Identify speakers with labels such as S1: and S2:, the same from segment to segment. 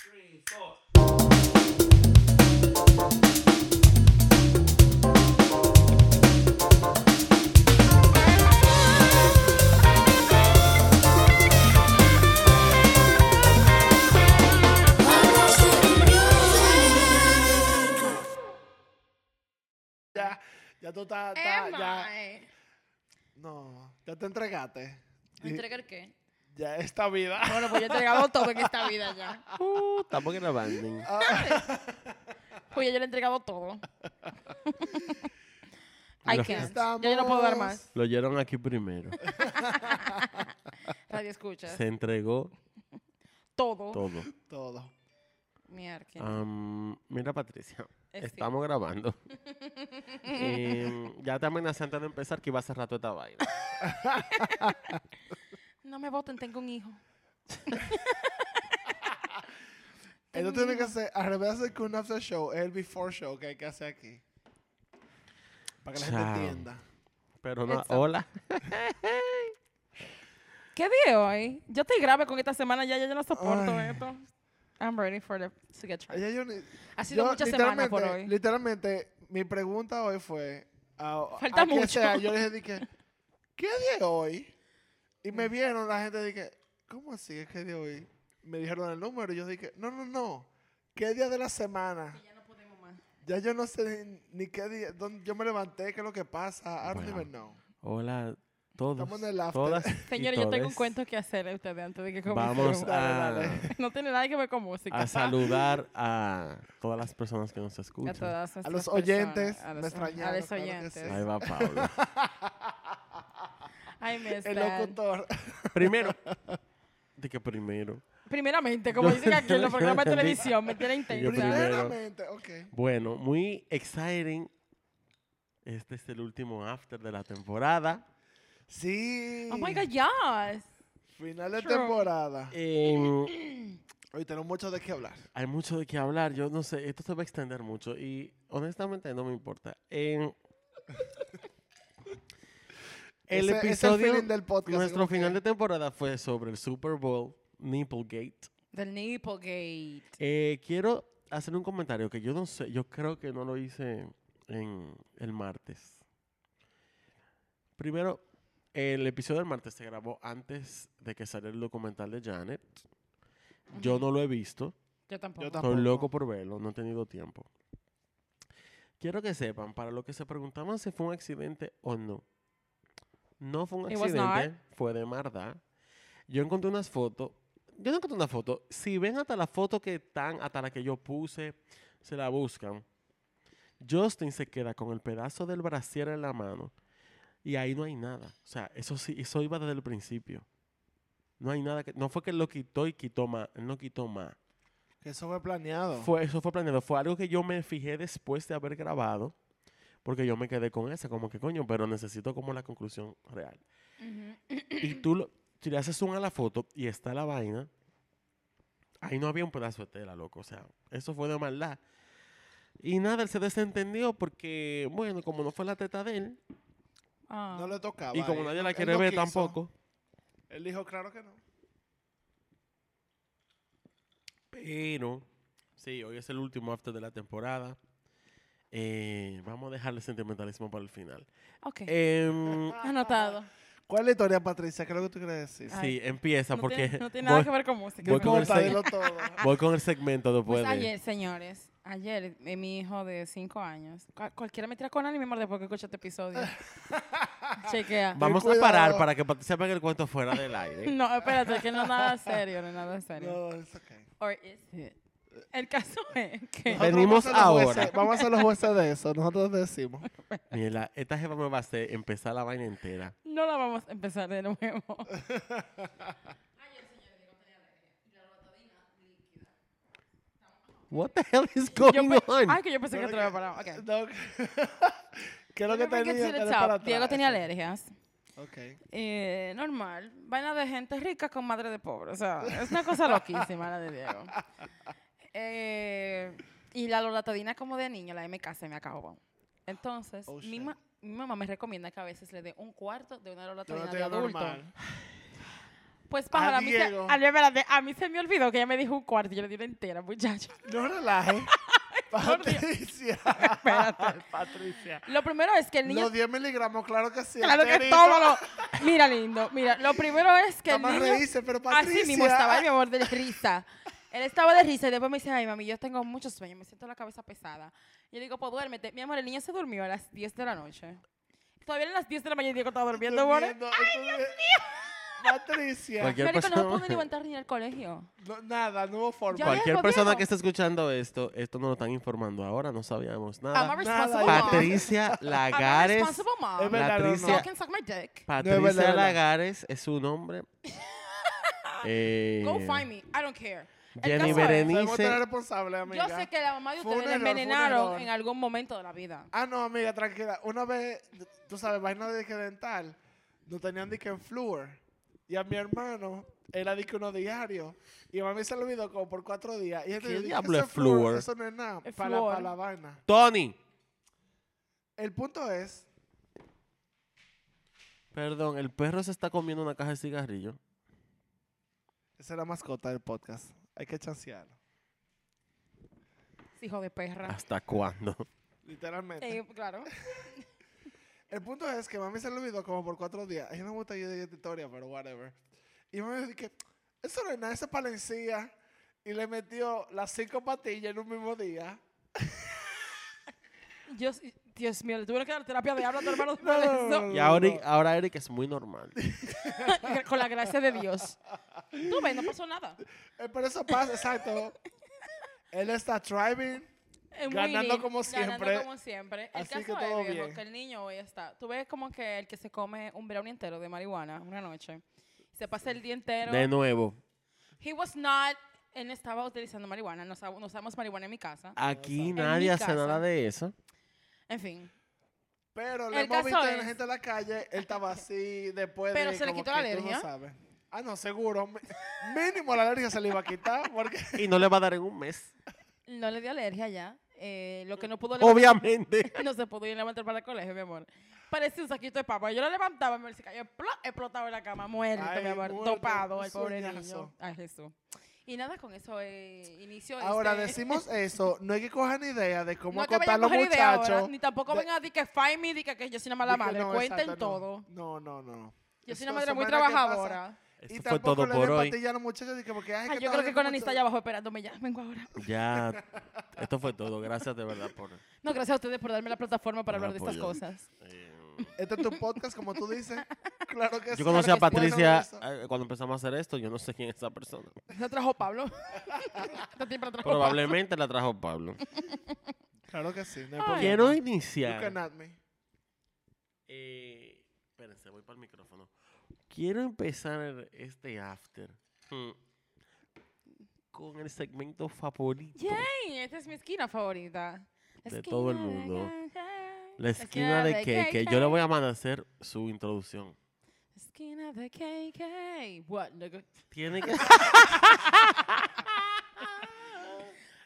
S1: three, four.
S2: Ya, ya tú estás. estás- ya,
S3: eh.
S2: no, ya te entregaste. Y
S3: ¿Entregar qué?
S2: Ya esta vida.
S3: Bueno, pues yo he entregado todo en esta vida ya.
S4: Uh, estamos grabando.
S2: Ah.
S3: Pues ya yo le he entregado todo. I
S4: Lo-
S3: can't. Ya yo no puedo dar más.
S4: Lo oyeron aquí primero.
S3: Radio escuchas.
S4: Se entregó
S3: Todo. Ah.
S4: todo.
S2: Todo.
S3: Mierda. que-
S4: Am, mira, Patricia,
S3: Es
S4: estamos grabando. Em, ya te amenacé antes de empezar que iba a hacer rato esta vaina.
S3: No me voten, tengo un hijo.
S2: Esto tiene que ser, al revés de hacer que un after show, es el before show que hay que hacer aquí. Para que la
S4: Chao.
S2: gente entienda.
S4: Pero no,
S3: Exacto.
S4: hola.
S3: ¿Qué día hoy? Yo estoy grave con esta semana ya, ya yo no soporto
S2: Ay.
S3: esto. I'm ready for the to get
S2: Ay,
S3: tried.
S2: ya yo ni-
S3: Ha sido
S2: yo
S3: muchas semanas por
S2: literalmente-
S3: hoy.
S2: Literalmente, mi pregunta hoy fue. A,
S3: Falta
S2: a quien
S3: mucho.
S2: sea, yo les dije, ¿qué día es hoy? Y
S3: Mm.
S2: me vieron la gente dije, ¿cómo así es que día es hoy? Me dijeron el número y yo dije, no, no, no. ¿Qué día de la semana?
S3: Ya no podemos más.
S2: Ya yo no sé ni, ni qué día. dónde- yo me levanté, ¿qué es lo que pasa? I don't
S4: Bueno.
S2: even know.
S4: Hola, todos.
S2: Estamos en el after.
S4: Todas y
S3: Señores, yo tengo un
S4: todes.
S3: cuento que hacerle a ustedes antes de que
S4: Vamos
S3: comencemos.
S2: Dale,
S4: a,
S3: No tiene nada que ver con música.
S4: a saludar a todas las personas que nos
S3: A,
S4: escuchan.
S3: todas
S2: A
S3: nuestras
S2: los oyentes,
S3: personas, a
S2: me
S3: los-
S2: extrañaron,
S3: A los
S2: claro que
S3: oyentes.
S2: sí.
S4: Ahí va Pablo.
S3: Ay, me
S2: El
S3: están-
S2: locutor.
S4: primero. De que primero.
S3: Primeramente, como dicen aquí en los programas de televisión, me tiene
S4: Yo
S3: intensa.
S4: primero.
S2: Primeramente, ok.
S4: Bueno, muy exciting. Este es el último after de la temporada.
S2: Sí.
S3: Oh my God, yes.
S2: Final de
S3: True.
S2: temporada.
S4: Em,
S2: Hoy tenemos mucho de qué hablar.
S4: hay mucho de qué hablar. Yo no sé, esto se va a extender mucho y honestamente no me importa. Em, el
S2: Ese- ese es
S4: episodio,
S2: feeling del podcast,
S4: nuestro
S2: como que-
S4: final de temporada fue sobre el Super Bowl, Nipplegate.
S3: Del Nipplegate.
S4: Eh, quiero hacer un comentario que yo no sé, yo creo que no lo hice en el martes. Primero, el episodio del martes se grabó antes de que saliera el documental de Janet. Yo no lo he visto.
S3: Yo tampoco.
S2: Yo tampoco.
S4: Estoy loco por verlo, no he tenido tiempo. Quiero que sepan, para los que se preguntaban si fue un accidente o no. No fue un
S3: It was not.
S4: accidente, fue de maldad. Yo encontré unas fotos. Yo no encontré una foto. Si ven hasta la foto que están, hasta la que yo puse, se la buscan. Justin se queda con el pedazo del brasier en la mano y ahí no hay nada. O sea, eso sí, eso iba desde el principio. No hay nada que, no fue que él lo quitó y quitó más, él no quitó más.
S2: Que eso fue planeado.
S4: Fue, eso fue planeado. Fue algo que yo me fijé después de haber grabado. Porque yo me quedé con esa, como que coño, pero necesito como la conclusión real. Y tú, lo- si le haces zoom a la foto y está la vaina, ahí no había un pedazo de tela, loco. O sea, eso fue de maldad. Y nada, él se desentendió porque, bueno, como no fue la teta de él,
S3: Ah.
S2: No le tocaba.
S4: y como
S2: él
S4: nadie
S2: no-
S4: la
S2: él
S4: quiere
S2: no
S4: ver
S2: quiso.
S4: tampoco,
S2: Él dijo, claro que no.
S4: Pero, sí, hoy es el último after de la temporada. Eh, vamos a dejar el sentimentalismo para el final.
S3: Ok.
S4: Em,
S3: Anotado. Ah,
S2: ¿Cuál es la historia, Patricia? ¿Qué es lo que tú quieres decir?
S3: Ay,
S4: sí, empieza
S3: No
S4: porque
S3: tiene, no tiene
S4: voy,
S3: nada que ver con música.
S4: voy
S2: No
S3: pero-
S4: con el
S2: importa,
S4: seg-
S2: dilo todo.
S4: voy con el segmento después
S3: Pues
S4: de...
S3: ayer, señores, ayer eh, mi hijo de 5 años, cua- cualquiera me tira con ánimo, mi amor, después que escucha este episodio. Chequea.
S4: Vamos a
S2: cuidado.
S4: parar para que Patricia pegue el cuento fuera del aire.
S3: No, espérate, que no es nada serio, no es nada serio.
S2: No, es okay.
S3: Or is it? El caso es que...
S2: Nosotros
S4: Venimos
S2: vamos a ser los
S4: ahora.
S2: jueces- vamos a ser los jueces de eso. Nosotros decimos.
S4: Mira, esta jefa me va a hacer empezar la vaina entera.
S3: No la vamos a empezar de nuevo.
S4: What the hell is going
S3: Yo pe-
S4: on?
S3: Ay, que yo pensé que otra vez paraba. Okay.
S2: No, ¿Qué es lo que
S3: Let me
S2: tenía?
S3: get to the
S2: que era
S3: top.
S2: para
S3: Diego
S2: atrás?
S3: tenía alergias.
S2: Ok.
S3: Eh, normal. Vaina de gente rica con madre de pobre. O sea, es una cosa loquísima la de Diego. Eh, y la loratadina como de niño, la MK se me acabó. Entonces,
S2: Oh,
S3: mi,
S2: shit.
S3: ma- mi mamá me recomienda que a veces le dé un cuarto de una
S2: Yo no
S3: loratadina de
S2: tenía
S3: adulto.
S2: normal.
S3: Pues pájaro,
S2: A
S3: a, mí se,
S2: Diego.
S3: a, mí, espérate, a mí se me olvidó que ella me dijo un cuarto y yo le di una entera, muchacho.
S2: No relaje. Patricia. Patricia.
S3: Lo primero es que el niño...
S2: Los 10 miligramos, claro que sí.
S3: claro que
S2: enterito.
S3: todo lo... Mira, lindo, mira, lo primero es que
S2: Nada
S3: el
S2: más
S3: niño...
S2: reírse, pero Patricia.
S3: Así mismo estaba, ay, mi amor, de risa. Él estaba de risa y después me dice, ay, mami, yo tengo mucho sueño, me siento la cabeza pesada. Y yo digo, pues duérmete. Mi amor, el niño se durmió a las 10 de la noche. Todavía eran las 10 de la mañana y Diego estaba durmiendo, ¿vale?
S2: Durmiendo, entonces- Patricia.
S4: Cualquier
S3: Marico, no lo pude
S4: persona-
S3: ni levantar ni ir al colegio.
S2: No, nada, no hubo
S3: Ya
S2: forma.
S3: había-
S4: Cualquier
S3: Diego,
S4: persona
S3: Diego.
S4: que esté escuchando esto, esto no lo están informando ahora, no sabíamos
S3: I'm a
S4: nada.
S3: responsible
S2: Ah, Nada,
S3: mom.
S4: Patricia
S3: I'm a
S4: Lagares.
S3: responsible mom.
S2: Es verdad, no,
S4: Patricia-
S2: no.
S3: Fucking suck my dick.
S2: No,
S4: Patricia
S2: es verdad, es verdad.
S4: Lagares es su nombre. Eh,
S3: Go find me. I don't care. El caso
S4: Jenny
S2: Sabemos
S3: es-
S2: tener
S4: Berenice.
S2: responsable, amiga.
S3: Yo sé que la mamá de
S2: Fue un
S3: ustedes la
S2: error, fue un
S3: envenenaron
S2: error.
S3: en algún momento de la vida.
S2: Ah, no, amiga, tranquila. Una vez, tú sabes, vaina de que dental, no tenían dique en flúor. Y a mi hermano, era dique uno diario. Y a mí se lo olvidó como por cuatro días. Y él
S4: ¿Qué
S2: dijo,
S4: diablo
S2: "Eso
S4: es flúor?
S2: Eso no es nada.
S3: Es
S2: Para,
S3: flúor.
S2: para la vaina.
S4: Tony.
S2: El punto es,
S4: Perdón, el perro se está comiendo una caja de cigarrillo.
S2: esa es la mascota del podcast. Hay que chancearlo.
S3: Hijo de perra.
S4: ¿Hasta cuándo?
S2: Literalmente.
S3: Eh, claro.
S2: El punto es que mami se le olvidó como por cuatro días. Ella no me gusta yo de historia, pero whatever. Y mami dice que eso no es nada, eso es palencía. Y le metió las cinco patillas en un mismo día.
S3: Yo, Dios mío, le tuve que dar terapia de habla a tu hermano
S2: No,
S3: después de
S2: no,
S3: eso.
S2: no,
S4: Y ahora,
S2: no.
S4: ahora Eric es muy normal.
S3: con la gracia de Dios. Tú ves, no pasó nada.
S2: Eh, pero eso pasa, exacto. Él está driving.
S3: Es muy
S2: Ganando
S3: lindo,
S2: como siempre.
S3: Ganando como siempre. El
S2: Así que
S3: caso es,
S2: todo
S3: viejo,
S2: bien.
S3: que el niño hoy está. Tú ves como que el que se come un brownie entero de marihuana una noche, se pasa el día entero.
S4: De nuevo,
S3: He was not, él no estaba utilizando marihuana, no, sab- no usamos marihuana en mi casa.
S4: Ah. aquí
S3: mi
S4: nadie hace
S3: casa.
S4: nada de eso.
S3: En fin,
S2: Pero le
S3: El
S2: hemos
S3: caso
S2: visto a la
S3: es-
S2: gente en la calle. Él estaba así después
S3: Pero
S2: de
S3: se le
S2: como
S3: quitó la
S2: que tú no
S3: alergia.
S2: sabes. Ah, no, seguro. Mi- Mínimo la alergia se le iba a quitar. Porque
S4: Y no le va a dar en un mes.
S3: no le dio alergia ya. eh, lo que no pudo levantar-
S4: Obviamente.
S3: no se pudo ir a levantar para el colegio, mi amor. Parecía un saquito de papa. Yo lo levantaba, mi amor, se cayó, ¡plop! explotaba en la cama, muerto,
S2: Ay,
S3: mi amor,
S2: muerto,
S3: topado,
S2: un
S3: el pobre
S2: sueñazo.
S3: niño. Ay, Jesús. Y nada, con eso eh, inicio
S2: ahora
S3: este-
S2: decimos eso. No hay que cojan idea de cómo
S3: no es que
S2: acotar
S3: vayan a
S2: los
S3: coger idea ahora,
S2: muchachos.
S3: ni tampoco
S2: de-
S3: vengan a decir que find me, di que, que yo soy una mala
S2: Dije,
S3: madre.
S2: no,
S3: Cuenten
S2: exacto, no.
S3: todo.
S2: No, no, no.
S3: Yo
S2: Eso-
S3: soy una madre
S2: eso
S3: muy
S2: es verdad que pasa.
S3: trabajadora.
S2: Y
S4: Esto fue
S2: tampoco
S4: todo
S2: le den
S4: por hoy.
S2: pastillas a los muchachos. dije, porque, ay,
S3: Ay,
S2: que
S3: yo
S2: estaba
S3: creo que con
S2: leyendo
S3: Anita
S2: mucho.
S3: allá abajo esperándome ya. Vengo ahora.
S4: Ya, esto fue todo. Gracias de verdad por...
S3: No, gracias a ustedes por darme la plataforma para
S4: Por
S3: hablar de estas
S4: apoyo.
S3: cosas.
S4: eh,
S2: Este es tu podcast, como tú dices. Claro que sí.
S4: Yo conocí a
S3: Claro que sí.
S4: Patricia
S2: Bueno,
S4: eh, cuando empezamos a hacer esto. Yo no sé quién es esa persona.
S3: ¿La trajo Pablo? Esta tipa la trajo
S4: Probablemente la trajo Pablo.
S2: Claro que sí. No hay
S3: Ay.
S2: problema.
S4: Quiero
S2: You can
S4: iniciar.
S2: at me.
S4: eh, espérense, voy para el micrófono. Quiero empezar este after mm, con el segmento favorito.
S3: Pablo. Yay, esta es mi esquina favorita. La
S4: De
S3: esquina
S4: todo el
S3: de
S4: mundo.
S3: Keke.
S4: La esquina de KK. Yo le voy a mandar a hacer su introducción.
S3: La esquina de KK. What, nigga?
S4: Tiene que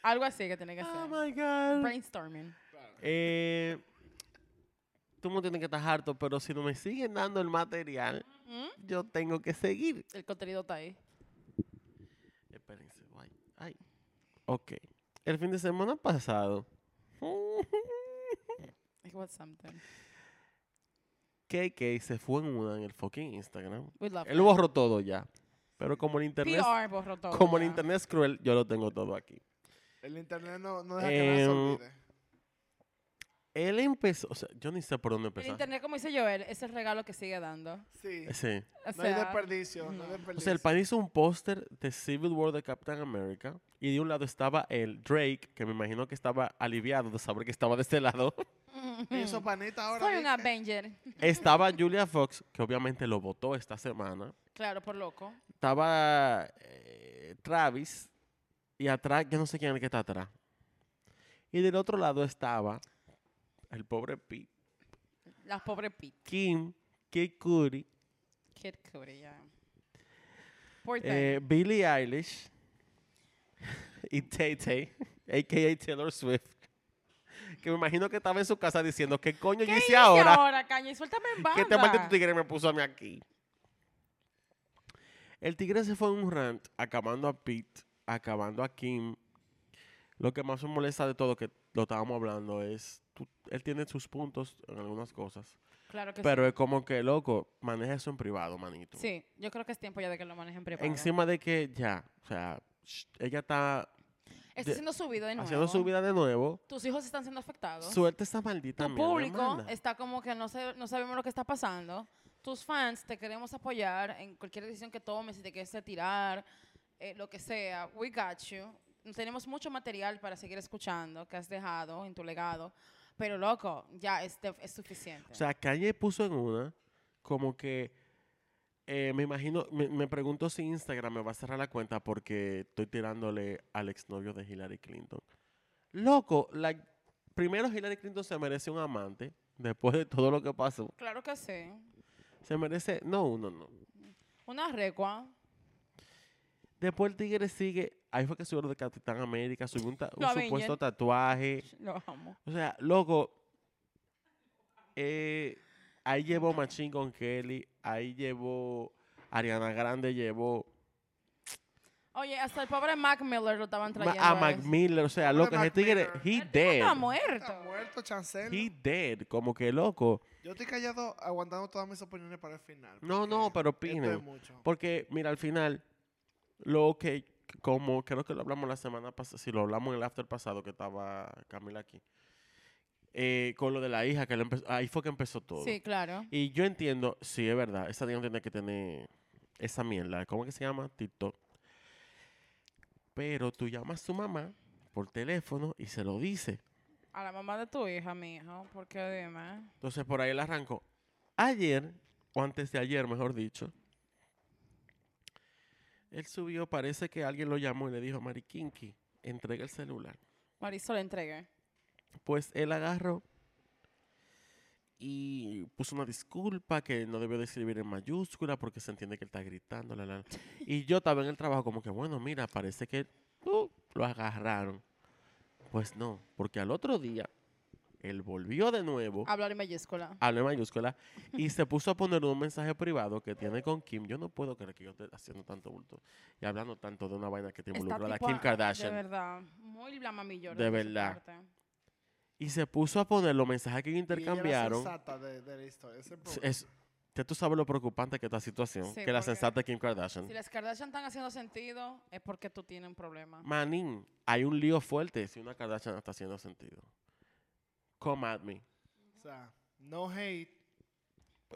S3: Algo así que tiene que
S4: Oh
S3: ser.
S4: my God.
S3: Brainstorming.
S4: Eh, tú no tienes que estar harto, pero si no me siguen dando el material,
S3: ¿Mm?
S4: yo tengo que seguir.
S3: El contenido está ahí.
S4: Espérense, guay. Ay. Ok. El fin de semana pasado,
S3: It was something.
S4: KK se fue en una en el fucking Instagram.
S3: We love
S4: Él borró todo ya. Pero como el
S3: it.
S4: internet,
S3: PR borró todo.
S4: como el
S3: ya.
S4: internet es cruel, yo lo tengo todo aquí.
S2: El internet no, no deja que nada se
S4: Em,
S2: olvide.
S4: Él empezó, o sea, yo ni sé por dónde
S3: El
S4: empezar.
S3: internet, como dice Joel, es el regalo que sigue dando.
S2: Sí.
S4: Sí.
S3: O
S2: No hay
S3: sea,
S2: desperdicio. No
S3: no.
S2: hay
S3: O sea, el
S4: O
S2: desperdicio.
S4: sea, el pan hizo un póster de Civil War de Captain America. Y de un lado estaba el Drake, que me imagino que estaba aliviado de saber que estaba de este lado.
S2: Y esos panitas ahora.
S3: Mm. soy un
S2: dije,
S3: Avenger.
S4: estaba Julia Fox, que obviamente lo votó esta semana.
S3: Claro, por loco.
S4: Estaba eh, Travis. Y atrás, yo no sé quién es el que está atrás. Y del otro lado estaba el pobre Pete,
S3: Las pobres Pete.
S4: Kim, Kid Cudi,
S3: Kid Cudi, ya. Poor thing.
S4: eh, Billie Eilish y Tay Tay, a.k.a. Taylor Swift. Que me imagino que estaba en su casa diciendo, ¿qué coño yo
S3: ¿Qué
S4: hice ahora?
S3: caña? Y suéltame en banda.
S4: ¿Qué te maldito tigre me puso a mí aquí? El tigre se fue en un rant, acabando a Pete, acabando a Kim. Lo que más me molesta de todo que lo estábamos hablando es, tú- él tiene sus puntos en algunas cosas,
S3: Claro que
S4: pero es como que, loco, maneja eso en privado, manito.
S3: sí. Sí, yo creo que es tiempo ya de que lo manejen privado.
S4: Encima de que ya, o sea, sh- ella está
S3: Está
S4: de-
S3: siendo subido de nuevo.
S4: haciendo su vida de nuevo.
S3: Tus hijos están siendo afectados.
S4: Suelta esta maldita
S3: tu
S4: mierda,
S3: público
S4: hermana.
S3: está como que no, se- no sabemos lo que está pasando. Tus fans te queremos apoyar en cualquier decisión que tomes, si te quieres retirar, eh, lo que sea. We got you. Tenemos mucho material para seguir escuchando que has dejado en tu legado. Pero loco, ya es, de- es suficiente.
S4: O sea, Kanye puso en una como que eh, me imagino, me, me pregunto si Instagram me va a cerrar la cuenta porque estoy tirándole al exnovio de Hillary Clinton. Loco, la, primero Hillary Clinton se merece un amante después de todo lo que pasó.
S3: claro que sí.
S4: Se merece, no uno, no.
S3: Una recua.
S4: Después el tigre sigue, ahí fue que subió lo de Capitán América, subió un, ta- un
S3: Lo
S4: supuesto
S3: Avenger.
S4: tatuaje.
S3: Lo amo.
S4: O sea, loco, eh, ahí llevó Machine con Kelly, ahí llevó Ariana Grande, llevó
S3: Oye, hasta el pobre Mac Miller lo estaban
S4: Ma-
S3: trayendo.
S4: a
S3: eh.
S4: Mac Miller, o sea,
S2: Pobre
S4: loco, ese
S2: Mac
S4: tigre,
S2: Miller.
S4: he
S3: El tipo Está
S4: dead,
S2: Está
S3: muerto.
S2: muerto, chancel.
S4: he dead, como que loco.
S2: Yo estoy callado aguantando todas mis opiniones para el final.
S4: No,
S2: porque
S4: no, pero
S2: esto es
S4: opinen.
S2: mucho.
S4: Porque, mira, al final, lo que, como creo que lo hablamos la semana pasada, si lo hablamos en el after pasado que estaba Camila aquí, eh, con lo de la hija, que lo empe- ahí fue que empezó todo.
S3: Sí, claro.
S4: Y yo entiendo, sí, es verdad, esa niña tiene que tener esa mierda, ¿cómo que se llama? TikTok. Pero tú llamas a su mamá por teléfono y se lo dice.
S3: A la mamá de tu hija, mi hijo, porque dime.
S4: Entonces por ahí la arrancó. Ayer, o antes de ayer, mejor dicho, él subió, parece que alguien lo llamó y le dijo, Mariquinki, entrega el celular.
S3: Marisol entregue.
S4: Pues él agarró y puso una disculpa que no debió de escribir en mayúscula porque se entiende que él está gritando. la, la, la. Y yo estaba en el trabajo como que, bueno, mira, parece que uh, lo agarraron. Pues no, porque al otro día él volvió de nuevo,
S3: Hablar en mayúscula.
S4: habló en mayúscula, y se puso a poner un mensaje privado que tiene con Kim. Yo no puedo creer que yo esté haciendo tanto bulto y hablando tanto de una vaina que te
S3: Está
S4: involucra a la
S3: tipo,
S4: Kim
S3: ah,
S4: Kardashian.
S3: De verdad, muy la mami llora
S4: De
S3: su
S4: verdad.
S3: parte.
S4: Y se puso a poner los mensajes que
S2: Y ella era
S4: intercambiaron.
S2: sensata de, de la historia. ese es el
S4: S-
S2: problema.
S4: Es, ya tú sabes lo preocupante que es esta situación,
S3: Sí,
S4: que la
S3: porque-
S4: sensata Kim Kardashian.
S3: Si las Kardashian están haciendo sentido, es porque tú tienes un problema.
S4: Manín, hay un lío fuerte si una Kardashian no está haciendo sentido. Come at me.
S2: O sea, no hate.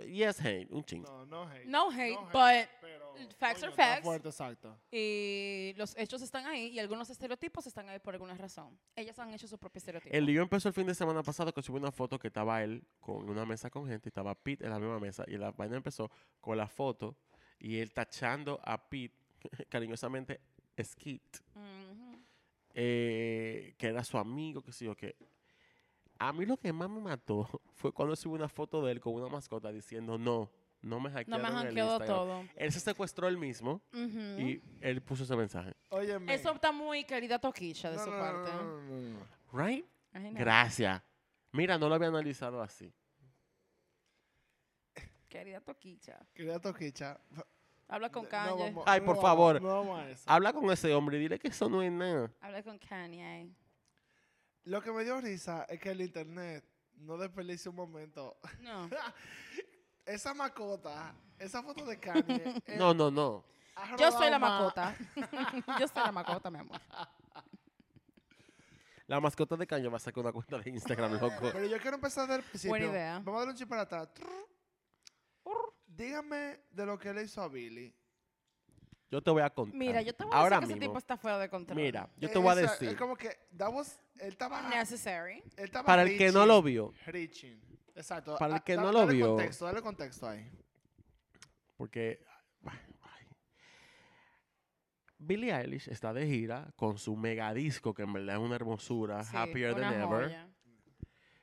S4: Yes, hey, un ching.
S2: No, no hate.
S3: No hate, but
S2: pero,
S3: facts are
S2: está
S3: facts.
S2: fuerte, exacto.
S3: Y los hechos están ahí y algunos estereotipos están ahí por alguna razón. Ellas han hecho su propio estereotipo.
S4: El lío empezó el fin de semana pasado que subí una foto que estaba él con una mesa con gente y estaba Pete en la misma mesa y la vaina empezó con la foto y él tachando a Pete cariñosamente Skit.
S3: Ujú.
S4: eh, que era su amigo, que sé yo qué. A mí lo que más me mató fue cuando subí una foto de él con una mascota diciendo, no, no me
S3: No
S4: hackearon
S3: me han
S4: el
S3: quedado
S4: Instagram".
S3: todo.
S4: Él se secuestró él mismo
S3: Ujú.
S4: y él puso ese mensaje.
S2: Óyeme.
S3: Eso está muy querida Toquilla de
S2: No,
S3: su
S2: no, no,
S3: parte.
S2: no, no, no, no, no.
S4: Right?
S3: Ay, no.
S4: Gracias. Mira, no lo había analizado así.
S3: Querida Toquilla.
S2: Querida Toquicha.
S3: Habla con
S2: no
S3: Kanye.
S2: vamos-
S4: Ay,
S2: no
S4: por
S2: vamos-
S4: favor.
S2: No vamos a eso.
S4: Habla con ese hombre y dile que eso no es nada.
S3: Habla con Kanye.
S2: Lo que me dio risa es que el internet no desperdicia un momento.
S3: No.
S2: Esa macota, esa foto de Kanye. eh,
S4: No, no, no.
S2: ha
S3: Yo
S2: rodado
S3: soy la
S2: más-
S3: macota. Yo soy la macota, mi amor.
S4: La mascota de Caño va a sacar una cuenta de Instagram, loco.
S2: Pero yo quiero empezar del principio.
S3: idea.
S2: Vamos a darle un chip para atrás. Trrr. Dígame de lo que le hizo a Billy.
S4: Yo te voy a contar.
S3: Mira, yo te voy a
S4: Ahora
S3: decir que ese
S4: mismo,
S3: tipo está fuera de control.
S4: Mira, yo te
S2: Eh,
S4: voy a
S2: o sea,
S4: decir.
S2: Es como que, that was- él estaba.
S3: Necessary.
S2: él estaba
S4: Para el que no
S2: reaching,
S4: lo vio,
S2: Reaching. Exacto.
S4: Para el
S2: Ah,
S4: que
S2: da-
S4: no lo
S2: dale
S4: vio.
S2: Contexto, dale contexto ahí.
S4: Porque ay, ay. Billie Eilish está de gira con su megadisco, que en verdad es una hermosura,
S3: Sí,
S4: Happier Than
S3: una
S4: Ever.
S3: joya.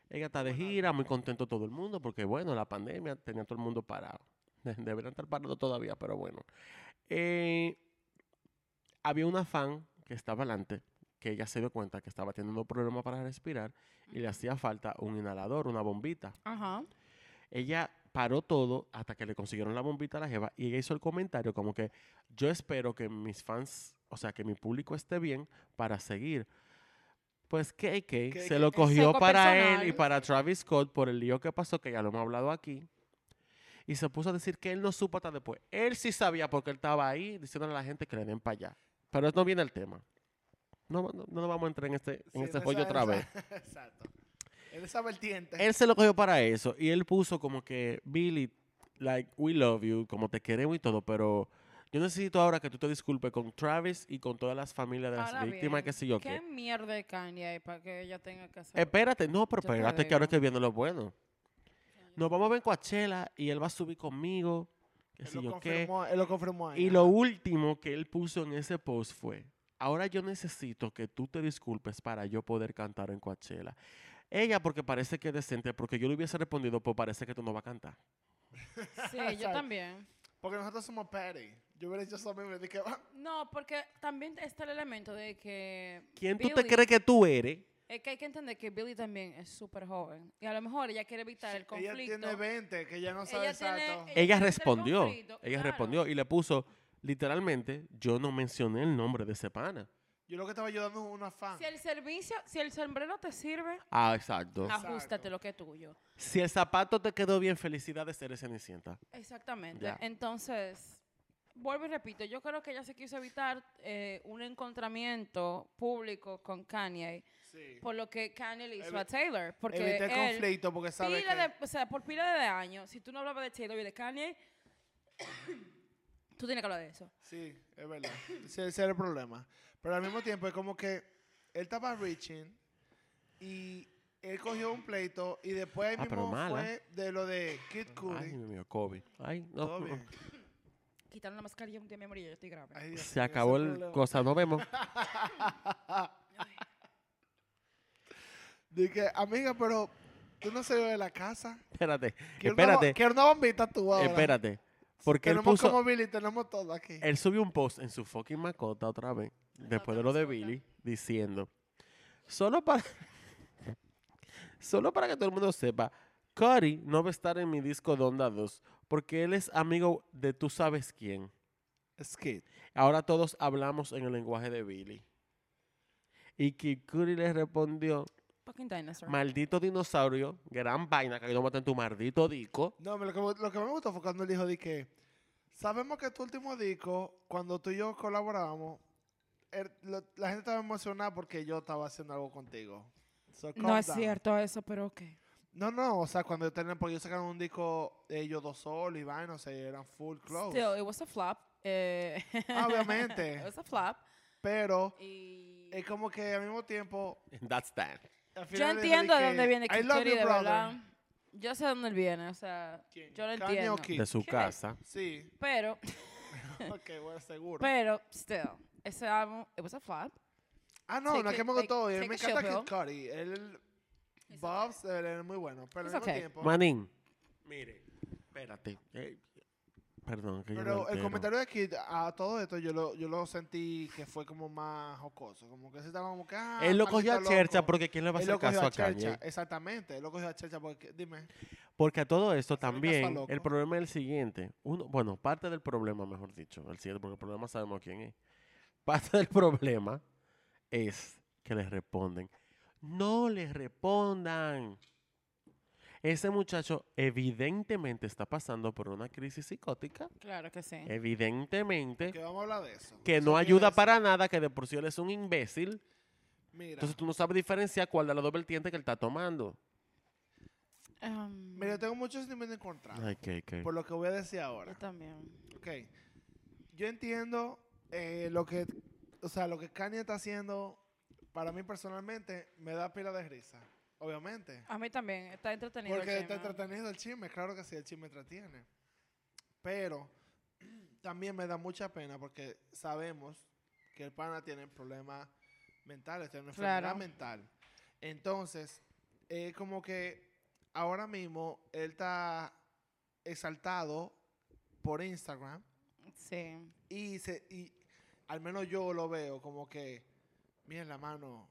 S4: Ella está de gira, muy contento todo el mundo, porque bueno, la pandemia tenía todo el mundo parado. De- Deberían estar parados todavía, pero bueno. Eh, había una fan que estaba adelante, que ella se dio cuenta que estaba teniendo problemas para respirar y le hacía falta un inhalador, una bombita.
S3: Ajá.
S4: Ella paró todo hasta que le consiguieron la bombita a la jeva y ella hizo el comentario como que yo espero que mis fans, o sea, que mi público esté bien para seguir. Pues KK
S2: KK,
S4: se lo
S2: el
S4: cogió
S3: seco
S4: para
S3: personal.
S4: él y para Travis Scott por el lío que pasó, que ya lo hemos hablado aquí. Y se puso a decir que él no supo hasta después. Él sí sabía porque él estaba ahí diciéndole a la gente que le den para allá. Pero no viene el tema. No, no, no nos vamos a entrar en este, en este
S2: pollo
S4: rollo otra vez.
S2: Exacto. En esa vertiente.
S4: Él se lo cogió para eso y él puso como que, Billy, like, we love you, como te queremos y todo, pero yo necesito ahora que tú te disculpes con Travis y con todas las familias de las
S3: Ahora
S4: víctimas,
S3: bien,
S4: que sé yo
S3: ¿Qué
S4: qué.
S3: mierda de Kanye hay para que ella tenga que hacer?
S4: Espérate, no, pero
S3: Yo te
S4: espérate que ahora
S3: digo.
S4: que viene lo bueno. Nos vamos a ver en Coachella y él va a subir conmigo, que
S2: Él
S4: sé
S2: lo
S4: yo qué.
S2: confirmó, él lo confirmó ahí.
S4: Y lo último que él puso en ese post fue, ahora yo necesito que tú te disculpes para yo poder cantar en Coachella. Ella porque parece que es decente, porque yo le hubiese respondido, pues parece que tú no vas a cantar.
S3: Sí, yo
S2: Sorry.
S3: también.
S2: Porque nosotros somos petty. Yo hubiera dicho eso mismo y dije, "Ah,
S3: No, porque también está el elemento de que.
S4: ¿Quién tú te
S3: Billie-
S4: crees que tú eres?
S3: Es que hay que entender que Billy también es súper joven. Y a lo mejor ella quiere evitar el conflicto.
S2: ella tiene 20, que ya no sabe
S3: Ella tiene-
S2: exacto.
S3: ella-
S4: Ella
S3: quiere hacer
S4: respondió,
S3: conflicto,
S4: ella
S3: claro.
S4: respondió y le puso, literalmente, yo no mencioné el nombre de ese pana.
S2: Yo lo que estaba ayudando es una fan.
S3: Si el servicio, si el sombrero te sirve,
S4: Ah, exacto.
S2: Exacto.
S3: ajustate lo que es tuyo.
S4: Si el zapato te quedó bien, felicidades, eres Cenicienta.
S3: Exactamente.
S4: Ya.
S3: Entonces, vuelvo y repito, yo creo que ella se quiso evitar eh, un encontramiento público con Kanye
S2: Sí.
S3: por lo que Kanye le hizo
S2: Evi-
S3: a Taylor. Porque
S2: Evité el
S3: él,
S2: conflicto porque sabe
S3: pila
S2: que...
S3: de- o sea, por pila de años, si tú no hablabas de Taylor y de Kanye, tú tienes que hablar de eso.
S2: Sí, es verdad. Ese, ese era el problema. Pero al mismo tiempo es como que él estaba reaching y él cogió un pleito y después ahí
S4: Ah, pero
S2: mismo
S4: mala.
S2: fue de lo de Kid
S4: Ay,
S2: Cudi.
S4: Dios mío, Kobe. Ay, no,
S2: Todo
S4: no.
S2: bien.
S3: Quitaron la mascarilla un día me morí, yo estoy grave.
S2: Ay, Dios
S4: Se
S2: mío,
S4: acabó
S2: ese
S4: el
S2: problema.
S4: cosa, nos vemos.
S2: Dije, amiga, pero tú no salió de la casa.
S4: Espérate,
S2: Quiero una bo-
S4: espérate,
S2: Quiero una bombita tú ahora.
S4: espérate. Porque él
S2: tenemos
S4: puso, Eh,
S2: como Billy, tenemos todo aquí.
S4: Él subió un post en su fucking mascota otra vez, después de lo de Billy, diciendo, solo para, solo para que todo el mundo sepa, Cody no va a estar en mi disco de Onda 2 porque él es amigo de tú sabes quién.
S2: Skid.
S4: Ahora todos hablamos en el lenguaje de Billy. Y Kid Cudi le respondió,
S3: Fucking dinosaur.
S4: maldito dinosaurio, gran vaina que yo maté en tu maldito disco.
S2: No, me- lo que, me- lo que más me gustó fue cuando él dijo, dije, sabemos que tu último disco, cuando tú y yo colaborábamos, er- lo- la gente estaba emocionada porque yo estaba haciendo algo contigo. So,
S3: no
S2: calm
S3: es
S2: down.
S3: cierto eso, pero ok.
S2: No, no, o sea, cuando yo tenía, porque ellos sacaron un disco, ellos dos solos y vaina, o sea, eran full close. Ah,
S3: Still, it was a flop. eh,
S2: Obviamente.
S3: it was a flop.
S2: Pero
S3: Y
S2: es como que al mismo tiempo...
S4: That's that.
S2: al
S3: yo
S2: final él dijo,
S3: entiendo de
S2: dije,
S3: dónde viene
S2: I
S3: Kid
S2: love
S3: Cudi,
S2: you,
S3: de
S2: brother".
S3: verdad. Yo sé de dónde él viene, o sea,
S2: ¿Quién?
S3: yo lo
S2: Kanye o
S3: entiendo.
S2: Kid?
S4: De su
S3: ¿Qué?
S4: casa.
S2: Sí,
S3: Pero,
S2: ok, bueno, seguro.
S3: pero, still, ese álbum, it was a flop.
S2: Ah, no,
S3: Take
S2: no es
S3: it-
S2: que me
S3: take-
S2: gustó. y él
S3: take
S2: me
S3: a chill
S2: encanta Kid
S3: pill.
S2: Cudi. Él,
S3: It's
S2: Bob's, él es muy bueno. Pero al
S3: It's
S2: mismo
S3: okay.
S2: tiempo.
S4: Manín. Mire, espérate. Eh, perdón, que yo me
S2: pero el
S4: altero.
S2: comentario de Kid a todo esto yo lo, yo lo sentí que fue como más jocoso. Como que se estaba como que. Ah,
S4: Él lo cogió a
S2: maldito
S4: Chercha
S2: loco.
S4: porque ¿quién le va a
S2: Él
S4: hacer
S2: lo cogió
S4: caso
S2: a
S4: a Kanye?
S2: Chercha, exactamente. Él lo cogió a Chercha porque. Dime.
S4: Porque a todo
S2: Hacerle caso
S4: esto
S2: a
S4: también,
S2: loco.
S4: el problema es el siguiente. Uno, bueno, parte del problema, mejor dicho, el siguiente, porque el problema sabemos quién es. Parte del problema es que les responden. No les respondan. Ese muchacho evidentemente está pasando por una crisis psicótica.
S3: Claro que sí.
S4: Evidentemente.
S2: Que vamos a hablar de eso.
S4: que
S2: Eso
S4: no
S2: quiere
S4: ayuda
S2: decir-
S4: para nada, que de por sí él es un imbécil.
S2: Mira,
S4: Entonces tú no sabes diferenciar cuál de las dos vertientes que él está tomando.
S3: Um,
S2: mira, yo tengo muchos sentimientos encontrados.
S4: Ay, qué, qué.
S2: Por lo que voy a decir
S3: yo
S2: ahora.
S3: también.
S2: Ok. Yo entiendo eh, lo que. O sea, lo que Kanye está haciendo. Para mí personalmente me da pila de risa. Obviamente.
S3: A mí también, está entretenido. Ah, el
S2: Porque está
S3: chisme.
S2: entretenido el chisme, claro que sí, el chisme entretiene. Pero también me da mucha pena porque sabemos que el pana tiene problemas mentales, tiene una enfermedad
S3: Claro.
S2: mental. Entonces, es como que ahora mismo él está exaltado por Instagram
S3: Sí.
S2: y, se, y al menos yo lo veo como que, miren la mano,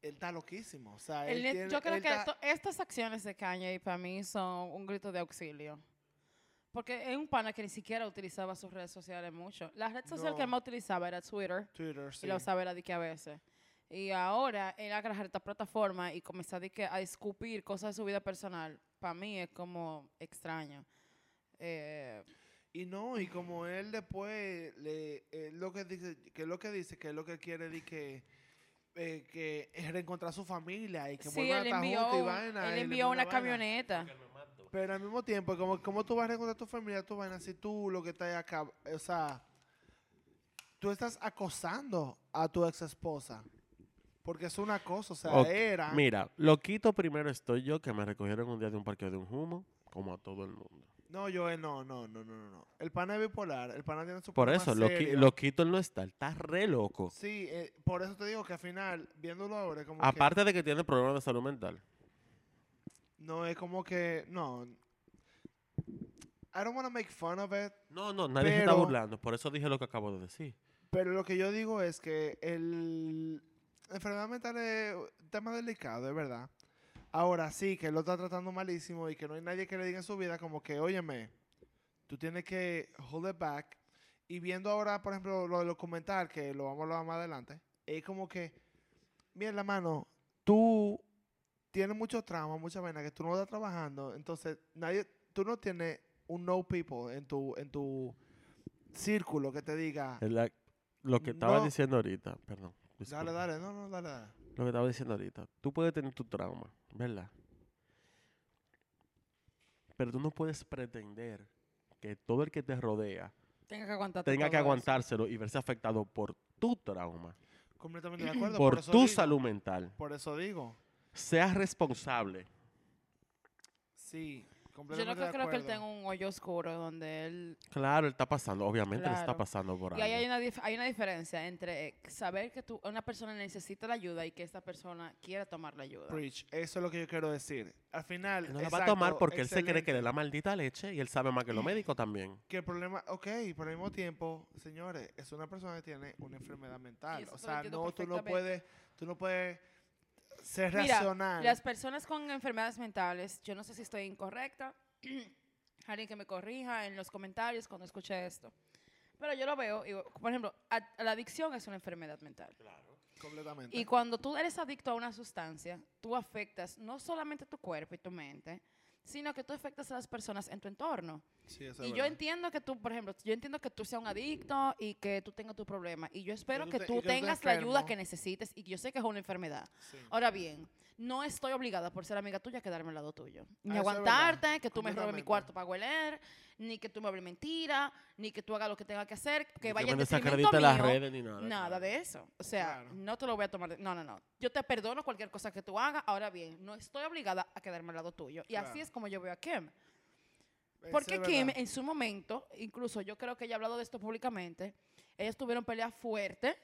S2: él está loquísimo. O sea,
S3: El
S2: él
S3: net-
S2: tiene-
S3: yo creo
S2: él
S3: que
S2: está-
S3: esto- estas acciones de Kanye para mí son un grito de auxilio. Porque es un pana que ni siquiera utilizaba sus redes sociales mucho. La red social que
S2: No.
S3: más utilizaba era Twitter.
S2: Twitter, sí.
S3: Y lo sabe la de que a veces. Y ahora él agarrar esta plataforma y comenzar de que a escupir cosas de su vida personal. Para mí es como extraño. Eh,
S2: Y no, y como él después le, eh, lo que dice, que lo que dice, que lo que quiere di que eh, que es reencontrar su familia y que
S3: sí,
S2: vuelvan
S3: él
S2: a estar
S3: envió,
S2: juntos y
S3: un-
S2: vaina,
S3: él
S2: y
S3: envió una
S2: vaina.
S3: camioneta.
S4: pues.
S2: Pero al mismo tiempo, como, como tú vas a reencontrar tu familia, tu vaina, si tú lo que estás acá, o sea, tú estás acosando a tu ex esposa. Porque es una cosa, o sea,
S4: Ok,
S2: era.
S4: Mira, loquito primero estoy yo, que me recogieron un día de un parqueo de un humo, como a todo el mundo.
S2: No, yo eh, no, no, no, no, no, no. El pana es bipolar, el pana tiene su
S4: Por
S2: problema
S4: eso, loqui-
S2: serio.
S4: loquito él no está, él está re loco.
S2: Sí, eh, por eso te digo que al final, viéndolo ahora, es como que-
S4: Aparte de que tiene problemas de salud mental.
S2: No, es como que. No. I don't want to make fun of it.
S4: No, no, nadie se está
S2: Pero-
S4: burlando, por eso dije lo que acabo de decir.
S2: Pero lo que yo digo es que el. la Enfermedad mental es un tema delicado, es verdad. Ahora sí, que lo está tratando malísimo y que no hay nadie que le diga en su vida, como que, Óyeme, tú tienes que hold it back. Y viendo ahora, por ejemplo, lo del documental, que lo vamos a hablar más adelante, es como que, mira, la mano, tú tienes mucho trauma, mucha vaina que tú no estás trabajando, entonces nadie, tú no tienes un no people en tu, en tu círculo que te diga,
S4: Es la- lo que estaba
S2: No.
S4: diciendo ahorita, perdón.
S2: dale,
S4: disculpa.
S2: dale, no, no, dale, dale.
S4: Lo que estaba diciendo ahorita. Tú puedes tener tu trauma, ¿verdad? Pero tú no puedes pretender que todo el que te rodea
S3: Tenga que aguantar.
S4: tenga que
S3: todo eso.
S4: aguantárselo y verse afectado por tu trauma,
S2: Completamente de acuerdo.
S4: por,
S2: eso
S4: tu
S2: digo,
S4: salud mental.
S2: Por eso digo,
S4: Seas responsable.
S2: sí,
S3: Yo no
S2: completamente
S3: creo,
S2: de
S3: creo que él
S2: acuerdo.
S3: tenga un hoyo oscuro donde él
S4: Claro, él está pasando, obviamente él está
S3: Claro.
S4: pasando por
S3: Y
S4: algo.
S3: ahí hay una, dif- hay una diferencia entre eh, saber que tú, una persona necesita la ayuda y que esta persona quiera tomar la ayuda.
S2: Preach, eso es lo que yo quiero decir. Al final.
S4: Él no la va a tomar porque él se cree que le da maldita leche y él sabe más que
S3: Mm.
S4: los médicos también.
S2: Que el problema, ok, pero al mismo tiempo, señores, es una persona que tiene una enfermedad mental.
S3: eso
S2: O
S3: lo
S2: sea,
S3: entiendo
S2: no, tú no
S3: perfectamente.
S2: puedes, tú no puedes ser
S3: Mira,
S2: racional.
S3: las personas con enfermedades mentales, yo no sé si estoy incorrecta, alguien que me corrija en los comentarios cuando escuche esto. Pero yo lo veo, y, por ejemplo, a- la adicción es una enfermedad mental.
S2: completamente.
S3: Y cuando tú eres adicto a una sustancia, tú afectas no solamente tu cuerpo y tu mente, sino que tú afectas a las personas en tu entorno.
S2: Sí, eso es
S3: Y yo
S2: verdad.
S3: entiendo que tú, por ejemplo, yo entiendo que tú seas un adicto y que tú tengas tu problema. Y yo espero
S2: tú
S3: que
S2: te- y
S3: tú
S2: que tú te
S3: tengas la ayuda
S2: enfermo.
S3: que necesites y que yo sé que es una enfermedad.
S2: Sí.
S3: Ahora bien, no estoy obligada por ser amiga tuya a quedarme al lado tuyo. Ni
S2: Ah, eso es
S3: aguantarte,
S2: verdad,
S3: que tú me robes mi
S2: completamente.
S3: cuarto para hueler, ni que tú me hables mentira, ni que tú hagas lo que tenga que hacer, que
S4: Ni
S3: vaya
S4: me
S3: en
S4: desacredite
S3: detrimento mío.
S4: las redes ni nada.
S3: Nada
S4: claro.
S3: de eso. O sea,
S2: Claro.
S3: no te lo voy a tomar. de- No, no, no. Yo te perdono cualquier cosa que tú hagas. Ahora bien, no estoy obligada a quedarme al lado tuyo. Y así
S2: Claro.
S3: es como yo veo a Kim.
S2: Eso
S3: Porque
S2: es
S3: Kim,
S2: verdad.
S3: en su momento, incluso yo creo que ella ha hablado de esto públicamente, ellas tuvieron pelea fuerte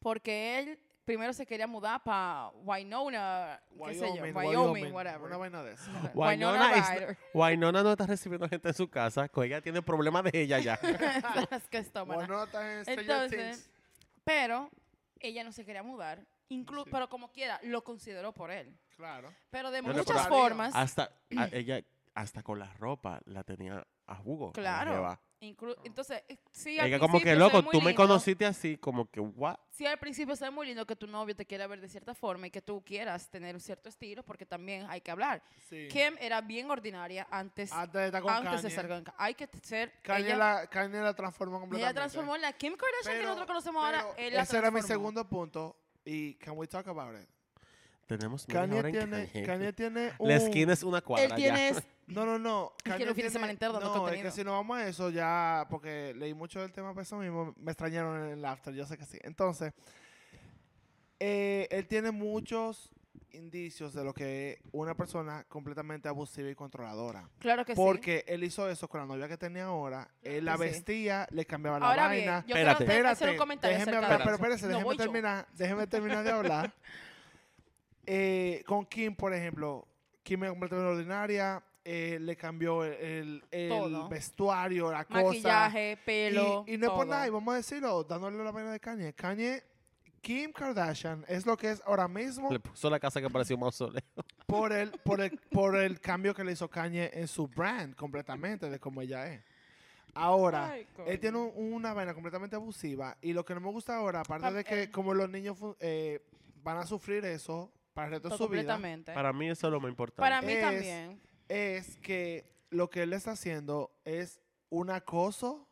S3: porque él primero se quería mudar para Winona, qué sé yo, Wyoming, whatever.
S2: Una vaina de eso.
S4: Winona,
S3: Winona
S4: is-
S3: Ryder.
S4: Winona no está recibiendo gente en su casa, que ella tiene problemas de ella ya.
S3: Es que estómago.
S2: Bueno, está en Stranger
S3: Entonces,
S2: Things.
S3: pero ella no se quería mudar, inclu-
S2: Sí.
S3: pero como quiera, lo consideró por él.
S2: Claro.
S3: Pero de
S4: No, no,
S3: muchas
S2: pero-
S3: formas,
S4: Hasta a- ella, hasta con la ropa la tenía a jugo. a la
S3: claro.
S4: jeva.
S3: inclu- entonces, eh, sí, al
S4: Ah. Ella como que
S3: principio se ve
S4: loco,
S3: muy
S4: tú me
S3: lindo".
S4: conociste así, como que what?
S3: Sí, al principio es muy lindo que tu novio te quiera ver de cierta forma y que tú quieras tener un cierto estilo, porque también hay que hablar.
S2: Sí.
S3: Kim era bien ordinaria antes,
S2: Antes de estar con
S3: antes de
S2: Kanye.
S3: ser con Kanye. Hay que ser.
S2: Kanye,
S3: ella,
S2: la, Kanye la transformó completamente.
S3: ella transformó en la Kim Kardashian que
S2: Pero-
S3: nosotros conocemos ahora.
S2: pero
S3: Él la
S2: ese era mi
S3: transformó.
S2: segundo punto. Y can we talk about it?
S4: Tenemos media
S2: Kanye
S4: hora en
S2: tiene,
S4: Kanye.
S2: Kanye uh. tiene un...
S4: La esquina es una cuadra
S3: Él tiene.
S4: ya.
S3: es-
S2: No, no, no.
S3: que
S2: Kanye
S3: los fines de semana entero dando
S2: No, es
S3: contenido.
S2: que si no vamos a eso ya, porque leí mucho del tema por eso mismo, me extrañaron en el after, yo sé que sí. Entonces, eh, él tiene muchos indicios de lo que es una persona completamente abusiva y controladora.
S3: Claro que sí.
S2: Porque él hizo eso con la novia que tenía ahora. Él la
S3: que sí.
S2: vestía, le cambiaba la
S3: Ahora bien,
S2: vaina.
S3: yo
S4: Espérate.
S3: quiero hacer- hacer un comentario
S2: déjeme
S3: acerca de
S2: hablar, pero
S3: eso.
S2: espérese,
S3: No,
S2: déjeme
S3: voy yo.
S2: terminar, déjeme terminar de hablar. Eh, con Kim, por ejemplo, Kim es completamente ordinaria, eh, le cambió el, el- el
S3: Todo.
S2: vestuario, la cosa.
S3: Maquillaje,
S2: Y-
S3: pelo.
S2: Y, no es por
S3: todo.
S2: nada, y vamos a decirlo, dándole la vaina de Kanye. Kanye, Kim Kardashian es lo que es ahora mismo
S1: Le puso la casa que parecía un mausoleo.
S2: por el, por el, por el cambio que le hizo Kanye en su brand completamente de cómo ella es. Ahora,
S3: Ay,
S2: él tiene
S3: coño.
S2: un- una vaina completamente abusiva y lo que no me gusta ahora, aparte
S3: Pam,
S2: de que
S3: eh.
S2: como los niños fu- eh, van a sufrir eso para el resto de su vida,
S3: completamente. Para,
S4: Para mí eso es lo más importante.
S3: mí
S2: Es-
S3: también.
S2: es que lo que él está haciendo es un acoso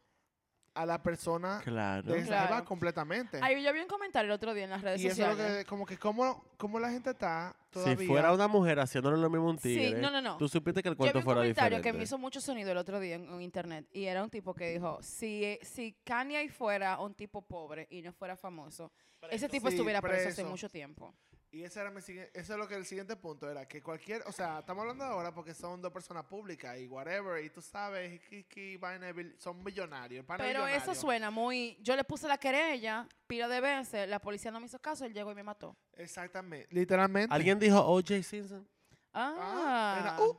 S2: a la persona
S4: Claro.
S2: de esa
S3: Claro.
S2: jeva completamente.
S3: Ay, yo vi un comentario el otro día en las redes
S2: y eso es lo
S3: sociales.
S2: que, como que como, como la gente está todavía...
S4: Si fuera una mujer haciéndole lo mismo a un
S3: Sí,
S4: tigre,
S3: no, no, no.
S4: tú supiste que el
S3: Yo vi
S4: cuento
S3: un
S4: fuera
S3: comentario
S4: diferente.
S3: que me hizo mucho sonido el otro día en, en internet y era un tipo que dijo, si, eh, si Kanye fuera un tipo pobre y no fuera famoso, ese tipo
S2: Sí,
S3: estuviera preso, hace
S2: preso.
S3: mucho tiempo.
S2: Y ese era mi sigue- eso es lo que el siguiente punto era, que cualquier, o sea, estamos hablando ahora porque son dos personas públicas y whatever, y tú sabes, y Kiki, y vaina, y bil- son millonarios. el pana es
S3: Pero eso
S2: millonario.
S3: suena muy... Yo le puse la querella, pila de veces, la policía no me hizo caso, él llegó y me mató.
S2: Exactamente, literalmente.
S4: ¿Alguien dijo O.J. Simpson?
S2: Ah,
S3: Ah,
S2: era, uh,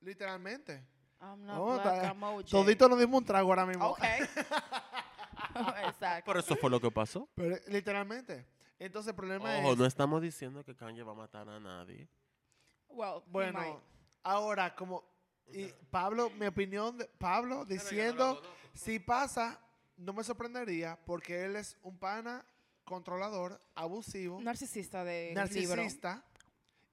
S2: literalmente.
S3: I'm not
S2: Oh,
S3: black,
S2: ta-
S3: I'm OJ.
S2: Todito nos dimos un trago ahora mismo.
S3: Ok. Exacto.
S4: Pero eso fue lo que pasó.
S2: Pero literalmente. Entonces el problema
S4: Ojo,
S2: es,
S4: no estamos diciendo que Kanye va a matar a nadie.
S3: Well, he might.
S2: bueno, ahora como, y Pablo, mi opinión, de, Pablo diciendo, si pasa, no me sorprendería porque él es un pana controlador, abusivo.
S3: narcisista de libro.
S2: narcisista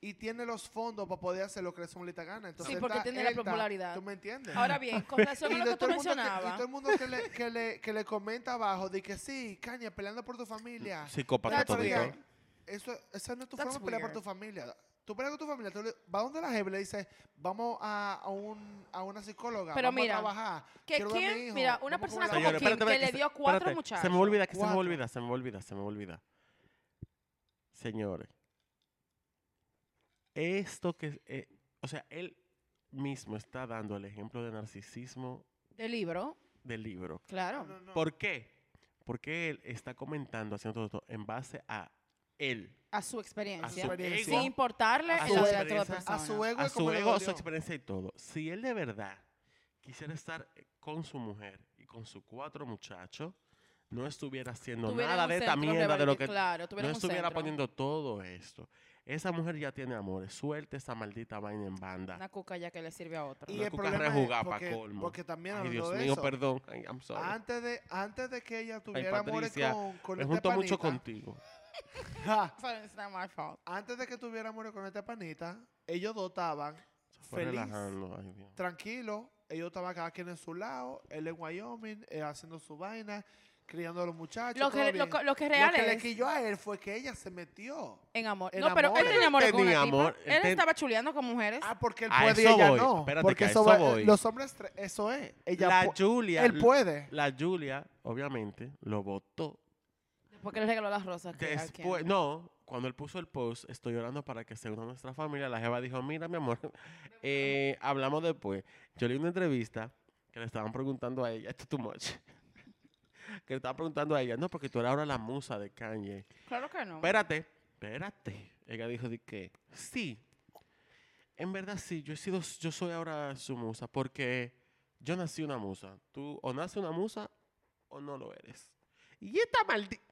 S2: y tiene los fondos para poder hacer lo que le son lita gana. Entonces,
S3: Sí, porque
S2: está-
S3: tiene la
S2: él está-
S3: popularidad.
S2: ¿Tú me entiendes?
S3: Ahora bien, con relación
S2: y
S3: a lo
S2: de
S3: que tú
S2: todo el mundo que- y
S3: mencionabas,
S2: todo el mundo que le, que le, que le comenta abajo de que sí, caña, peleando por tu familia.
S4: Psicópata
S3: That's
S2: Pero,
S4: todito.
S2: oiga, Eso, esa no es tu
S3: That's
S2: forma de pelear por
S3: weird.
S2: tu familia. Tú peleas con tu familia, tú le- va donde la jefe y le dice, vamos a, a un, a una psicóloga,
S3: Pero
S2: vamos
S3: mira,
S2: a trabajar.
S3: que
S2: quiero ver a mi
S3: Kim-
S2: hijo,
S3: mira, una
S2: vamos a
S3: persona
S2: comer
S3: como
S2: la-
S3: Kim, que
S4: espérate,
S3: le
S4: se-
S3: dio cuatro
S4: Se
S3: muchachos.
S4: me olvida, que se me
S2: Cuatro.
S4: olvida, se me olvida, se me olvida. Señores, esto que... eh, o sea, él mismo está dando el ejemplo de narcisismo
S3: de libro,
S4: del libro.
S3: claro.
S2: No, no, no.
S4: ¿Por qué? Porque él está comentando, haciendo todo esto en base a él,
S3: A su
S4: a su
S3: experiencia.
S2: Experiencia.
S4: ego,
S3: sin importarle
S4: A
S3: en
S4: su
S3: la vida de otra
S4: experiencia.
S2: a
S3: persona.
S2: su ego,
S4: a
S2: y
S4: su
S2: cómo le
S4: ego, a su
S2: dolió.
S4: experiencia y todo. Si él de verdad quisiera estar eh, con su mujer y con sus cuatro muchachos, no estuviera haciendo
S3: Tuviera
S4: nada
S3: un
S4: de esta
S3: centro
S4: mierda de lo
S3: rebelde,
S4: que
S3: Claro, tuviera
S4: no
S3: un
S4: estuviera
S3: centro.
S4: poniendo todo esto. Esa mujer ya tiene amores. Suelta esa maldita vaina en banda.
S3: Una cuca ya que le sirve a otra.
S2: Y
S4: Una
S2: el
S4: cuca
S2: problema es
S4: rejugada pa'
S2: porque,
S4: colmo.
S2: porque también
S4: Ay,
S2: hablando
S4: Dios
S2: de
S4: mío,
S2: eso,
S4: perdón. Ay, I'm sorry.
S3: Ah,
S2: Antes de, antes de que ella tuviera amores
S4: Patricia,
S2: con, con
S4: Me
S2: este
S4: junto mucho
S2: panita,
S4: contigo.
S2: ja,
S3: So it's not my fault.
S2: antes de que tuviera amores con este panita, ellos dos estaban
S4: Fue
S2: Feliz.
S4: relajando. ay, Dios.
S2: tranquilos, ellos estaban cada quien en su lado, él en Wyoming, eh, haciendo su vaina, criando a los muchachos.
S3: Lo
S2: todo
S3: que,
S2: bien.
S3: lo, que- lo que
S2: Lo
S3: real
S2: que le
S3: es
S2: quilló a él fue que ella se metió.
S3: en amor.
S2: en
S3: no, pero
S2: amor.
S3: él tenía amor con
S4: Tenía
S3: una
S4: amor,
S3: tipa.
S4: él
S3: Él
S4: ten-
S3: estaba chuleando con mujeres.
S2: Ah, porque él
S4: A
S2: puede y
S4: eso
S2: ella
S4: voy.
S2: no.
S4: Espérate
S2: porque
S4: que a eso
S2: va-
S4: voy.
S2: los hombres, tre- eso es. Ella
S4: La
S2: pu-
S4: Julia.
S2: él puede.
S4: La Julia, obviamente, lo votó.
S3: porque le regaló las rosas. que- a
S4: Después,
S3: Ken.
S4: pues, no, cuando él puso el post, estoy llorando para que se una nuestra familia. La jeva dijo, mira, mi amor, eh, hablamos después. Yo leí una entrevista que le estaban preguntando a ella, esto es too much, que le estaban preguntando a ella, no, porque tú eres ahora la musa de Kanye.
S3: Claro que no.
S4: Espérate, espérate. Ella dijo de que sí. En verdad sí, yo he sido, yo soy ahora su musa porque yo nací una musa. Tú o naces una musa o no lo eres. Y esta maldita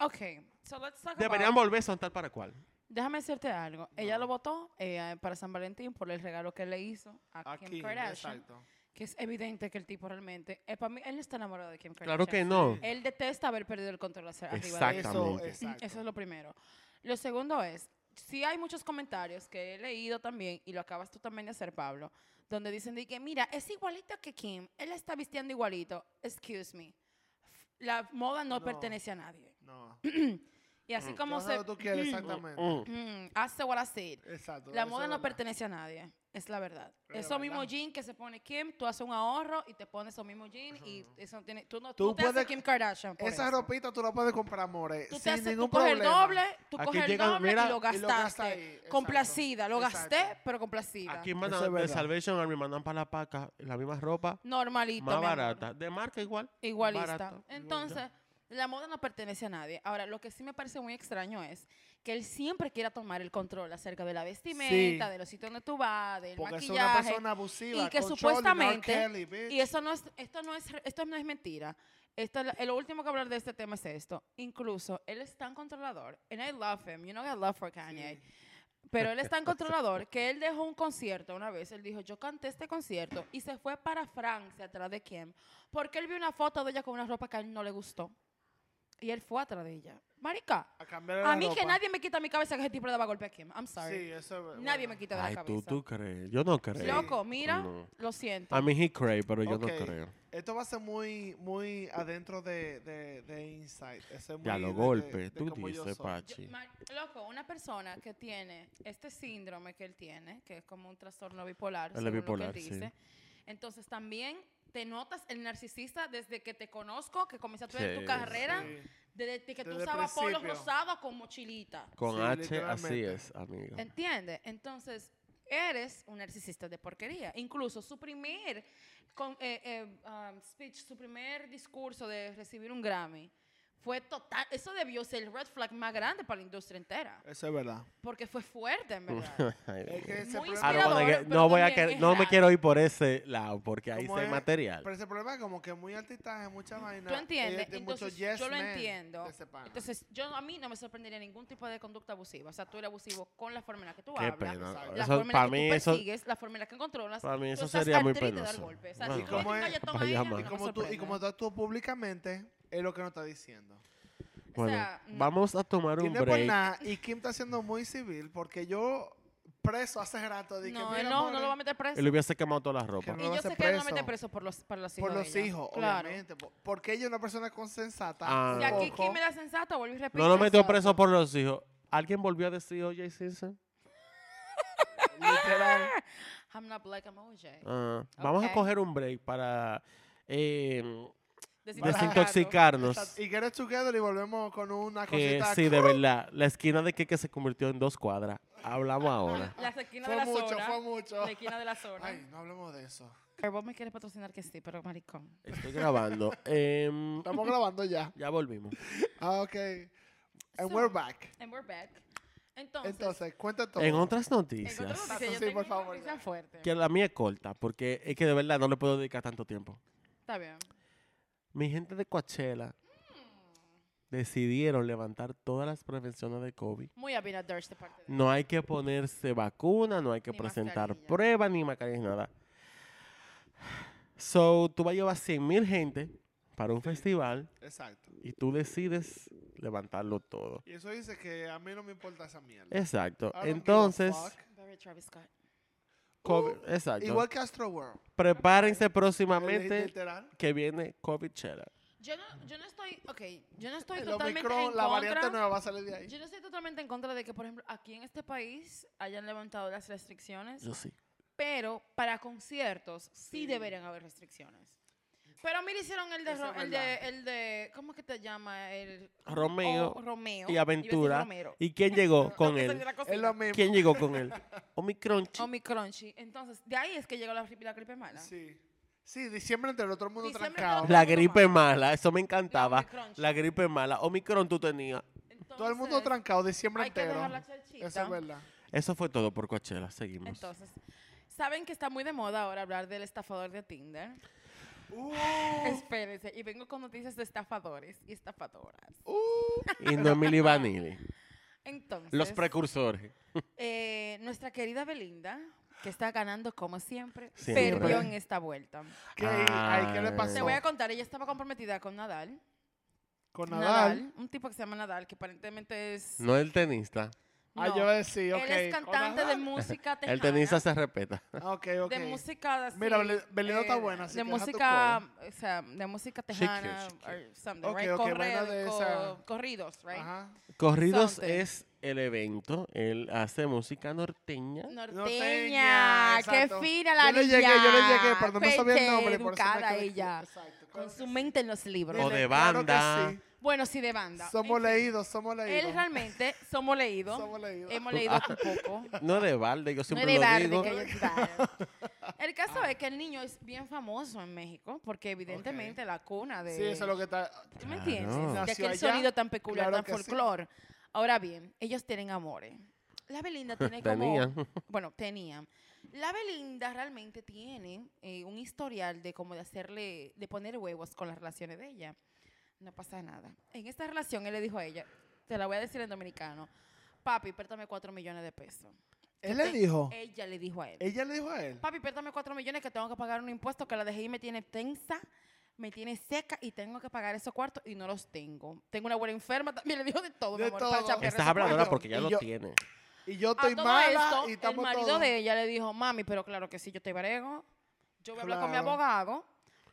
S3: ok. So let's talk about-
S4: deberían volverse a tal para cual.
S3: Déjame decirte algo. Ella lo votó eh, para San Valentín por el regalo que le hizo a Kim
S2: Aquí,
S3: Kardashian.
S2: exacto.
S3: Que es evidente que el tipo realmente. eh, para mí, él no está enamorado de Kim Kardashian.
S4: Claro que no.
S3: Él detesta haber perdido el control hacia arriba de ella.
S2: Eso,
S4: Exactamente.
S2: exacto.
S3: Mm, Eso es lo primero. Lo segundo es, sí hay muchos comentarios que he leído también, y lo acabas tú también de hacer, Pablo, donde dicen de que, mira, es igualito que Kim, él la está vistiendo igualito, excuse me, la moda no,
S2: No.
S3: pertenece a nadie.
S2: No.
S3: Y así
S2: Tú
S3: como
S2: haces
S3: se...
S2: lo que tú quieres, exactamente.
S4: Mm.
S3: Mm, hace what I said.
S2: Exacto.
S3: La
S2: eso
S3: moda
S2: es
S3: no
S2: verdad.
S3: pertenece a nadie, es la verdad.
S2: Es
S3: Esos mismos
S2: verdad.
S3: jeans que se pone Kim, tú haces un ahorro y te pones esos mismos jeans y eso no tiene, tú no
S2: Tú
S3: tú te haces
S2: puedes-
S3: Kim Kardashian. por
S2: Esa
S3: eso.
S2: ropita tú la puedes comprar, amores.
S3: Tú, te
S2: sin
S3: haces,
S2: ningún
S3: tú coges el
S2: problema.
S3: doble, tú
S4: Aquí
S3: coges el
S4: llegan,
S3: doble
S4: mira,
S3: y lo
S4: y
S2: lo gastas
S3: gastaste.
S2: ahí, exacto,
S3: complacida, lo
S2: exacto.
S3: gasté, pero complacida.
S4: Aquí
S2: Eso
S4: mandan
S2: es
S4: de
S2: verdad.
S4: Salvation Army, mandan para la paca la misma ropa,
S3: Normalito.
S4: más
S3: mi amor.
S4: barata, de marca igual.
S3: Igualista.
S4: barata,
S3: Entonces, la moda no pertenece a nadie. Ahora, lo que sí me parece muy extraño es que él siempre quiera tomar el control acerca de la vestimenta, de los sitios donde tú vas, del
S2: Porque es una
S3: maquillaje.
S2: persona abusiva.
S3: y que
S2: con Choli, R.
S3: supuestamente-
S2: Kelly, bitch.
S3: y eso no es, esto no es, esto no es mentira. Esto, es la- lo último que hablar de este tema es esto. Incluso él es tan controlador. And I love him. You know I love for Kanye. Pero él es tan controlador que él dejó un concierto una vez. Él dijo, yo canté este concierto y se fue para Francia atrás de Kim porque él vio una foto de ella con una ropa que a él no le gustó. Y él fue atrás de ella. Marica,
S2: A cambiar
S3: a mí que nadie me quita mi cabeza que ese tipo le daba golpe a Kim. I'm sorry.
S2: Sí, eso es
S3: Nadie
S2: bueno.
S3: me quita de la
S4: Ay, tú,
S3: cabeza.
S4: tú crees. Yo no creo.
S3: Loco, mira,
S4: No.
S3: lo siento.
S4: A mí he cree, pero yo
S2: Ok.
S4: no creo.
S2: Esto va a ser muy, muy adentro de, de, de Insight. Ese es muy
S4: Ya
S2: de-
S4: lo
S2: de-
S4: golpe.
S2: de
S4: Tú
S2: cómo yo soy.
S4: dices,
S3: Yo-
S4: Pachi.
S3: Mar- loco, una persona que tiene este síndrome que él tiene, que es como un trastorno bipolar,
S4: El de
S3: según lo que
S4: bipolar,
S3: él
S4: sí.
S3: dice. Entonces también te notas el narcisista desde que te conozco, que comenzaste a ver
S4: Sí,
S3: tu carrera,
S2: Sí.
S3: desde que tú
S2: Desde el
S3: usabas polos
S2: principio.
S3: rosados con mochilita.
S4: Con
S2: Sí,
S4: H, así
S2: literalmente.
S4: es, amigo.
S3: ¿Entiendes? Entonces, eres un narcisista de porquería. Incluso su primer con, eh, eh, um, speech, su primer discurso de recibir un Grammy, fue total. Eso debió ser el red flag más grande para la industria entera.
S2: Eso es verdad.
S3: Porque fue fuerte, en verdad.
S4: Ay,
S2: Es que
S4: Dios.
S2: ese
S3: Muy
S4: I
S2: problema,
S4: don't wanna
S3: inspirador,
S4: get-
S3: pero
S4: no voy a
S3: también
S4: que-
S3: es
S4: no me
S3: raro.
S4: quiero ir por ese lado porque ahí
S2: Como
S4: se hay
S2: es-
S4: material.
S2: pero ese problema es como que muy altitaje, mucha vaina.
S3: ¿Tú entiendes?
S2: y de mucho
S3: Entonces,
S2: yes
S3: yo lo
S2: men
S3: entiendo.
S2: de ese pana.
S3: Entonces, yo a mí no me sorprendería ningún tipo de conducta abusiva. O sea, tú eres abusivo con la forma en la que tú
S4: Qué
S3: hablas,
S4: pena.
S3: la
S4: Eso-
S3: forma en
S4: pa'
S3: la que
S4: mí
S3: tú
S4: eso-
S3: persigues, la forma en la que controlas.
S4: Para mí
S3: Tú
S4: eso
S3: estás
S4: sería
S3: al
S4: muy
S3: triste de dar
S4: penoso.
S3: golpes. O sea,
S4: Bueno.
S3: si tú le
S2: ¿Cómo
S3: dices,
S2: es?
S3: "Oye, toma
S4: Vaya
S3: ahí", no
S4: más.
S3: me
S2: y como tú, y
S3: sorprende.
S2: como estás tú públicamente, es lo que nos está diciendo.
S4: Bueno,
S3: sea, mm. no.
S4: vamos a tomar
S2: Y
S4: un
S2: no es por
S4: break.
S2: nada. Y Kim está siendo muy civil porque yo preso hace rato. Dije,
S3: No,
S2: "Mira,
S3: él no, no
S2: more,
S3: lo va a meter preso.
S4: Él hubiese quemado toda la ropa.
S2: no
S3: Y
S2: lo va
S3: yo
S2: a
S3: sé
S2: hacer
S3: que él no lo
S2: preso.
S3: mete preso por los, para los hijos.
S2: Por
S3: de
S2: los
S3: ella.
S2: hijos,
S3: claro.
S2: obviamente. po- Porque ella es una persona consensata.
S4: Ah.
S2: un
S3: Si aquí
S2: poco.
S3: Kim era sensata, vuelve y repite.
S4: No lo metió
S3: exacto.
S4: preso por los hijos. ¿Alguien volvió a decir OJ Simpson?
S2: Literal.
S3: I'm not black, I'm OJ.
S4: Ah, Vamos a
S3: Ok.
S4: coger un break para eh,
S3: Desintoxicar.
S4: desintoxicarnos.
S2: Y get it together y volvemos con una
S4: Que
S2: cosita.
S4: sí, de verdad, la esquina de que se convirtió en dos cuadras. Hablamos ahora.
S3: Las esquinas de
S2: Fue
S3: la
S2: mucho,
S3: zona.
S2: fue mucho.
S3: La esquina de la zona.
S2: Ay, no hablemos de eso.
S3: Pero Vos me quieres patrocinar que sí, pero maricón.
S4: Estoy grabando. Em,
S2: Estamos grabando ya.
S4: ya volvimos.
S2: Ah, ok. And
S3: So-
S2: we're back.
S3: And we're back. Entonces,
S2: Entonces, cuenta todo.
S4: En otras
S3: en otro
S4: noticias,
S3: noticia, yo
S2: Sí,
S3: tengo
S2: por
S3: una
S2: favor,
S3: noticia
S2: ya.
S3: fuerte.
S4: que la mía es corta, porque es que de verdad no le puedo dedicar tanto tiempo.
S3: Está bien.
S4: Mi gente de Coachella decidieron levantar todas las prevenciones de COVID.
S3: Muy abinadersh de parte de
S4: No hay que ponerse vacuna, no hay que
S3: Ni
S4: presentar
S3: mascarilla.
S4: pruebas, ni mascarillas, nada. So, tú vas a llevar 100 mil gente para un festival
S2: Exacto.
S4: y tú decides levantarlo todo.
S2: Y eso dice que a mí no me importa esa mierda.
S4: Exacto.
S2: I don't give a
S4: Entonces, ah,
S2: fuck.
S3: Very Travis Scott.
S4: COVID, exacto.
S2: Igual que Astro World.
S4: Prepárense
S2: Li-
S4: próximamente
S2: Literal.
S4: que viene COVID Chela. Yo
S3: Yo no, yo no estoy, ok, yo no estoy
S2: El
S3: totalmente en
S2: Omicron, la variante
S3: contra.
S2: nueva va a salir de ahí.
S3: Yo no estoy totalmente en contra de que, por ejemplo, aquí en este país hayan levantado las restricciones,
S4: sí.
S3: pero para conciertos sí,
S2: Sí.
S3: deberían haber restricciones. Pero mira, hicieron el de,
S2: Eso
S3: Ro-
S2: es
S3: el de,
S2: verdad.
S3: el de, ¿cómo es que te llama? El
S4: Romeo
S3: o- Oh, Romeo
S4: y
S3: iba a decir
S4: Aventura.
S3: Romero.
S4: ¿Y quién llegó
S3: Lo
S4: con
S3: que salió
S4: él?
S3: de la cocina.
S2: Es lo mismo.
S4: ¿Quién llegó con él? Omicron.
S3: O mi crunchy. Entonces, de ahí es que llegó la, gri- la gripe mala.
S2: Sí. Sí, diciembre entre el otro mundo
S3: Diciembre
S2: trancado.
S3: entre
S4: La gripe mala, eso me
S3: La
S4: encantaba.
S3: Omicron,
S4: La gripe mala. Omicron tú tenías.
S3: Entonces,
S2: Todo el mundo trancado, diciembre
S3: Hay que
S2: entero.
S3: dejar la chelchita.
S2: Eso es verdad.
S4: Eso fue todo por Coachella. Seguimos.
S3: Entonces, saben que está muy de moda ahora hablar del estafador de Tinder.
S2: Uh,
S3: Espérense, y vengo con noticias de estafadores y estafadoras.
S2: uh.
S4: Y no Emily Vanilli.
S3: Entonces,
S4: Los precursores.
S3: eh, nuestra querida Belinda, que está ganando como siempre,
S4: Siempre.
S3: perdió en esta vuelta.
S2: ¿Qué, ay, ¿qué le
S4: Ah.
S2: pasó?
S3: Te voy a contar, ella estaba comprometida con Nadal.
S2: Con Nadal.
S3: un tipo que se llama Nadal, que aparentemente es...
S4: No el tenista.
S2: Ah,
S3: no.
S2: yo voy a decir, ok.
S3: Él es
S2: con
S3: cantante de
S2: Nadal.
S3: música tejana.
S4: El tenista se respeta.
S2: Ah, Ok, ok.
S3: De música así, eh,
S2: Mira, Bel- Belinda está buena, así
S3: De
S2: que deja tu
S3: música, o sea, de música
S4: She cute,
S3: tejana,
S4: she cute.
S3: or something,
S2: Ok,
S3: right?
S2: ok,
S3: Correo-
S2: buena de
S3: co-
S2: esa.
S3: corridos, right?
S2: Ajá.
S4: Corridos
S3: Something.
S4: es el evento. Él hace música norteña.
S3: Norteña,
S2: exacto.
S3: qué fina la
S2: Yo le llegué,
S3: niña.
S2: yo le llegué, pero no sabía el
S3: Fuerte,
S2: nombre. Por eso me
S3: educada
S2: quedé-
S3: ella.
S2: Exacto, claro
S3: Con
S2: que
S3: su
S2: sí.
S3: mente en los libros.
S4: O de
S2: Claro que
S4: banda.
S2: sí.
S3: Bueno, sí, de banda.
S2: Somos
S3: En fin,
S2: leídos, somos leídos.
S3: Él realmente, somos leídos.
S2: Somos leídos.
S3: Hemos leído un poco.
S4: No es de balde, yo
S3: No es
S4: siempre
S3: de
S4: lo
S3: Barbie
S4: digo.
S3: que ellos usaron. El caso
S2: Ah.
S3: es que el niño es bien famoso en México, porque evidentemente la cuna de...
S2: Sí, eso es lo que está.
S3: ¿Tú me
S4: Claro.
S3: entiendes? De
S2: Nació
S3: aquel
S2: allá,
S3: sonido tan peculiar,
S2: claro
S3: tan
S2: que sí.
S3: folclor. Ahora bien, ellos tienen amores. La Belinda tiene como...
S4: Tenían.
S3: Bueno, tenía. La Belinda realmente tiene eh, un historial de como de hacerle, de poner huevos con las relaciones de ella. No pasa nada. En esta relación, él le dijo a ella, te la voy a decir en dominicano, papi, préstame 4 millones de pesos.
S2: Él
S3: Que
S2: le
S3: te- eh,
S2: dijo.
S3: Ella le dijo a él.
S2: Ella le dijo a él.
S3: Papi, préstame 4 millones que tengo que pagar un impuesto que la DGI me tiene tensa, me tiene seca y tengo que pagar esos cuartos y no los tengo. Tengo una abuela enferma también, le dijo de todo, mi
S2: De
S3: amor, para
S2: todo.
S3: chambear
S2: Pero
S4: Estás
S3: esos
S4: habladora
S3: cuartos.
S4: porque ya
S2: y
S4: lo
S2: yo-
S4: tiene.
S2: Y yo
S3: A
S2: estoy
S3: todo
S2: mala
S3: esto,
S2: y
S3: el
S2: estamos
S3: marido
S2: todos.
S3: de ella le dijo, mami, pero claro que sí, yo te brego. Yo voy a hablar con mi
S2: Claro.
S3: abogado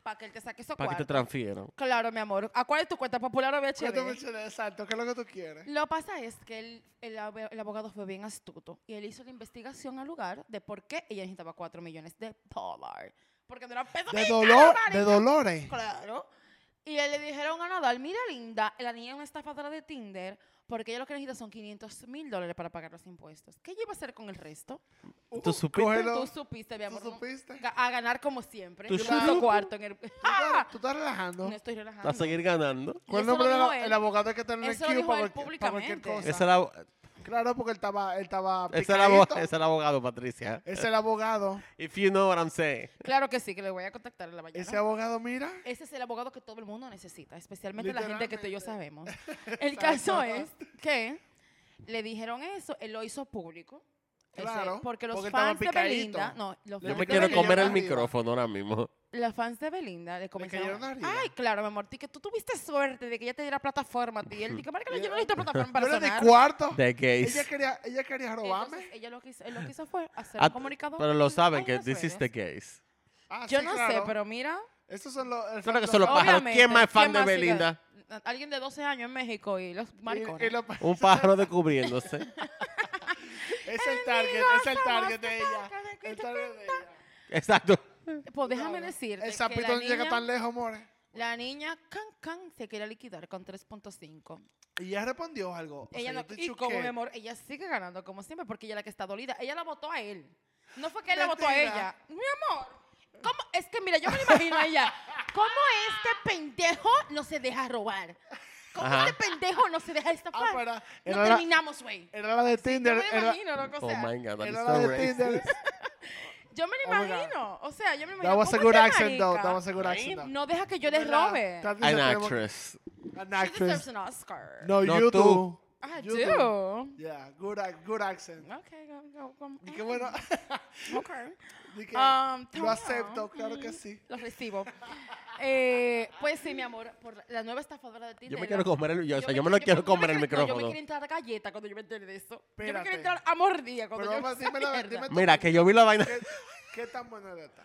S3: para que él te saque esos
S4: Para que te
S3: cuartos.
S4: transfieran.
S3: Claro, mi amor. ¿A cuál es tu cuenta? ¿Popular o VHD?
S2: Cuéntame, Chele, exacto, ¿qué es lo que tú quieres?
S3: Lo pasa es que el, el ab- el abogado fue bien astuto y él hizo la investigación al lugar de por qué ella necesitaba 4 millones de dólares. Porque no eran pesos
S2: De
S3: mexicanos,
S2: dolor, de
S3: marica.
S2: dolores.
S3: Claro. Y él le dijeron a Nadal, mira linda, la niña es una estafadora de Tinder porque ella lo que necesita son 500 mil dólares para pagar los impuestos. ¿Qué ella iba a hacer con el resto?
S4: ¿Tú supiste?
S2: cógelo.
S3: Tú supiste, mi amor.
S2: ¿Tú
S3: no-
S2: supiste?
S3: ga- A ganar como siempre.
S4: ¿Tú
S3: Yo puso
S4: supiste?
S3: cuarto en el...
S2: ¿Tú estás-
S3: ¡Ah!
S2: ¿Tú estás relajando?
S3: No estoy relajando.
S4: A seguir ganando.
S2: ¿Cuál es
S3: Eso
S2: el nombre
S3: lo
S2: del
S3: dijo
S2: ab-
S3: él.
S2: el abogado que está en el
S3: Eso lo
S2: queue
S3: dijo
S2: para
S3: él
S2: cualquier, para cualquier
S3: públicamente.
S2: cosa?
S4: Esa era-
S2: Claro, porque él estaba, él estaba
S4: esa era abo-
S2: picadito.
S4: esa era abogado, Patricia.
S2: Es el abogado.
S4: If you know what I'm saying.
S3: Claro que sí, que le voy a contactar en la mañana.
S2: Ese abogado, mira.
S3: Ese es el abogado que todo el mundo necesita, especialmente la gente que tú y yo
S2: Literalmente.
S3: sabemos. El caso es que le dijeron eso, él lo hizo público. Ese-
S2: Claro,
S3: porque los
S2: porque estaba
S3: fans de
S2: picadito.
S3: Belinda, no, los
S2: Le
S4: Yo
S3: fans
S4: me
S2: metí
S3: de
S4: quiero
S2: la lengua
S4: comer el
S2: arriba.
S4: micrófono ahora mismo.
S3: los fans de Belinda le comenzaron.
S2: cayeron arriba.
S3: Ay, claro, mi amor, ti que tú tuviste suerte de que ella te diera plataforma. a ti". Y él dijo, Marca, yo no necesito plataforma para
S2: Yo le di
S3: sonar".
S2: cuarto.
S4: De gays.
S2: Ella quería, ella quería robarme.
S3: Entonces, ella lo que hizo, él lo que hizo fue hacer
S4: Ah,
S3: un comunicado.
S4: Pero lo saben que this
S3: dices
S4: is the gays.
S2: Ah,
S3: Yo
S2: sí,
S3: no sé,
S2: claro.
S3: pero mira.
S2: Estos son los. el
S4: Son los que
S2: fan-
S4: son los pájaros. ¿Quién más es fan de
S3: sigue?
S4: Belinda?
S3: Alguien de 12 años en México y los maricones.
S2: Y- y los pa-
S4: Un pájaro descubriéndose.
S2: Es el target, es el target de ella. El target de ella.
S4: Exacto.
S3: Pues déjame
S2: Claro.
S3: decirte
S2: El
S3: que
S2: sapito
S3: la
S2: no llega
S3: niña,
S2: tan lejos, more.
S3: la niña can can se quería liquidar con 3.5.
S2: Y ella respondió algo. O sea,
S3: Ella
S2: yo
S3: no,
S2: te
S3: y como
S2: choqué.
S3: mi amor, ella sigue ganando como siempre porque ella es la que está dolida. Ella la votó a él. No fue que él la votó a
S2: Mentira.
S3: ella. Mi amor, ¿cómo? es que mira, yo me lo imagino a ella. ¿Cómo este pendejo no se deja robar? ¿Cómo
S4: Ajá.
S3: este pendejo no se deja
S2: Ah,
S3: estafar?
S2: para.
S3: No
S2: Era, la,
S3: terminamos, güey.
S2: era la de
S3: Yo
S2: Tinder.
S3: me lo
S2: era,
S3: imagino, loco. O
S4: Oh
S3: sea,
S4: my god, that is
S2: era la
S4: so
S2: de
S4: racist.
S2: Tinder.
S3: yo me lo
S2: Oh my God.
S3: imagino. O sea, yo me lo imagino.
S2: That was a
S3: ¿Cómo
S2: good
S3: esta
S2: accent, though.
S3: marica
S2: That was a good accent. though.
S3: No deja que yo les robe.
S2: Tal vez
S4: An
S2: tenemos-
S4: actress.
S2: An
S3: She deserves
S2: actress.
S3: an Oscar.
S2: No,
S4: No,
S2: you
S4: tú.
S2: do.
S3: I
S2: You
S3: do.
S2: Yeah, good, ac- good accent.
S3: Okay, go, go, go. Mm,
S2: Y qué bueno.
S3: Okay.
S2: di que
S3: Um,
S2: lo
S3: Tanya.
S2: acepto, claro que
S3: Ujú.
S2: sí.
S3: Lo recibo. Eh, pues sí, mi amor, por la- la nueva estafadora de Tinder.
S4: Yo me
S3: la-
S4: quiero comer el, yo, o sea, yo
S3: quiero-
S4: me lo quiero
S3: yo me
S4: comer
S3: quiero- no, Yo
S4: el
S3: me
S4: micrófono.
S3: quiero entrar a galleta cuando yo me entere de eso. Yo me
S2: Espérate.
S3: quiero entrar a mordida cuando
S2: Pero
S3: yo me
S2: vamos, dime la verdad. Dime tú,
S4: Mira, que yo vi la vaina.
S2: ¿qué, qué tan buena era esta?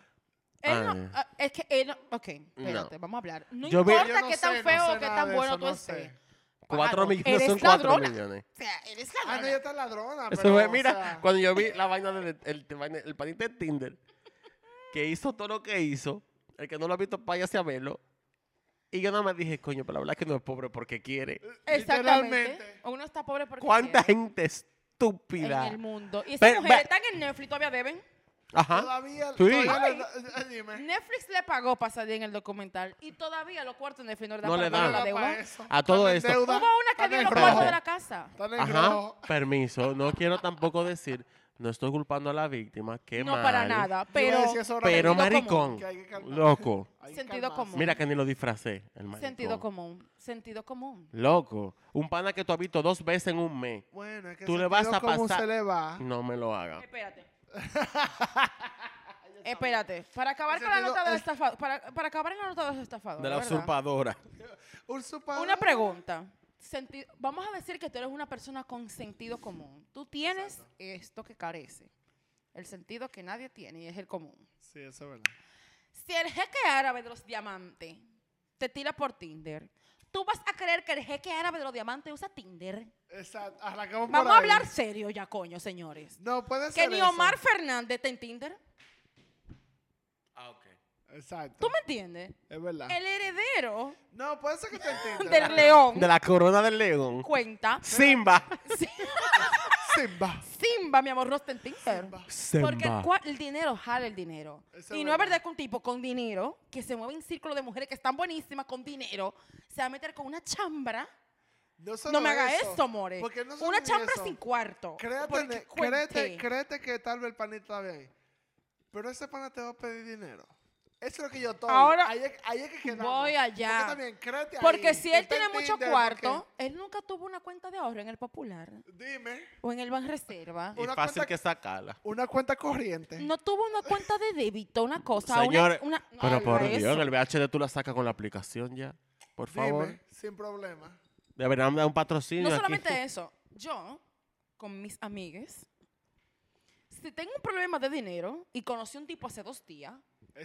S3: Él no-
S4: Ay.
S3: ah, es que él no, ok, espérate, vamos a hablar. No
S4: Yo vi-
S3: importa
S2: Yo no
S3: qué
S2: sé,
S3: tan
S2: no
S3: feo
S2: sé
S3: o qué
S2: nada
S3: tan
S2: de
S3: bueno
S2: eso,
S3: tú
S2: no
S3: estés.
S2: sé.
S4: Cuatro
S3: Pájaro,
S4: millones
S3: eres
S4: son cuatro
S3: ladrona.
S4: millones.
S3: O sea, eres
S2: Ah, no,
S3: ladrona.
S2: ella está ladrona.
S4: Eso
S2: pero,
S4: fue-
S2: o
S4: mira,
S2: sea,
S4: cuando yo vi la vaina del el, el vaina- el panita de Tinder, que hizo todo lo que hizo, el que no lo ha visto, váyase a verlo. Y yo nada más dije, coño, pero la verdad es que no es pobre porque quiere.
S3: Exactamente.
S2: literalmente.
S3: Uno está pobre porque
S4: ¿Cuánta
S3: quiere
S4: gente
S3: en
S4: estúpida?
S3: el mundo. Y esas
S4: Pero-
S3: mujeres
S4: ve-
S3: están en Netflix todavía deben.
S4: Ajá.
S2: Todavía,
S4: Sí.
S2: todavía
S3: Ay.
S2: le- eh, dime.
S3: Netflix le pagó para salir en el documental y todavía los cuartos de Netflix no le dan
S4: No
S3: para
S4: le
S3: pagar
S4: dan.
S3: la
S2: Todavía
S3: deuda.
S2: pa' eso.
S4: A todo
S2: Están en
S4: esto.
S2: deuda,
S3: Hubo una que
S2: están
S3: dio
S2: en
S3: los
S2: rojo,
S3: cuartos de
S4: rojo.
S3: la casa.
S2: Están en
S4: Ajá.
S2: rojo.
S4: Permiso, no quiero tampoco decir, no estoy culpando a la víctima, qué
S3: no
S4: mal,
S3: para nada,
S2: Yo iba a
S3: pero
S2: decir eso ahora
S4: Pero
S3: Sentido común.
S4: maricón,
S2: Que hay que calmar.
S4: loco.
S2: Hay que
S3: Sentido
S2: calmarse.
S3: común.
S4: Mira que ni lo disfracé, el maricón.
S3: sentido común, sentido común.
S4: Loco. Un pana que tú has visto dos veces en un mes.
S2: Bueno, es que
S4: Tú le
S2: sentido
S4: vas a
S2: común
S4: pasar-
S2: se le va.
S4: No me lo haga.
S3: Espérate. Espérate, para acabar
S2: El
S3: con la
S2: sentido
S3: nota de los
S2: es-
S3: estafados, para, para acabar en la nota de los estafados,
S4: De la usurpadora.
S2: Usurpador.
S3: Una pregunta. Senti- vamos a decir que tú eres una persona con sentido común. Tú tienes esto que carece. El sentido que nadie tiene y es el común.
S2: Sí, eso es verdad.
S3: Si el jeque árabe de los diamantes te tira por Tinder, tú vas a creer que el jeque árabe de los diamantes usa Tinder.
S2: Exacto. Arrancamos por
S3: Vamos a
S2: ahí.
S3: hablar serio ya, coño, señores.
S2: No, puede ser
S3: Que ni
S2: eso.
S3: Omar Fernández está en Tinder.
S4: Ah,
S2: Exacto.
S3: ¿Tú me entiendes?
S2: Es verdad.
S3: El heredero
S2: No, puede ser que te entiendas.
S3: del león
S4: De la corona del león.
S3: cuenta.
S4: Simba.
S3: Sí.
S2: Simba.
S3: Simba, mi amor, no está en Tinder.
S2: Simba.
S3: Porque el, cua- el dinero jala el dinero.
S2: Eso
S3: y
S2: es
S3: no es
S2: verdad.
S3: verdad que un tipo con dinero, que se mueve en círculo de mujeres que están buenísimas con dinero, se va a meter con una chambra.
S2: solo
S3: No me haga
S2: eso,
S3: eso, more.
S2: Porque no solo
S3: una
S2: ni
S3: chambra
S2: eso.
S3: sin cuarto.
S2: Créate,
S3: Porque
S2: ne- créete,
S3: cuente.
S2: créete que tal vez el panita está bien. Pero ese pana te va a pedir dinero. Eso es lo que yo tomo.
S3: Ahora
S2: ahí es, ahí es que quedamos.
S3: voy allá.
S2: Porque también, créete
S3: Porque
S2: ahí,
S3: si él
S2: está en
S3: tiene mucho
S2: Tinder,
S3: cuarto, él nunca tuvo una cuenta de ahorro en el Popular
S2: porque- Dime,
S3: o en el Banreserva.
S1: Y
S2: Una
S1: fácil
S2: cuenta-
S1: que sacarla.
S2: una cuenta corriente.
S3: No tuvo una cuenta de débito, una cosa, una-
S4: Señores,
S3: una, no
S4: pero por
S3: habla de
S4: Dios,
S3: eso.
S4: en el VHD tú la sacas con la aplicación ya. Por
S2: Dime,
S4: favor.
S2: sin problema.
S4: Deberían dar un patrocinio.
S3: No
S4: aquí.
S3: solamente eso, yo, con mis amigues, si tengo un problema de dinero y conocí un tipo hace dos días,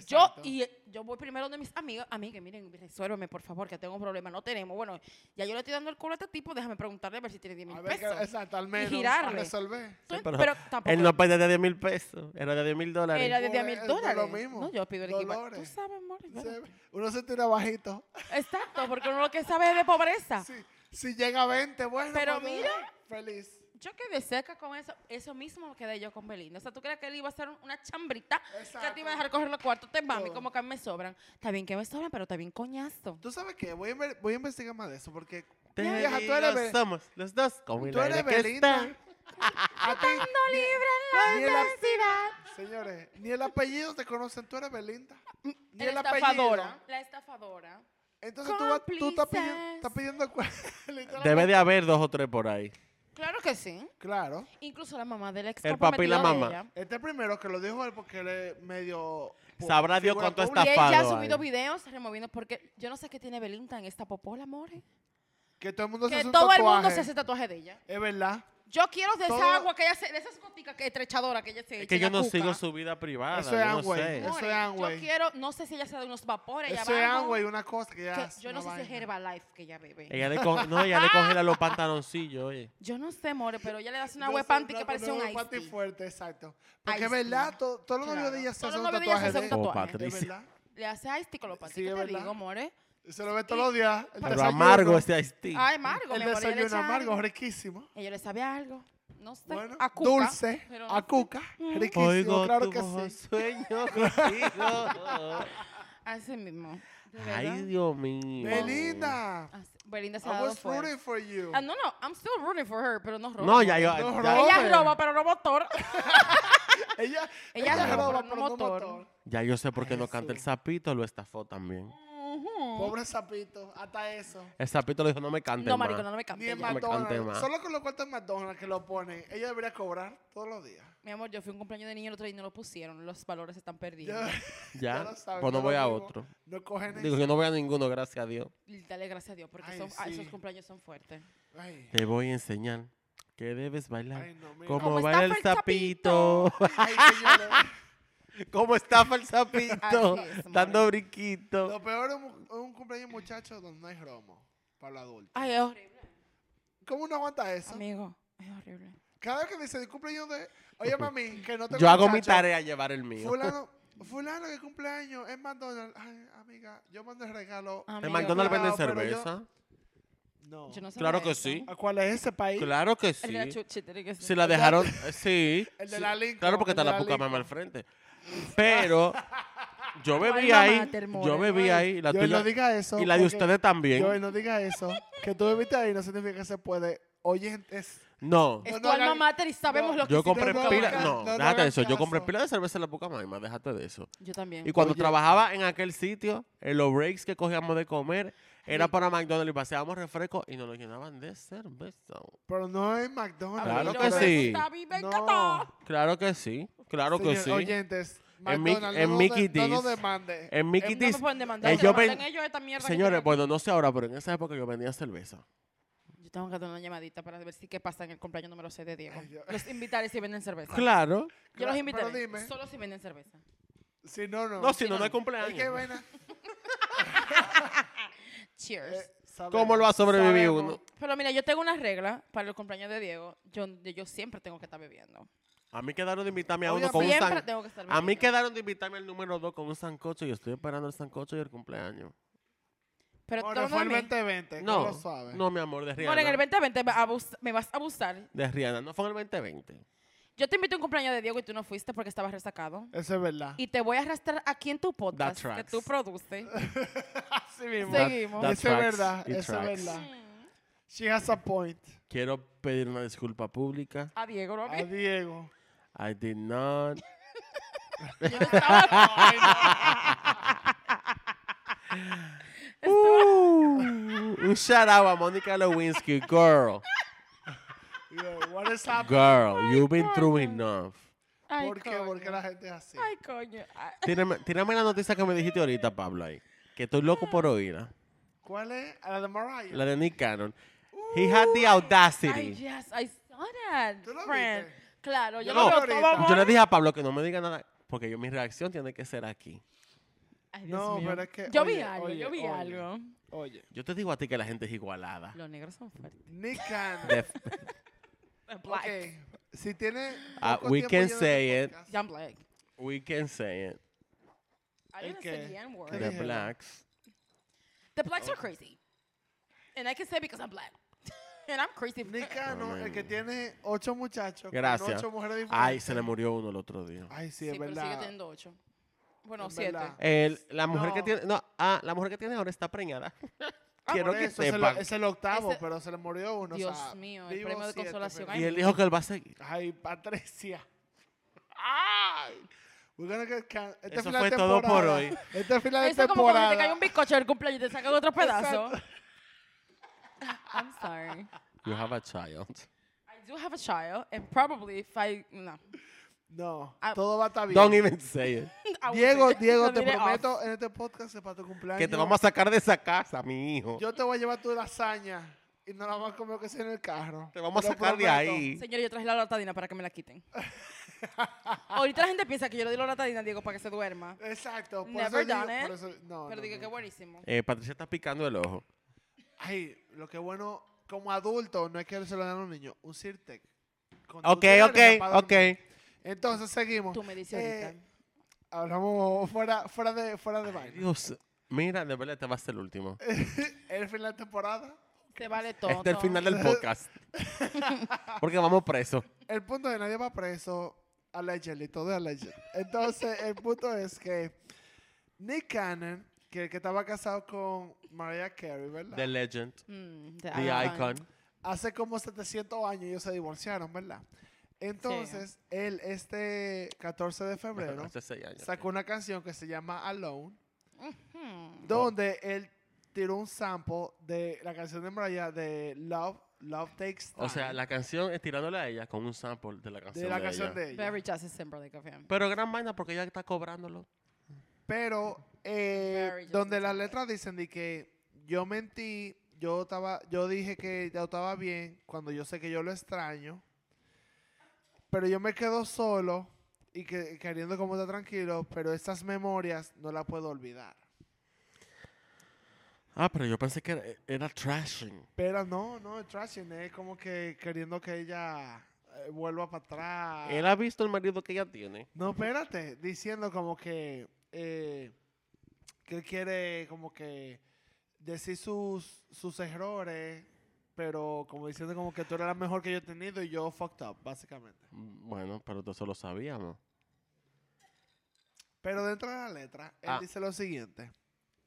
S3: yo,
S2: Exacto.
S3: y, eh, yo voy primero donde mis amigas, amigas, miren, resuélveme por favor, que tengo un problema, no tenemos. Bueno, ya yo le estoy dando el culo a este tipo, déjame preguntarle a ver si tiene 10
S2: A
S3: mil
S2: ver, que-
S3: pesos.
S2: exacto, al menos.
S3: girarle.
S2: Resolver.
S3: Tú-
S4: Sí,
S3: pero,
S4: pero
S3: tampoco
S4: Él no pedía de 10 mil pesos, era de 10 mil dólares.
S3: era de 10
S2: Por
S3: mil
S2: el- por lo
S3: dólares.
S2: mismo.
S3: No, yo pido el equivalente. Tú
S2: Dolores.
S3: sabes, amor. bueno.
S2: Se- Uno se tira bajito.
S3: Exacto, porque uno lo que sabe es de pobreza.
S2: Sí, si llega a 20, bueno.
S3: Pero
S2: pues,
S3: mira.
S2: Feliz.
S3: Yo quedé cerca con eso, eso mismo quedé yo con Belinda. O sea, tú crees que él iba a hacer un- una chambrita que te iba a dejar correr los cuartos te mami,
S2: Todo.
S3: como que a mí me sobran. Está bien que me sobran, pero está bien coñazo.
S2: ¿Tú sabes qué? Voy a, inver- voy a investigar más de eso porque...
S4: Te
S2: vieja, tú
S4: digo,
S2: eres, Be-
S4: somos los dos. Como el
S2: tú eres
S4: aire que
S2: Belinda.
S4: está.
S2: A ti, ni- ni el ap- Señores, ni el apellido te conocen. Tú eres Belinda. Ni
S3: La
S2: el
S3: Mm, estafadora.
S2: apellido.
S3: La estafadora.
S2: Entonces tú, vas- tú estás pidiendo,
S3: Cómplices.
S2: estás pidiendo cu- literalmente.
S4: Debe de haber dos o tres por ahí.
S3: Claro que sí.
S2: Claro.
S3: Incluso la mamá del ex
S4: El papi y la
S3: comprometido de ella.
S4: mamá.
S2: Este primero que lo dijo él porque él es medio... pu-
S4: Sabrá Dios
S2: figura
S4: cuánto
S2: pública.
S3: Y ella ha
S4: Estafado
S3: subido
S4: ahí.
S3: videos removiendo porque yo no sé qué tiene Belinda en esta popola, amores.
S2: Que todo el mundo se
S3: Que
S2: hace un
S3: todo el mundo
S2: tatuaje.
S3: se hace tatuaje de ella.
S2: Es verdad.
S3: Yo quiero de
S2: Todo-
S3: esa agua que ella se, de esas goticas que estrechadora que ella se
S4: Es
S3: echa,
S4: que yo
S3: la
S4: no
S3: cuca.
S4: sigo su vida privada.
S2: Eso
S4: yo
S2: es
S4: no
S2: Amway.
S4: sé.
S2: Eso es
S3: More,
S2: Amway.
S3: Yo quiero, no sé si ella se da unos vapores allá
S2: Eso es
S3: abajo,
S2: agua y una cosa que ya
S3: que
S2: hace,
S3: yo no
S2: una
S3: sé si es
S2: vaina.
S3: Herbalife que ella bebe.
S4: Ella le con- no, ella le congela los pantaloncillos, oye.
S3: Yo no sé, more, pero ella le das una
S2: No
S3: web
S2: sé,
S3: panty
S2: no,
S3: que parece
S2: no,
S3: un
S2: una
S3: ice
S2: panty
S3: tea.
S2: fuerte, exacto. Porque
S3: Ice
S2: es verdad,
S3: tea.
S2: to- todos los novios
S3: Claro.
S2: de ella se
S3: Todos
S2: hacen
S3: los
S2: un
S3: novios de ella
S2: tatuaje.
S3: se hacen
S2: de-
S3: un tatuaje.
S4: Oh, Patricia.
S2: Es verdad.
S3: Le hace ice tea con los panty.
S2: Sí,
S3: ¿Qué
S2: es
S3: te
S2: verdad.
S3: digo, more?
S2: Se lo ve todos los días. el
S4: Pero
S2: desayuno.
S4: amargo este iced tea.
S3: Ay, amargo,
S2: El
S3: mi amor, ella le
S2: desayuno
S3: echa
S2: amargo,
S3: algo.
S2: riquísimo.
S3: Ella le sabe a algo. No sé.
S2: Bueno,
S3: a cuca,
S2: dulce,
S3: pero no
S2: a
S3: sé.
S2: cuca, riquísimo,
S4: Oigo
S2: claro
S4: tu
S2: que
S4: voz,
S2: sí.
S4: sueño contigo.
S3: Así mismo. De
S4: Ay,
S3: verdad.
S4: Dios mío.
S2: Belinda,
S3: Así- Belinda se
S2: I
S3: ha dado
S2: was
S3: fuerte.
S2: rooting for you.
S3: Ah, no, no, I'm still rooting for her, pero no roba.
S4: No, ya yo.
S2: No,
S4: ya-
S2: Robert.
S3: Ella roba, pero no motor.
S2: Ella,
S3: Ella
S2: ella
S3: roba,
S2: roba,
S3: pero no
S2: pero no
S3: motor.
S2: motor.
S4: Ya yo sé por qué no
S2: Jesús.
S4: canta el sapito, lo estafó también.
S2: Pobre sapito, hasta eso.
S4: El sapito le dijo, no me cante
S3: No, marico, no, no me
S2: Ni en
S3: cambies.
S4: ma- me cante
S2: McDonald's.
S4: más.
S2: Solo con los cuartos de McDonald's que lo ponen, ella debería cobrar todos los días.
S3: Mi amor, yo fui a un cumpleaños de niño el otro día y no lo pusieron. Los valores se están
S2: Ya,
S3: perdiendo.
S4: Ya,
S2: lo saben,
S4: pues no
S2: ya lo
S4: voy a
S2: digo.
S4: otro.
S2: No cogen
S4: Digo,
S2: eso.
S4: yo no voy a ninguno, gracias a Dios.
S3: Y Dale gracias a Dios, porque
S2: Ay,
S3: son- ah, esos
S2: sí.
S3: cumpleaños son fuertes.
S2: Ay,
S4: Te voy a enseñar que debes bailar.
S2: ay, no, mira.
S4: Como
S3: ¿Cómo
S4: baila el
S3: estafa el
S4: sapito.
S2: Ay, señores.
S4: Como estafa el sapito.
S3: Así es, amor.
S4: Dando brinquito.
S2: Lo peor es un, un cumpleaños muchacho donde no hay romo para los adultos.
S3: Ay, es horrible.
S2: ¿Cómo uno aguanta eso?
S3: Amigo, es horrible.
S2: Cada vez que dice el cumpleaños de... Oye, mami, que no te
S4: Yo hago mi tarea llevar el mío.
S2: Fulano, fulano que cumpleaños es McDonald's. Ay, amiga, yo mando el regalo.
S3: Amigo,
S4: En McDonald's venden
S2: cuidado, pero yo-
S4: cerveza.
S2: No.
S3: Ah, Yo no sabía
S4: Claro que
S3: eso.
S4: sí.
S2: ¿A cuál es ese país?
S4: Claro que
S3: El de la
S4: sí.
S3: chuchi, tiene que ser.
S4: Si la dejaron, eh, sí.
S2: El de
S4: sí.
S2: la Lincoln,
S4: Claro, porque
S2: el
S4: está
S2: de
S4: la
S2: la
S4: Pucamama
S2: Lincoln.
S4: al frente. Pero yo bebí
S3: mamá,
S4: ahí,
S3: te
S4: yo
S3: muero.
S4: bebí ahí, la
S2: Yo no
S4: tuya
S2: diga eso.
S4: y la de
S2: porque-
S4: ustedes también.
S2: Joel, no diga eso. Que tú bebiste ahí no significa que se puede. Oye, es...
S4: No,
S3: Es
S2: No,
S3: tu
S2: no,
S3: alma
S2: hagan-
S3: mater y sabemos
S2: no,
S3: lo que
S4: yo
S3: hiciste
S4: compré
S3: con tu
S4: pila,
S3: boca.
S4: no,
S2: no, no
S4: déjate de
S2: hagan
S4: eso, yo compré
S2: caso.
S4: pila de cerveza en la Pucamama, déjate de eso.
S3: Yo también.
S4: Y cuando
S2: Oye.
S4: trabajaba en aquel sitio, en los breaks que cogíamos de comer, era para McDonald's y paseábamos refresco y nos lo llenaban de cerveza.
S2: Pero no es
S3: A
S2: McDonald's.
S3: mí
S4: Claro
S3: lo
S4: que
S3: me
S4: sí.
S3: gusta, a mí me
S2: No.
S3: encantó.
S4: Claro que sí, claro que
S2: Señor-
S4: sí.
S2: Oyentes,
S4: En Mic-
S2: McDonald's,
S4: en
S2: no, nos
S4: Mickey
S2: de- no nos
S4: D's. Eh,
S2: demande.
S4: En Mickey
S3: No me
S4: D's,
S3: pueden demandar.
S4: eh,
S3: que
S4: yo
S3: me manden
S4: ven-
S3: ellos esta mierda que
S4: señores,
S3: tienen.
S4: bueno, no sé ahora, pero en esa época yo vendía cerveza.
S3: Yo tengo que dar una llamadita para ver si qué pasa en el cumpleaños número 6 de Diego.
S2: Ay, Dios.
S3: Los invitaré si venden
S2: Ah.
S3: cerveza. Yo los
S4: Claro.
S2: Pero
S3: invitaré.
S2: dime.
S3: Solo si venden cerveza.
S2: Si no, no.
S4: No, si no, no hay
S2: Es que
S4: cumpleaños.
S2: vaina.
S3: Cheers.
S2: Eh, sabemos,
S4: ¿Cómo lo va a sobrevivir
S2: sabemos.
S4: uno?
S3: Pero mira, yo tengo una regla para el cumpleaños de Diego. Yo, yo siempre tengo que estar bebiendo.
S4: A mí quedaron de invitarme a uno con un
S3: Siempre
S4: san...
S3: tengo que estar bebiendo.
S4: A mí quedaron de invitarme al número 2 con un sancocho y estoy esperando el sancocho y el cumpleaños.
S3: Pero
S2: More,
S3: tú no
S2: fue
S3: me-
S2: el 2020. No.
S4: No,
S2: Eh, Lo suave.
S4: no, mi amor, de Rihanna.
S3: More, en el 2020 va a abus- me vas a abusar.
S4: De Rihanna, no fue en el 2020.
S3: Yo te invito a un cumpleaños de Diego y tú no fuiste porque estabas resacado.
S2: Eso es verdad.
S3: Y te voy a arrastrar aquí en tu podcast que
S4: tracks.
S3: tú produces.
S2: Así mismo.
S3: That- Seguimos.
S2: Eso
S3: that
S2: es
S4: tracks,
S2: verdad.
S4: it
S2: Eso
S4: tracks.
S2: es verdad. She has a point.
S4: Quiero pedir una disculpa pública.
S3: A Diego, ¿no? a mí.
S2: A Diego.
S4: I did not.
S3: Yo no estaba-
S2: Ay, no.
S4: Uh, un shout out a Mónica Lewinsky, girl.
S2: Yo, what is up?
S4: Girl, you've been through enough.
S3: Ay,
S2: ¿Por qué?
S3: coño.
S2: ¿Por qué la gente es así?
S3: Ay, coño. Ay,
S4: Tírame, tírame la noticia que me dijiste ahorita, Pablo, ahí. Que estoy loco por oírla.
S2: ¿Cuál es? ¿A la de Mariah?
S4: La de Nick Cannon. He had the audacity.
S3: yes, I saw that,
S2: ¿Tú lo
S3: friend.
S2: viste?
S3: Claro,
S2: Yo
S3: yo lo
S2: lo
S3: veo
S2: vi
S3: todo,
S2: ahorita.
S3: amor.
S4: Yo le dije a Pablo que no me diga nada, porque yo mi reacción tiene que ser aquí.
S3: Ay, Dios
S2: No,
S3: mío.
S2: pero es que.
S3: Yo vi
S2: oye,
S3: algo, yo
S2: oye,
S3: vi
S2: oye,
S3: algo.
S2: Oye,
S4: Yo te digo a ti que la gente es igualada.
S3: Los negros son fuertes.
S2: Nick Cannon.
S4: The f-
S3: Black.
S2: Ok, Si tiene.
S4: Ah,
S2: poco
S4: we
S2: tiempo
S4: can
S2: yendo al
S4: say it.
S2: podcast,
S3: Ya I'm black.
S4: we can say it.
S3: I
S2: ¿El
S3: didn't say
S2: qué?
S3: the N-word.
S2: ¿Qué
S4: The
S2: dijeron?
S4: blacks.
S3: The blacks
S2: Oh.
S3: are crazy. And I can say because I'm black. and I'm crazy.
S2: Nick Cannon, el que
S4: Amén.
S2: tiene ocho muchachos. Con
S4: Gracias.
S2: ocho mujeres diferentes.
S4: Ay, se le murió uno el otro día.
S2: Ay, sí,
S3: sí,
S2: es
S3: pero sigue
S2: verdad.
S3: teniendo ocho. Bueno,
S2: Es
S3: siete.
S2: verdad.
S4: El- la mujer que
S2: No.
S4: tiene, no, ah, la mujer que tiene ahora está preñada. Quiero
S2: Ah, Por
S4: que
S2: eso, es el-
S4: sepan.
S2: Es el octavo,
S3: Ese-
S2: pero se le murió uno. o
S3: Dios
S2: sea,
S3: mío, el
S2: vivo
S3: premio de
S2: siete,
S3: consolación.
S2: pero-
S4: Y él dijo que él va a seguir.
S2: Ay, Patricia. Ay. We're gonna get can- Este
S4: Eso
S2: final
S4: fue
S2: de
S4: todo por
S2: temporada.
S4: hoy.
S2: Este es final de
S3: Eso es como cuando te
S2: temporada.
S3: cae un bizcocho del cumpleaños y te sacan otro pedazo. I'm sorry.
S4: You have a child.
S3: I do have a child, and probably if I no,
S2: No,
S3: Ah.
S2: todo va a estar bien.
S4: Don't even say it.
S3: I will
S2: Diego,
S3: say-
S2: Diego,
S3: lo
S2: te
S3: diré off.
S2: prometo en este podcast que para tu cumpleaños.
S4: Que te vamos a sacar de esa casa, mi hijo.
S2: Yo te voy a llevar tu lasaña y no la vamos a comer que sea en el carro.
S4: Te vamos a
S2: Lo
S4: sacar de
S2: prometo.
S4: ahí.
S3: Señor, yo traje la lotadina para que me la quiten. Ahorita la gente piensa que yo le doy la lotadina a Diego para que se duerma,
S2: Exacto. Por
S3: Never
S2: eso digo,
S3: done it.
S2: por eso- no,
S3: pero
S2: no,
S3: digo que
S2: no.
S3: buenísimo.
S4: Eh, Patricia está picando el ojo.
S2: Ay, lo que bueno, como adulto, no es que se lo dan a un niño, un Sirtec. Con tu
S4: Ok, ok,
S2: diario para
S4: ok.
S2: dormir. Entonces seguimos.
S3: Tú me dices
S2: Eh,
S3: ahorita.
S2: Hablamos fuera, fuera de, fuera de baile.
S4: Dios, mira, de verdad te va a ser el último.
S2: Eh, El final de temporada.
S3: Te vale todo.
S4: Este es el final del podcast. Porque vamos presos.
S2: El punto de nadie va preso. Allegedly, todo es alleged. Entonces, el punto es que Nick Cannon, que el que estaba casado con Mariah Carey, ¿verdad?
S4: The legend,
S3: Mm,
S4: the icon.
S2: Hace como 700 años ellos se divorciaron, ¿verdad? Entonces, él este 14 de febrero
S4: Hace este seis años.
S2: sacó una canción que se llama Alone,
S3: Hmm.
S2: donde él tiró un sample de la canción de Mariah de Love, Love Takes Time.
S4: O sea, la canción es tirándole a ella con un sample de la canción
S2: de
S4: de,
S2: la canción
S4: ella.
S2: de ella.
S3: Very Justin Timberlake of him.
S4: Pero gran vaina porque ella está cobrándolo.
S2: Pero eh,
S3: Very
S2: donde
S3: Justin
S2: las
S3: Timberlake.
S2: letras dicen de que yo mentí, yo estaba, yo dije que yo estaba bien cuando yo sé que yo lo extraño, pero yo me quedo solo y que, queriendo como estar tranquilo, pero estas memorias no las puedo olvidar.
S4: Ah, pero yo pensé que era, era trashing.
S2: Pero no, no, es trashing, es como que queriendo que ella eh, vuelva para atrás.
S4: Él ha visto el marido que ella tiene.
S2: No, espérate, diciendo como que eh, que él quiere como que decir sus, sus errores, pero como diciendo como que tú eres la mejor que yo he tenido y yo fucked up, básicamente.
S4: Mm, Bueno, pero todo eso lo sabíamos.
S2: Pero dentro de la letra, él
S4: Ah.
S2: dice lo siguiente.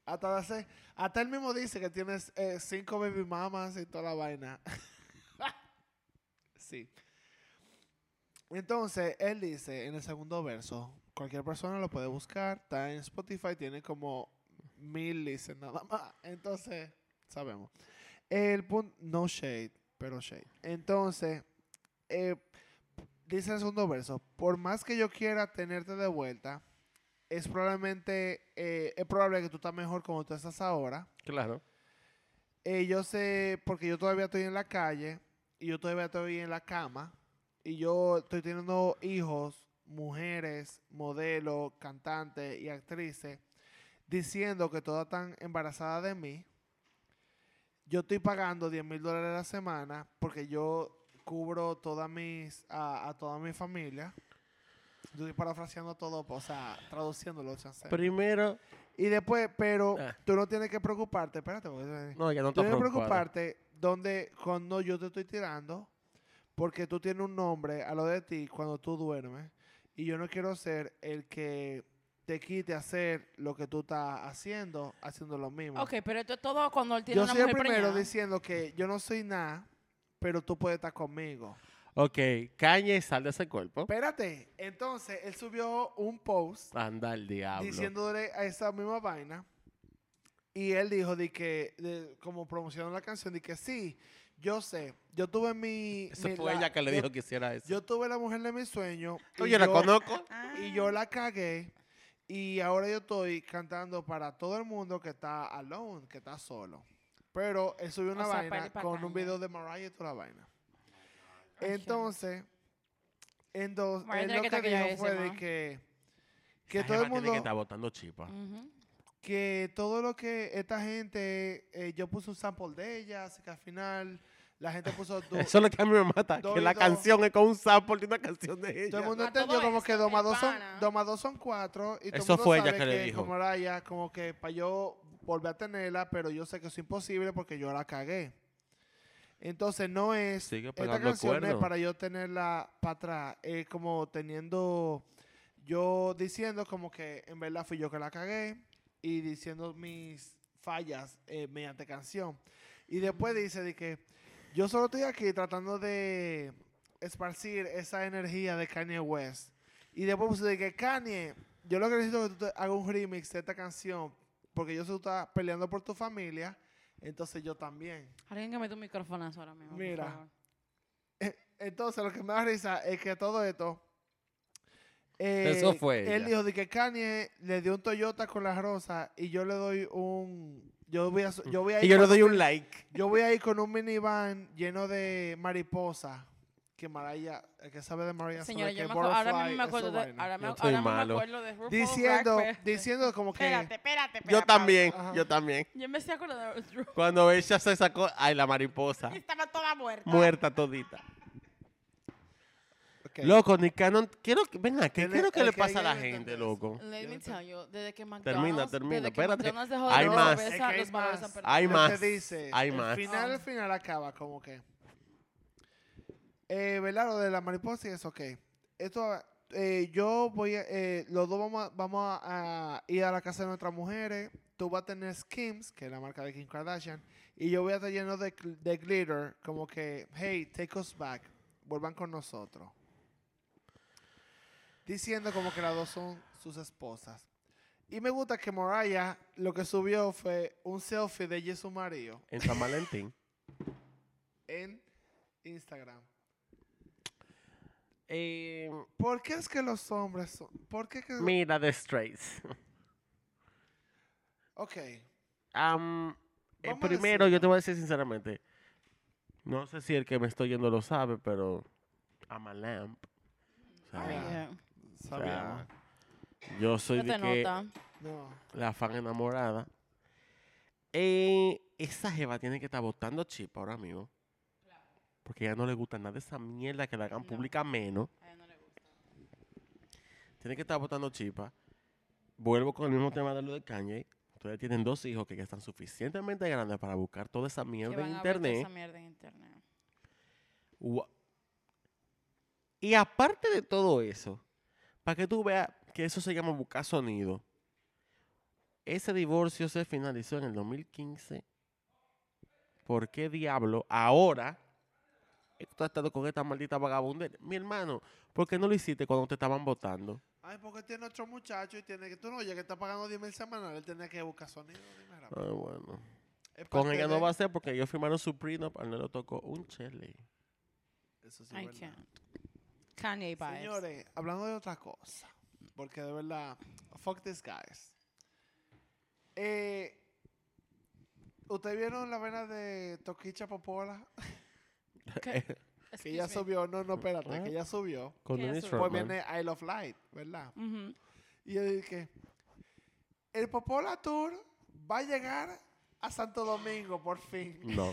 S2: Hasta, hace, hasta él mismo dice que tienes eh, cinco baby mamas y toda la vaina. sí. Entonces, él dice en el segundo verso, cualquier persona lo puede buscar, está en Spotify, tiene como mil listen nada más. Entonces, sabemos. El punto, no shade, pero shade. Entonces, eh, dice el segundo verso, por más que yo quiera tenerte de vuelta, es probablemente, eh, es probable que tú estás mejor como tú estás ahora.
S4: Claro.
S2: Eh, yo sé, porque yo todavía estoy en la calle y yo todavía estoy en la cama y yo estoy teniendo hijos, mujeres, modelos, cantantes y actrices, diciendo que todas están embarazadas de mí. Yo estoy pagando 10 mil dólares a la semana porque yo cubro todas mis, a, a toda mi familia. Yo estoy parafraseando todo, o sea, traduciéndolo, chance.
S4: Primero,
S2: Y después, pero
S4: Ah.
S2: tú no tienes que preocuparte, espérate. Porque,
S4: no, ya no
S2: Tú
S4: te
S2: debes
S4: preocupes.
S2: preocuparte donde cuando yo te estoy tirando, porque tú tienes un nombre a lo de ti cuando tú duermes. Y yo no quiero ser el que te quite hacer lo que tú estás haciendo, haciendo lo mismo.
S3: Ok, pero esto es todo cuando él tiene
S2: yo
S3: una
S2: soy el
S3: mujer
S2: primero
S3: preñada.
S2: diciendo que yo no soy nada, pero tú puedes estar conmigo.
S4: Ok, caña y sal de ese cuerpo.
S2: Espérate, entonces él subió un post
S4: Anda el diablo.
S2: diciéndole a esa misma vaina. Y él dijo de que, de- como promocionó la canción, de que sí, yo sé, yo tuve mi...
S1: Eso
S2: mi-
S1: fue
S2: la-
S1: ella que le
S2: yo-
S1: dijo que hiciera eso.
S2: Yo tuve la mujer de mis sueños.
S1: Yo,
S2: y
S1: la
S2: yo-
S1: conozco.
S2: y yo la cagué. Y ahora yo estoy cantando para todo el mundo que está alone, que está solo. Pero él subió una
S3: sea, pa' él
S2: vaina
S3: y pa'
S2: con un
S3: Kanye.
S2: video de Mariah y toda la vaina.
S3: Ay,
S2: Entonces, entonces
S3: Mariah
S2: él
S3: tiene
S2: lo
S3: que
S2: que
S3: taquillar
S2: dijo
S3: ese,
S2: fue de
S3: ma.
S2: que, que
S4: Esa
S2: todo el
S4: jeva tiene
S2: mundo, Mm,
S4: que está botando chipa.
S3: Ujú.
S2: que todo lo que esta gente, eh, yo puse un sample de ella, así que al final la gente puso tu-
S1: Eso es lo que a mí me mata. Que la
S2: Doido.
S1: canción es con un sample de una canción de
S2: Todo el
S1: ella.
S2: mundo
S3: A todo
S2: entendió como que
S3: esto,
S2: 2 más
S3: el
S2: 2 son,
S3: pana.
S2: dos más dos son 4. Y todo el
S1: Eso
S2: mundo
S1: fue ella
S2: sabe
S1: que le dijo.
S2: Como Raya, como que para yo volver a tenerla, pero yo sé que es imposible porque yo la cagué. Entonces no es.
S4: Sigue
S2: esta
S4: pegando
S2: canción no es
S4: cuernos.
S2: para yo tenerla para atrás. Es como teniendo. Yo diciendo como que en verdad fui yo que la cagué y diciendo mis fallas eh, mediante canción. Y después dice de que yo solo estoy aquí tratando de esparcir esa energía de Kanye West. Y después puse de que Kanye, yo lo que necesito es que tú te- hagas un remix de esta canción porque yo sé que tú estás peleando por tu familia, entonces yo también.
S3: Alguien que mete un microfonazo ahora mismo. por
S2: Mira.
S3: favor.
S2: Entonces, lo que me da risa es que todo esto. eh,
S1: Eso fue
S2: Él
S1: ella.
S2: dijo de que Kanye le dio un Toyota con las rosas y yo le doy un. Yo voy a, so- yo voy a
S1: Y
S2: ir
S1: yo le
S2: con
S1: doy
S2: mi-
S1: un like.
S2: Yo voy a ir con un minivan lleno de mariposas. Que Mariah, el que sabe de Mariah sabe
S3: Señora,
S2: que
S3: yo me acuerdo, ahora mismo
S2: butterfly
S3: me
S2: es su
S3: acuerdo de,
S2: vaina.
S3: ahora me,
S4: Yo
S3: ahora
S4: estoy
S3: mismo me
S4: malo.
S3: acuerdo de RuPaul's
S2: Diciendo,
S3: Drag Race.
S2: diciendo como que.
S3: Espérate, espérate, espérate.
S1: Yo también,
S2: Ajá.
S1: yo también.
S3: Yo me estoy acordando de RuPaul.
S1: Cuando ella se sacó, ay, la mariposa,
S3: y Estaba toda muerta.
S1: muerta todita.
S2: ok,
S4: Loco, Nick Cannon, quiero que, ven acá, ¿qué
S2: Él
S4: es lo
S2: es-
S4: que le
S2: el que
S4: pasa a
S2: ella
S4: la
S2: no
S4: gente,
S2: entendió eso.
S4: loco?
S3: Let me tell you, desde que McDonald's...
S4: termina,
S3: desde que
S4: espérate.
S3: McDonald's dejó de
S4: Hay
S3: dar
S4: más.
S2: Es que
S3: cerveza,
S2: hay
S3: los valores han
S2: más.
S3: perdido.
S4: Hay
S2: lo
S4: más.
S2: que dice,
S4: hay
S2: el
S4: más.
S2: final,
S3: Ah.
S2: el final acaba como que. Eh, ¿Verdad? Lo de la mariposa y eso, ok. Esto, eh, yo voy a. eh, los dos vamos, a, vamos a, a ir a la casa de nuestras mujeres. Tú vas a tener Skims, que es la marca de Kim Kardashian. Y yo voy a estar lleno de, gl- de glitter, como que, hey, take us back. Vuelvan con nosotros. Diciendo como que las dos son sus esposas. Y me gusta que Mariah lo que subió fue un selfie de ella y su marido
S4: En San Valentín.
S2: en Instagram.
S4: Eh,
S2: ¿Por qué es que los hombres son? ¿Por qué que.?
S4: mira, The Straits.
S2: ok.
S4: Am, eh,
S2: Vamos a
S4: primero, yo
S2: decirlo.
S4: te voy a decir sinceramente, no sé si el que me estoy yendo lo sabe, pero I'm a lamp. O sea,
S3: Yeah.
S4: o sea, yo soy
S3: No
S4: de
S3: Ah, te
S4: que
S3: nota.
S2: No.
S4: la fan enamorada. Eh, esa jeva tiene que estar botando chip ahora mismo. Porque ya no le gusta nada de esa mierda que la hagan
S3: No.
S4: pública menos.
S3: A ella no le gusta.
S4: Tiene que estar botando chipa. Vuelvo con el mismo tema de lo de Kanye. Ustedes tienen dos hijos que ya están suficientemente grandes para buscar toda esa
S3: Que
S4: mierda
S3: van
S4: en
S3: a ver toda
S4: internet.
S3: esa mierda en internet.
S4: Gua- Y aparte de todo eso, para que tú veas que eso se llama buscar sonido, ese divorcio se finalizó en el 2015. ¿Por qué diablo ahora tú has estado con esta maldita vagabunda? Mi hermano, ¿por qué no lo hiciste cuando te estaban votando?
S2: Ay, porque tiene otro muchacho y tiene que. Tú no oyes que está pagando 10 mil semanales. Él tiene que buscar sonido. Dime rápido.
S4: Ah, bueno.
S2: Es
S4: Con
S2: parte
S4: ella no
S2: de-
S4: va a ser porque ellos firmaron su prenup, a él no le tocó un chele.
S2: Eso sí, es
S3: I
S2: verdad.
S3: can't. Kanye vibes.
S2: Señores, hablando de otra cosa, porque de verdad, fuck these guys. Eh, ¿Ustedes vieron la vena de Toquicha Popola?
S3: Que-
S2: Que
S3: Excuse
S2: ya
S3: me.
S2: subió, no, no, espérate, que
S4: ¿Ah?
S2: ya subió.
S4: Con
S3: ¿Qué
S4: Dennis
S3: es eso?
S2: Pues
S4: Rodman.
S2: viene Isle of Light, ¿verdad?
S3: Ujú.
S2: Y yo dije, el Popola Tour va a llegar a Santo Domingo, por fin.
S4: No.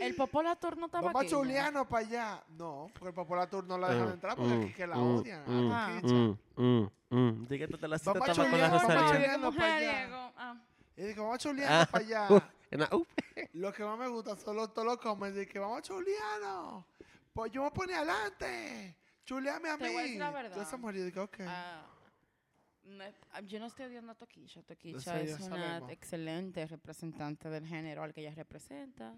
S3: El Popola Tour no estaba
S2: Vamos
S3: aquí.
S2: a
S3: ya.
S2: Chuliano para allá. No, porque el Popola Tour no la dejan
S4: Mm,
S2: entrar porque
S4: mm,
S2: aquí que la
S4: mm,
S2: odian. a
S4: mm,
S3: Ah.
S2: Toquicha.
S4: Mm, mm, mm. Llegué hasta la cita,
S2: Vamos a
S4: estaba con la
S2: chulear, vamos a
S4: Rosalía.
S2: chulear. Chuliano
S3: Mujer,
S2: pa' allá.
S3: Diego. Ah.
S2: Y dije, vamos a Chuliano
S4: Ah,
S2: para allá.
S4: uh, en la- uh.
S2: Lo que más me gusta son los, todos los comments de que vamos a chulearnos. Pues yo me pone adelante. Chuleame a mí.
S3: Te voy a decir la verdad.
S2: Yo esa mujer, yo dije, ok.
S3: Ah, no es- ah, yo no estoy odiando a Toquilla.
S2: Eso
S3: Toquilla
S2: ya
S3: es una
S2: sabemos.
S3: excelente representante del género al que ella representa.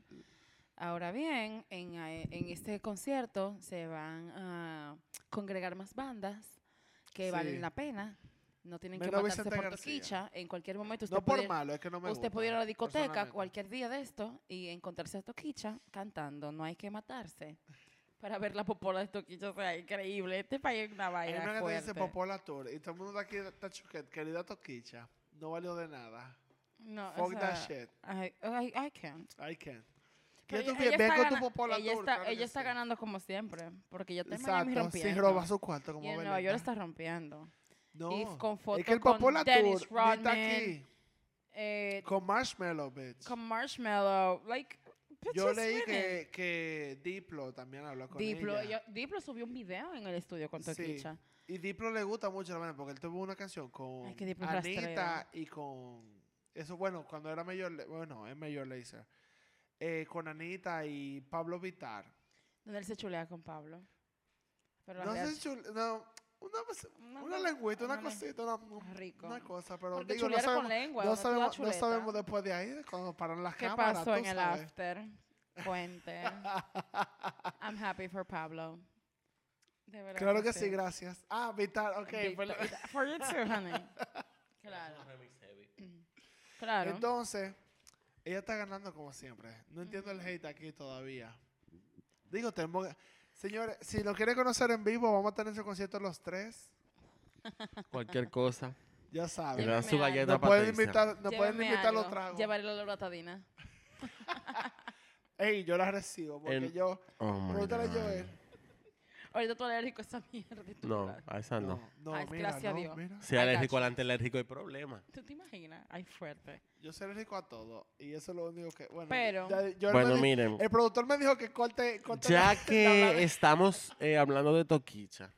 S3: Ahora bien, en, a- en este concierto se van a congregar más bandas que
S2: Sí.
S3: valen la pena. No tienen que
S2: Menos
S3: matarse
S2: Vicente
S3: por
S2: García.
S3: toquicha. En cualquier momento usted
S2: No por
S3: pudiera-
S2: malo, es que no me
S3: Usted
S2: gusta,
S3: puede ir a la discoteca
S2: personalmente.
S3: cualquier día de esto y encontrarse a Toquicha cantando. No hay que matarse. Para ver la popola de Toquicha, o sea, increíble. Este país es una
S2: Hay
S3: vaina
S2: una que te dice
S3: fuerte.
S2: Popola Tour y todo el mundo aquí está chuquet. Querida Toquicha, no valió de nada.
S3: No, o
S2: Fuck
S3: sea,
S2: that shit.
S3: I, I- I can't.
S2: I can't. Que
S3: Pero
S2: tú
S3: ella-
S2: bien,
S3: ella
S2: ven
S3: está
S2: con tu
S3: gana-
S2: Popola
S3: Ella
S2: Tour,
S3: está,
S2: claro que
S3: ella está
S2: sí.
S3: ganando como siempre. Porque ya está en Miami
S2: Exacto,
S3: rompiendo.
S2: sin robar su cuarto
S3: y
S2: como
S3: en Nueva
S2: Belinda.
S3: York está rompiendo.
S2: No,
S3: y con foto
S2: es que el
S3: con
S2: Popola
S3: Dennis
S2: Tour ni está
S3: Rodman,
S2: aquí.
S3: Eh,
S2: Con Marshmallow, bitch.
S3: con Marshmallow. Like,
S2: Yo
S3: bitches
S2: leí
S3: winning.
S2: que, que Diplo también habló con
S3: Diplo,
S2: ella.
S3: yo- Diplo subió un video en el estudio con
S2: Sí.
S3: Toquicha.
S2: Y Diplo le gusta mucho la banda porque él tuvo una canción con
S3: Ay, que Diplo es
S2: Anita
S3: rastrero.
S2: y con... Eso, bueno, cuando era mayor, Le- bueno, es mayor laser. Eh, con Anita y Pablo Vitar.
S3: Donde él se chulea con Pablo. Pero la
S2: No
S3: real-
S2: sé, chul- no, una, cosa-
S3: Una
S2: una
S3: co-
S2: lengüita, una
S3: una len-
S2: cosita, una,
S3: Rico.
S2: una cosa, pero
S3: Porque
S2: digo, no
S3: chulear con
S2: sabemos,
S3: lengua.
S2: no,
S3: donde tú das
S2: sabemos, no
S3: chuleta.
S2: sabemos después de ahí, de cuando pararon las
S3: ¿Qué
S2: cámaras,
S3: pasó
S2: tú
S3: en el
S2: sabes.
S3: after? Cuente. I'm happy for Pablo. De verdad.
S2: Claro que sí, gracias. Ah, Vitar, ok.
S3: Big
S2: perdón.
S3: th- for you too, honey. Claro. Mm. Claro.
S2: Entonces, ella está ganando como siempre. No entiendo el hate aquí todavía. Digo, tenemos... Señores, si lo quiere conocer en vivo, vamos a tener ese concierto los tres.
S4: Cualquier cosa.
S2: Ya
S4: Le
S2: saben.
S4: dan su
S3: Llévenme a-
S4: galleta
S2: No
S4: para
S2: pueden invitar, no pueden
S3: Llévenme
S2: invitar los
S3: algo.
S2: tragos.
S3: Llevaré la loratadina.
S2: Ey, yo las recibo porque
S4: El-
S2: yo...
S4: Oh,
S2: Pregúntale a Joel.
S3: Ahorita tú alérgico a esa mierda. y tú,
S4: No,
S3: claro.
S4: a esa no.
S2: No, no,
S3: Ah, es
S2: mira,
S3: gracias a
S2: no,
S3: Dios.
S2: mira.
S4: Sea
S3: I
S4: alérgico
S3: got
S4: al antialérgico hay problema.
S3: ¿Tú te imaginas? Ay, fuerte.
S2: Yo soy alérgico a todo. Y eso es lo único que. Bueno,
S3: Pero-
S2: ya- yo
S4: Bueno,
S2: me di-
S4: miren.
S2: El productor me dijo que corte. corte
S4: Ya
S2: la- la-
S4: que
S2: la-
S4: estamos eh, hablando de Toquicha,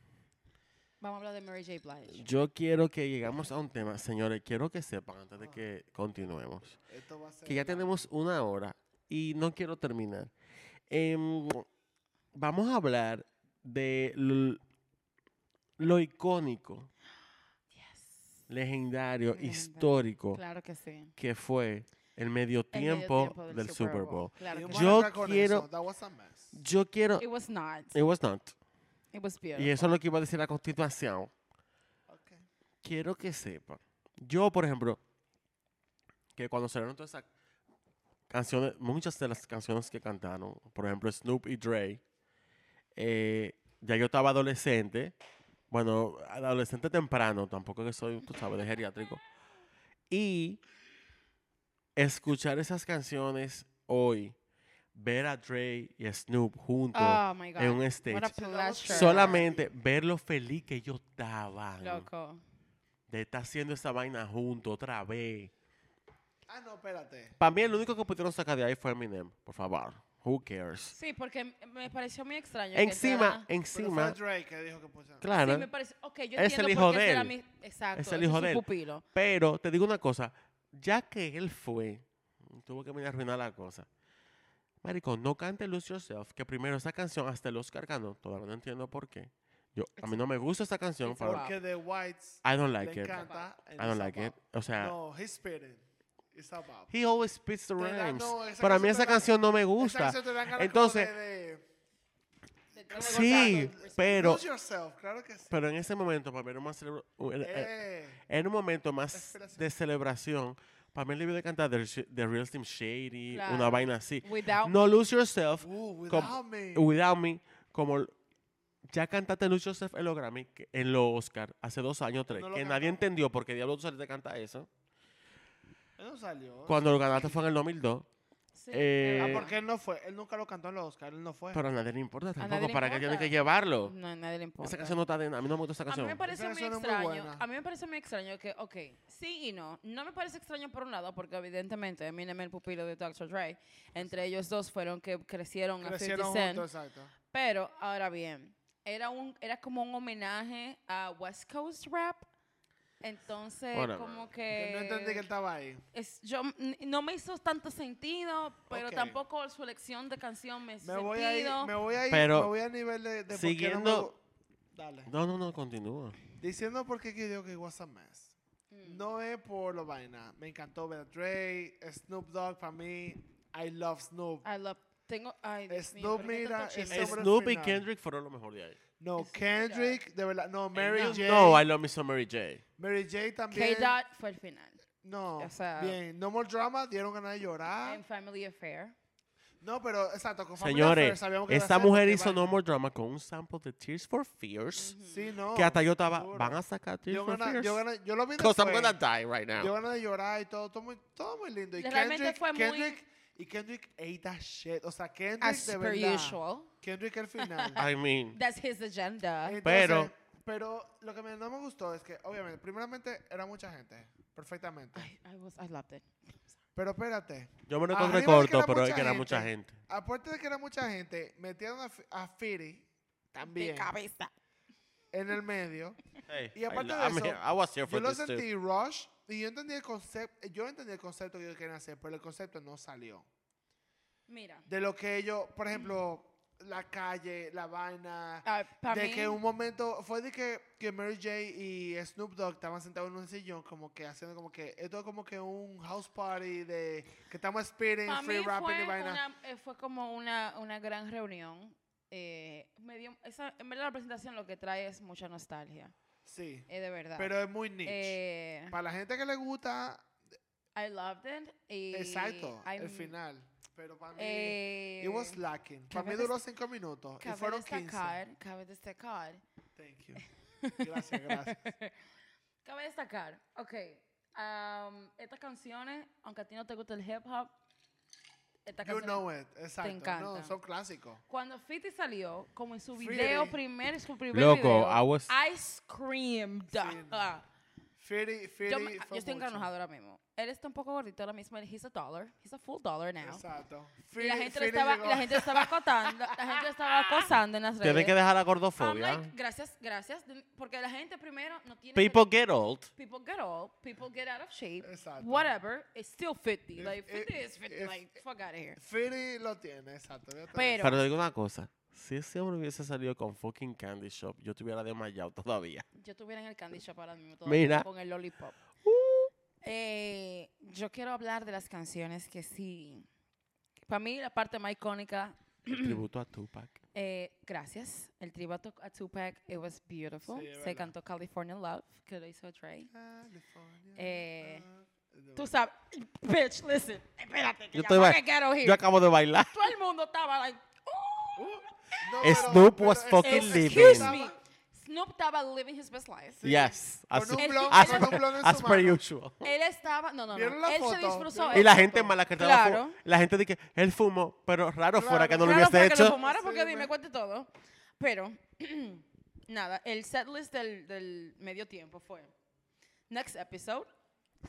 S3: Vamos a hablar de Mary J. Blige.
S4: yo quiero que llegamos a un tema. Señores, quiero que sepan antes de que continuemos,
S2: Esto va a ser
S4: que ya
S2: largo.
S4: tenemos una hora y no quiero terminar. Em, vamos a hablar de l- lo icónico,
S3: Yes.
S4: legendario,
S3: Legendario.
S4: histórico,
S3: Claro que sí.
S4: que fue
S3: El
S4: el medio
S3: medio
S4: tiempo,
S3: tiempo
S4: del, Super Bowl.
S3: Claro
S2: Y
S3: que
S2: un
S4: Yo
S3: sí.
S2: Monaca con
S4: quiero-
S2: eso, that was a mess.
S4: Yo quiero...
S3: It was not.
S4: It was not.
S3: It was beautiful.
S4: Y eso es lo que iba a decir la constitución.
S2: Ok.
S4: Quiero que sepan. Yo, por ejemplo, que cuando salieron todas esas canciones, muchas de las canciones que cantaron, por ejemplo, Snoop y Dre, eh, ya yo estaba adolescente, bueno, adolescente temprano, tampoco que soy, tú sabes, de geriátrico. Y escuchar esas canciones hoy, ver a Dre y a Snoop juntos
S3: Oh my God.
S4: en un stage.
S3: What a pleasure.
S4: Solamente ver lo feliz que ellos estaban
S3: Loco.
S4: de estar haciendo esa vaina junto otra vez.
S2: Ah, no, espérate.
S4: Para mí, el único que pudieron sacar de ahí fue Eminem. Por favor. Who cares?
S3: Sí, porque m- me pareció muy extraño. que
S4: Encima,
S3: entrara-
S2: Pero
S4: encima.
S2: fue Drake que dijo que puso.
S4: Claro.
S3: Sí, me pareció. Ok, yo
S4: Es
S3: entiendo
S4: el
S3: por
S4: hijo
S3: qué
S4: de
S3: será
S4: él.
S3: mi- Exacto.
S4: Es el
S3: ese
S4: hijo
S3: su
S4: de él.
S3: pupilo.
S4: Pero te digo una cosa. Ya que él fue, tuvo que venir a arruinar la cosa. Marico, no cante Lose Yourself, que primero esa canción hasta el Oscar ganó. Todavía no entiendo por qué. Yo, a mí no me gusta esa canción.
S3: It's
S4: pero-
S3: about-
S2: Porque The Whites
S4: I don't
S2: le
S4: like it.
S2: encanta. and
S4: I don't
S2: it's
S4: like it.
S2: about-
S4: O sea,
S2: No, he's spitting. It's about.
S4: he always spits the
S2: Te da-
S4: rhymes.
S2: no, esa
S4: Para
S2: canción
S4: mí
S2: te
S4: esa
S2: da-
S4: canción no me
S2: Esa
S4: gusta.
S2: canción te dan ganas como
S4: Entonces,
S2: de- de-
S4: sí, pero
S2: Lose yourself, claro que sí.
S4: Pero en ese momento, para mí era, más celebra- u- era- era-
S2: Eh,
S4: era un momento más
S2: Respiración.
S4: de celebración. Para mí, el libro de cantar de, Sh- de Real Slim Shady, una
S3: Claro.
S4: vaina así.
S3: Without
S4: No Lose Yourself,
S2: uh,
S4: com-
S2: without me.
S4: Without Me, como l- ya cantaste Lose Yourself en los Grammy, que- en los Oscar, hace dos años, tres,
S2: No lo
S4: que nadie
S2: cantamos.
S4: entendió porque diablo tú saliste a cantar eso.
S2: Eso salió.
S4: Cuando lo ganaste fue en el 2002,
S3: Sí,
S4: eh,
S2: Ah,
S3: es
S2: porque
S3: verdad.
S2: él no fue. Él nunca lo cantó en los Oscars, él no fue.
S4: pero a nadie le importa
S3: nadie
S4: tampoco,
S3: le
S4: ¿para qué
S3: importa.
S4: tienen que llevarlo?
S3: No, a nadie le importa.
S4: Esa canción no está de A mí no me gusta esa
S3: A mí
S4: canción.
S3: me pareció
S2: Esa
S3: muy
S2: canción es muy
S3: extraño.
S2: buena.
S3: a mí me parece muy extraño que, ok, sí y no. No me parece extraño por un lado, porque evidentemente Eminem, el pupilo de Dr. Dre, entre ellos dos fueron que crecieron,
S2: Crecieron
S3: a 50 Cent.
S2: juntos, exacto.
S3: Pero ahora bien, era un era como un homenaje a West Coast rap. Entonces,
S4: Whatever.
S3: como
S2: Que
S3: que
S2: no entendí que él estaba ahí.
S3: es- yo n- no me hizo tanto sentido, pero
S2: Ok.
S3: tampoco su elección de canción me hizo
S2: Me voy a ir,
S3: sentido.
S2: me voy a ir,
S4: Pero
S2: me voy a nivel de, de por qué no me
S4: siguiendo-
S2: gu- Dale.
S4: No, no, no, continúa.
S2: Diciendo por qué que digo que was a mess.
S3: Mm.
S2: No es por la
S3: Ah,
S2: vaina. Me encantó ver a Dre, Snoop Dogg para mí. I love Snoop.
S3: I love Tengo. Ay, Dios mío,
S2: Snoop,
S3: ¿por qué
S2: mira,
S3: tanto chisme?
S2: Snoop- Sobre el
S4: Snoop y
S2: final.
S4: Kendrick fueron lo mejor de ahí.
S2: No,
S3: Eso,
S2: Kendrick, de verdad. No, Mary
S3: no.
S2: J.
S4: No, I love me some Mary J.
S2: Mary J también.
S3: K-Dot fue el final.
S2: No,
S3: o sea- em,
S2: bien. No More Drama, dieron ganas de llorar.
S3: En Family Affair.
S2: No, pero exacto, con Family Affair
S4: Señores,
S2: sabíamos que iba a
S4: esta
S2: ser
S4: mujer
S2: porque
S4: hizo
S2: va-
S4: No More Drama con un sample de Tears for Fears.
S2: Sí, no.
S4: Que hasta yo estaba,
S2: seguro.
S4: van a sacar Tears
S2: Yo,
S4: for
S2: gana-
S4: Fears.
S2: yo, gana- yo lo vi
S4: Because I'm
S2: después.
S4: gonna die right now.
S2: Yo ganas de llorar y todo, todo muy, todo muy lindo. Y
S3: Realmente
S2: Kendrick,
S3: fue muy-
S2: Kendrick, y Kendrick ate that shit. O sea, Kendrick
S3: As
S2: de
S3: per
S2: verdad.
S3: usual.
S2: Kendrick al final.
S4: I mean,
S3: That's his agenda.
S2: Entonces,
S4: Pero-
S2: pero lo que me- no me gustó es que, obviamente, primeramente era mucha gente, perfectamente.
S3: I, I was, I loved it.
S2: Pero espérate,
S4: yo me
S2: Arriba
S4: lo encontré
S2: de Ah, que era
S4: corto, pero es
S2: mucha
S4: que era
S2: gente.
S4: mucha gente.
S2: aparte de que era mucha gente, metieron a, Fi- a Firi
S3: De
S2: también
S3: cabeza.
S2: en el medio.
S4: Hey,
S2: Y aparte
S4: I,
S2: de
S4: I'm
S2: eso,
S4: here- I was here
S2: Yo
S4: for
S2: lo
S4: this too.
S2: sentí rush y yo entendí el concepto, yo entendí el concepto que ellos querían hacer, pero el concepto no salió.
S3: Mira.
S2: De lo que ellos, por ejemplo, la calle, la vaina,
S3: ah, pa'
S2: de
S3: mí,
S2: que un momento fue de que, que Mary J y Snoop Dogg estaban sentados en un sillón como que haciendo como que esto es como que un house party de que estamos speeding,
S3: pa'
S2: free
S3: mí
S2: rapping
S3: fue,
S2: y vaina.
S3: una, eh, fue como una, una gran reunión. Eh, me dio, esa, en verdad la presentación lo que trae es mucha nostalgia.
S2: Sí,
S3: eh, de verdad.
S2: pero es muy niche.
S3: Eh,
S2: Para la gente que le gusta,
S3: I loved it. y
S2: exacto,
S3: I'm-
S2: el final. Pero para mí,
S3: eh,
S2: it was lacking. Para
S3: cabe
S2: mí
S3: dest-
S2: duró cinco minutos y
S3: cabe
S2: fueron 15.
S3: destacar, cabe destacar,
S2: Thank you. Gracias, gracias.
S3: cabe destacar, ok, am, estas canciones, aunque a ti no te gusta el hip hop, estas
S2: You
S3: canciones,
S2: know it, exacto. No,
S3: encantan.
S2: son clásicos.
S3: cuando Fiti salió, como en su
S2: Fiti.
S3: video primer, su primer
S4: Loco,
S3: video,
S4: I was-
S3: I screamed. Ah.
S2: Fitty, Fitty
S3: yo, me- yo
S2: fue
S3: estoy
S2: mucho.
S3: encanojado ahora mismo. Él está un poco gordito ahora mismo, él- he's a dollar, he's a full dollar now.
S2: Exacto.
S3: Y la
S2: Fitty-
S3: gente, lo
S2: Fitty
S3: estaba,
S2: llegó.
S3: la gente lo estaba acotando, la gente lo estaba acosando en las redes.
S4: Tienen que dejar la
S3: I'm
S4: gordofobia.
S3: like, gracias, gracias. de- Porque la gente primero no tiene.
S4: People get old.
S3: people get old, people get out of shape,
S2: Exacto. eh,
S3: whatever. It's still 50.
S2: If-
S3: like,
S2: if-
S3: 50 is 50.
S2: if-
S3: like, fuck out of here.
S2: Fitty lo tiene, exacto. ya te
S3: Pero-
S4: Pero, te digo una cosa. Si ese hombre hubiese salido con fucking Candy Shop, yo estuviera desmayado todavía.
S3: Yo estuviera en el candy shop ahora mismo todavía
S4: Mira. Uh.
S3: con el lollipop. Eh, yo quiero hablar de las canciones que sí. Para mí, la parte más icónica.
S4: El tributo a Tupac.
S3: eh, gracias. El tributo a Tupac, it was beautiful.
S2: Sí, es
S3: Se
S2: verdad.
S3: cantó California Love, que lo hizo Trey.
S2: California,
S3: Eh,
S2: ah, de
S3: Tú
S2: verdad.
S3: sabes, bitch, listen. Espérate, que
S4: Yo
S3: ya
S4: estoy
S3: va
S4: ba-
S3: que quiero here.
S4: Yo acabo de bailar.
S3: Todo el mundo estaba like, oh.
S2: Uh, no, pero-
S4: Snoop
S2: pero
S4: was
S2: es-
S4: fucking
S2: es-
S4: Oh, living.
S3: Excuse
S2: estaba-
S3: me. Snoop estaba living his best life.
S2: Sí.
S4: Yes.
S2: Con
S4: As,
S2: un
S3: Él-
S2: blog-
S3: él-
S2: con un blog en su
S4: as per
S2: mano.
S4: usual.
S3: Él estaba, no, no, no.
S2: Oh. ¿Vieron la
S3: Él se
S2: foto?
S3: disfrutó.
S2: ¿Vieron
S3: él-
S4: Y la gente mala que estaba fu-
S3: Claro.
S4: La gente dice que él fumó, pero raro fuera que no lo
S3: Claro,
S4: hubiese
S3: para que lo
S4: hecho.
S3: fumara, porque
S2: Sí,
S3: dime,
S2: me-
S3: cuente todo. Pero, nada, el setlist del, del medio tiempo fue Next Episode,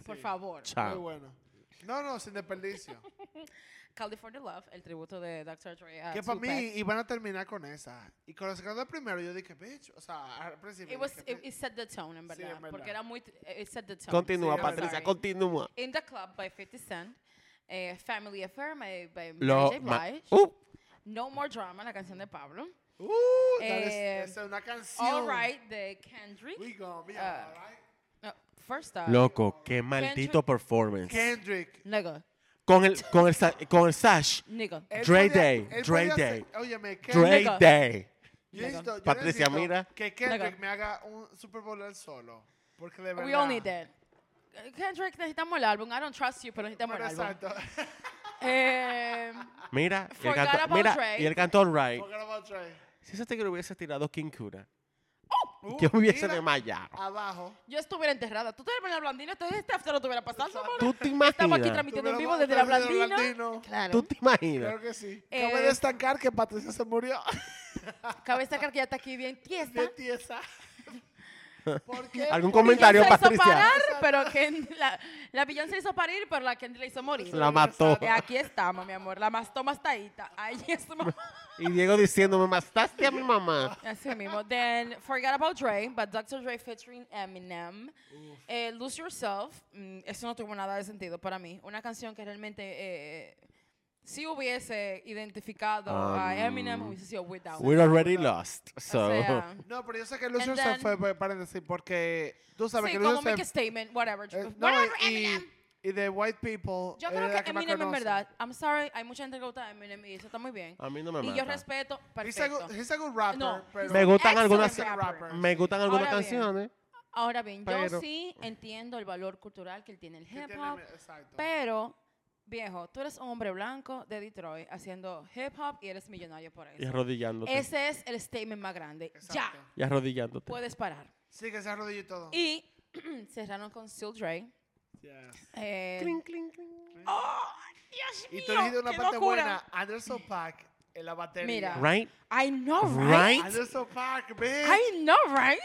S3: por
S2: Sí.
S3: favor.
S4: Cha.
S2: Muy bueno. No, no, sin desperdicio.
S3: California Love, el tributo de Dr. Dre a
S2: que para mí
S3: Tupac.
S2: iban a terminar con esa. Y con la segunda primero yo dije, bitch, o sea, al principio.
S3: It, was,
S2: dije,
S3: it,
S2: bitch.
S3: it set the tone, en
S2: Sí,
S3: verdad,
S2: en verdad.
S3: Porque era muy... It set the tone.
S4: Continúa,
S2: Sí,
S4: Patricia,
S3: sorry.
S4: continúa.
S3: In the Club by 50 Cent. eh, Family Affair by, by
S4: Lo,
S3: Mary J.
S4: ma-
S3: Blige.
S4: Uh,
S3: No More Drama, la canción de Pablo.
S2: Uh, that is-
S3: Eh,
S2: esa es una canción.
S3: All Right de Kendrick.
S2: We gonna be
S3: Ah.
S2: alright.
S3: No, first up.
S4: loco, qué maldito performance.
S2: Kendrick.
S3: Nigga.
S4: Con el, con el, sa- con el sash.
S3: Nigga.
S2: Él
S4: Dre
S2: podía-
S4: Day,
S2: él
S4: Dre
S2: podía hacer-
S4: Day.
S2: Óyeme,
S4: Dre
S2: Kendrick.
S3: Nigga.
S4: Day.
S2: yo necesito- yo
S4: Patricia,
S2: necesito
S4: mira.
S2: Que Kendrick
S3: Nigga.
S2: me haga un Super Bowl él solo. Porque de verdad.
S3: We all need that. Kendrick, necesitamos el álbum. I don't trust you, pero necesitamos
S2: Bueno,
S3: el álbum.
S2: exacto.
S3: Eh,
S4: Mira, y el
S3: Forgot
S4: cantón,
S3: about
S4: mira,
S3: Dre.
S4: y el cantón right.
S2: Forgot about Dre.
S4: Si ese tigre hubiese tirado King Cura,
S2: Uh,
S4: yo me hubiese
S2: mira,
S4: desmayado.
S2: Abajo.
S3: yo estuviera enterrada. Tú te la blandina, todo este after lo tuviera pasando.
S2: Exacto.
S3: amor.
S4: ¿Tú te
S3: Estamos aquí
S4: imaginas?
S3: transmitiendo en
S2: Tú
S3: vivo
S2: me lo
S3: desde la
S2: mandaste desde
S3: blandina.
S2: Blandino.
S3: Claro.
S4: ¿Tú te imaginas?
S2: Claro que sí.
S3: Eh,
S2: Cabe destacar que Patricia se murió.
S3: Cabe destacar que ya está aquí bien tiesta.
S2: De tiesa. ¿Por qué?
S4: ¿Algún
S2: Porque
S4: comentario,
S3: Beyoncé la hizo
S4: Patricia?
S3: parar, pero Kendrick- la, la Beyoncé hizo parir, pero la Kendrick la hizo morir.
S4: La mató.
S3: Y aquí estamos, mi amor. La mastoma está ahí. está- Ahí estamos.
S4: Y Diego diciéndome, mataste a mi mamá.
S3: Así mismo. Then Forget About Dre, but Dr. Dre featuring Eminem. Eh, Lose Yourself, mm, eso no tuvo nada de sentido para mí. Una canción que realmente eh, si hubiese identificado
S4: Um,
S3: a Eminem, hubiese sido Without.
S4: We're already lost.
S3: O
S4: So,
S3: sea,
S2: No, pero yo sé que Lucio
S3: then-
S2: se fue, pa- paréntesis, porque tú sabes
S3: sí,
S2: que
S3: como
S2: Lucio
S3: make a
S2: se
S3: statement, whatever.
S2: Eh, no,
S3: whatever,
S2: y-
S3: Eminem.
S2: y de white people.
S3: Yo
S2: es
S3: creo
S2: la
S3: que
S2: más
S3: Eminem en
S2: conoce.
S3: verdad, I'm sorry, hay mucha gente que le gusta Eminem y eso está muy bien.
S4: A mí no me
S3: Y
S4: mata.
S3: yo respeto,
S2: He's a,
S3: perfecto.
S2: good, he's a good rapper.
S3: No,
S2: pero
S4: Me gustan
S3: Excellent
S4: algunas-
S3: rapper.
S4: Me gustan algunas
S3: Ahora bien.
S4: canciones.
S3: Ahora bien, yo
S4: Pero-
S3: sí entiendo el valor cultural que él tiene el
S2: que
S3: hip
S2: tiene-
S3: hop,
S2: exacto.
S3: pero viejo, tú eres un hombre blanco de Detroit haciendo hip hop y eres millonario por
S4: Y
S3: eso.
S4: arrodillándote.
S3: Ese es el statement más grande.
S2: Exacto.
S3: Ya,
S4: Y arrodillándote.
S3: puedes parar.
S2: Sí, que se arrodilló y todo.
S3: Y cerraron con Still Dre.
S2: Yes.
S3: Eh, Oh, Dios
S2: Y
S3: mío,
S2: tú dijiste una
S3: qué
S2: parte
S3: locura.
S2: buena. Anderson Paak en la batería.
S3: Mira.
S4: Right?
S3: I know, right?
S4: Right?
S2: Anderson Paak, bitch.
S3: I know, right?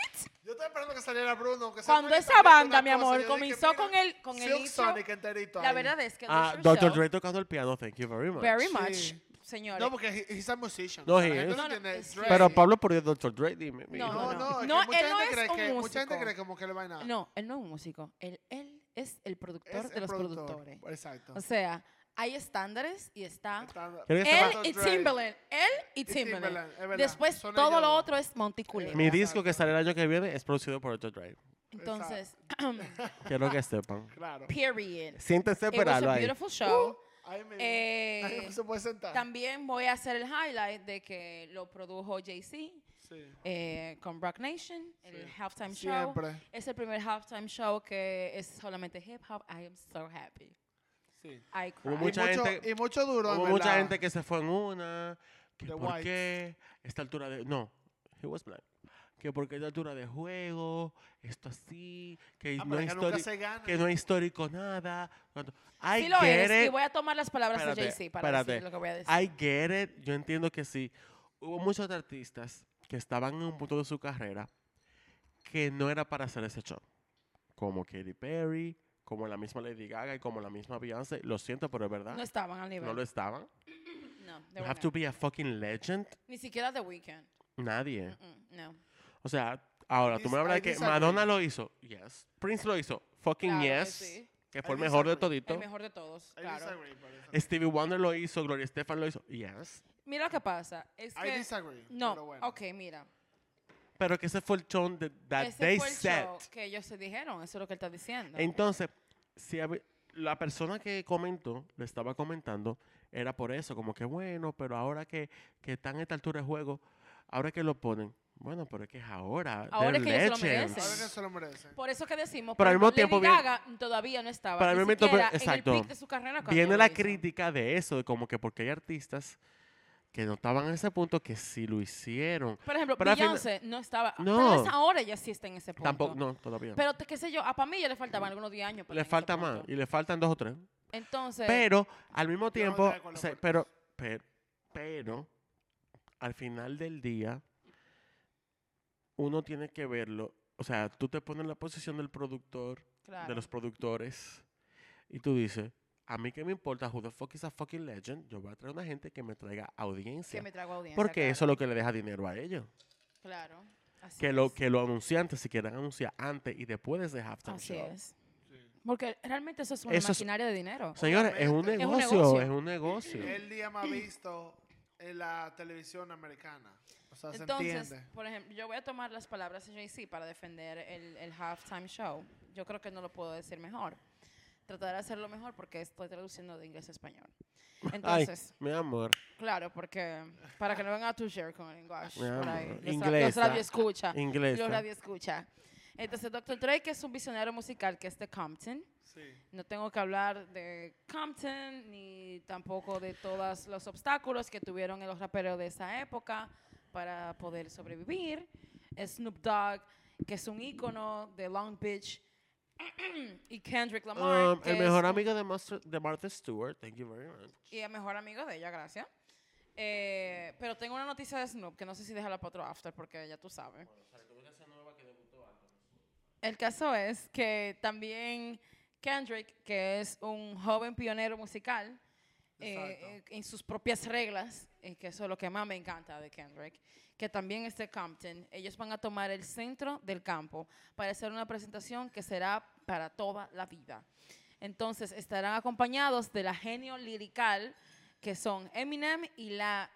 S2: Yo estaba esperando que saliera Bruno. aunque sea
S3: Cuando
S2: una
S3: esa
S2: canción,
S3: banda,
S2: una
S3: mi
S2: cosa,
S3: amor,
S2: yo dije,
S3: comenzó
S2: mira,
S3: con el, con el
S2: Silk
S3: intro,
S2: Sonic enterito
S3: la
S2: ahí.
S3: verdad es que
S4: Ah,
S3: Lose
S4: Dr.
S3: Yourself,
S4: Dre tocando el piano. Thank you very much.
S3: very
S2: Sí.
S3: much, señores.
S2: No, porque he- he's a musician.
S4: No,
S2: O sea,
S4: he
S2: la gente
S4: is.
S3: No, no,
S2: entiende,
S3: es
S2: Dre.
S3: que-
S4: Pero Pablo, por Dios, Dr. Dre, dime. mi
S3: No,
S4: hijo.
S2: No,
S3: no.
S2: no, es que
S3: No,
S2: mucha
S3: él no
S2: gente
S3: es
S2: cree
S3: un
S2: que-
S3: músico.
S2: Mucha gente cree como que le va a nada.
S3: No, él no es un músico. Él, él es el productor
S2: Es
S3: de
S2: el
S3: los
S2: productor,
S3: productores.
S2: Exacto.
S3: O sea, hay estándares y está
S2: Está-
S4: Creo que se
S3: él
S4: llama-
S3: y
S2: Dr. Dre.
S3: Timbaland. Él y
S2: Y Timbaland,
S3: Timbaland.
S2: es verdad.
S3: Después
S2: Son
S3: todo
S2: ellos
S3: lo
S2: dos.
S3: otro es Monticulé.
S4: Mi disco que sale el año que viene es producido por Dr. Dre.
S3: Entonces,
S4: Quiero que sepan.
S2: Claro.
S3: period.
S4: Siéntense a
S3: It was
S4: esperarlo
S3: a
S4: ahí. Uh,
S3: beautiful show.
S2: Ahí mismo. Ahí
S3: Eh,
S2: mismo se puede sentar.
S3: también voy a hacer el highlight de que lo produjo Jay-Z
S2: Sí.
S3: eh, con Rock Nation, el halftime show.
S2: Siempre.
S3: Es el primer halftime show que es solamente hip hop. I am so happy.
S2: Sí. Ah,
S3: I
S4: Hubo
S3: cried.
S4: mucha
S2: y, mucho,
S4: gente-
S2: y mucho duro. en
S4: Hubo mucha
S2: verdad.
S4: gente que se fue en una. Que
S2: The
S4: por
S2: Whites.
S4: qué esta altura de. No, he was black. Que por qué esta altura de juego, esto así, que,
S2: Ah,
S4: no,
S2: pero
S4: hay
S2: que nunca
S4: histori-
S2: se gana.
S4: que no hay histórico nada. cuando- I
S3: Sí lo
S4: get
S3: eres, y
S4: it.
S3: voy a tomar las palabras
S4: Espérate,
S3: de Jay-Z para
S4: espérate.
S3: decir lo que voy a decir.
S4: I get it. Yo entiendo que sí. Hubo muchos artistas que estaban en un punto de su carrera que no era para hacer ese show. Como Katy Perry, como la misma Lady Gaga y como la misma Beyoncé. Lo siento, pero es verdad.
S3: no estaban al nivel.
S4: No lo estaban.
S3: No, they
S4: You
S3: were
S4: have to
S3: not.
S4: be a fucking legend.
S3: Ni siquiera The Weeknd.
S4: Nadie.
S3: Mm, no.
S4: O sea, ahora tú
S2: Dis-
S4: me hablas
S2: I
S4: de que
S2: disagree.
S4: Madonna lo hizo. Yes. Prince lo hizo. Fucking
S3: Claro que
S4: yes.
S3: sí.
S4: Que
S2: I
S4: fue el mejor de
S2: disagree.
S4: todito.
S3: El mejor de todos,
S2: I
S3: claro.
S2: disagree, pero está-
S4: Stevie Wonder lo hizo. Gloria Estefan lo hizo. Yes.
S3: Mira lo que pasa. Es
S2: I
S3: que...
S2: disagree.
S3: No,
S2: pero bueno.
S3: ok, mira.
S4: Pero que ese fue el show de- that
S3: Ese
S4: they
S3: fue el
S4: set.
S3: show que ellos se dijeron. Eso es lo que él está diciendo.
S4: Entonces, si hab- la persona que comentó, le estaba comentando, era por eso, como que bueno, pero ahora que, que están a esta altura de juego, ahora que lo ponen, bueno, pero es que es ahora.
S3: Ahora
S4: they're
S3: es que ellos se lo
S4: legends.
S2: Ahora
S3: merecen.
S2: que se lo merece.
S3: Por eso que decimos,
S4: Pero al
S3: por
S4: mismo
S3: ejemplo,
S4: tiempo
S3: Lady
S4: viene-
S3: Gaga todavía no estaba.
S4: Para
S3: ni
S4: mí me tope-
S3: siquiera
S4: exacto.
S3: En el pic de su carrera. cuando
S4: Viene
S3: lo
S4: la
S3: hizo.
S4: crítica de eso, de como que porque hay artistas que no estaban en ese punto que sí lo hicieron.
S3: Por ejemplo,
S4: Pero al final-
S3: Beyoncé no estaba.
S4: No.
S3: Tal vez ahora ya sí está en ese punto.
S4: Tampoco, no, todavía.
S3: Pero te- qué sé yo, a para mí ya le faltaban algunos 10 años. para
S4: le
S3: estar en
S4: falta
S3: ese
S4: más
S3: punto.
S4: y le faltan dos o tres.
S3: Entonces,
S4: Pero al mismo
S2: estoy de
S4: tiempo,
S2: acuerdo
S4: o sea,
S2: con
S4: pero, pero, pero, al final del día, uno tiene que verlo. O sea, tú te pones en la posición del productor,
S3: claro.
S4: de los productores, y tú dices, a mí que me importa, who the fuck is a fucking legend, yo voy a traer una gente que me traiga
S3: que
S4: audiencia.
S3: me trago audiencia.
S4: porque
S3: claro,
S4: eso es lo que le deja dinero a ellos.
S3: Claro. Así
S4: Que lo,
S3: es.
S4: que lo anunciantes, si quieren anunciar antes y después de ese halftime
S3: Así
S4: show.
S3: es. Porque realmente eso es una
S4: Eso es-
S3: maquinaria de dinero.
S4: Señores, es un
S2: Obviamente.
S3: Es un
S4: negocio,
S3: negocio.
S4: es un negocio.
S2: El día más visto en la televisión americana. O sea, se
S3: Entonces,
S2: entiende.
S3: por ejemplo, yo voy a tomar las palabras de Jay-Z para defender el, el halftime show. Yo creo que no lo puedo decir mejor. Trataré de hacerlo mejor porque estoy traduciendo de inglés a español. Entonces,
S4: Ay, mi amor.
S3: claro, porque para que no venga a tu share con el lenguaje.
S4: Mi
S3: por ahí. Los,
S4: amor,
S3: ra- los
S4: inglesa,
S3: radio escucha.
S4: Inglés.
S3: Los radio escucha. Entonces, Dr. Dre, que es un visionario musical que es de Compton.
S2: Sí.
S3: No tengo que hablar de Compton ni tampoco de todos los obstáculos que tuvieron los raperos de esa época para poder sobrevivir. Snoop Dogg, que es un ícono de Long Beach, y Kendrick Lamar,
S4: Um,
S3: que
S4: el
S3: es
S4: mejor
S3: un-
S4: amigo de, Mastro- de Martha Stewart. Thank you very much.
S3: y el mejor amigo de ella, gracias. Eh, pero tengo una noticia de Snoop que no sé si déjala para otro after porque ya tú sabes. El caso es que también Kendrick, que es un joven pionero musical, eh,
S2: Exacto.
S3: eh, en sus propias reglas, eh, que eso es lo que más me encanta de Kendrick, que también es de Compton, ellos van a tomar el centro del campo para hacer una presentación que será para toda la vida. Entonces estarán acompañados de la genio lirical, que son Eminem y la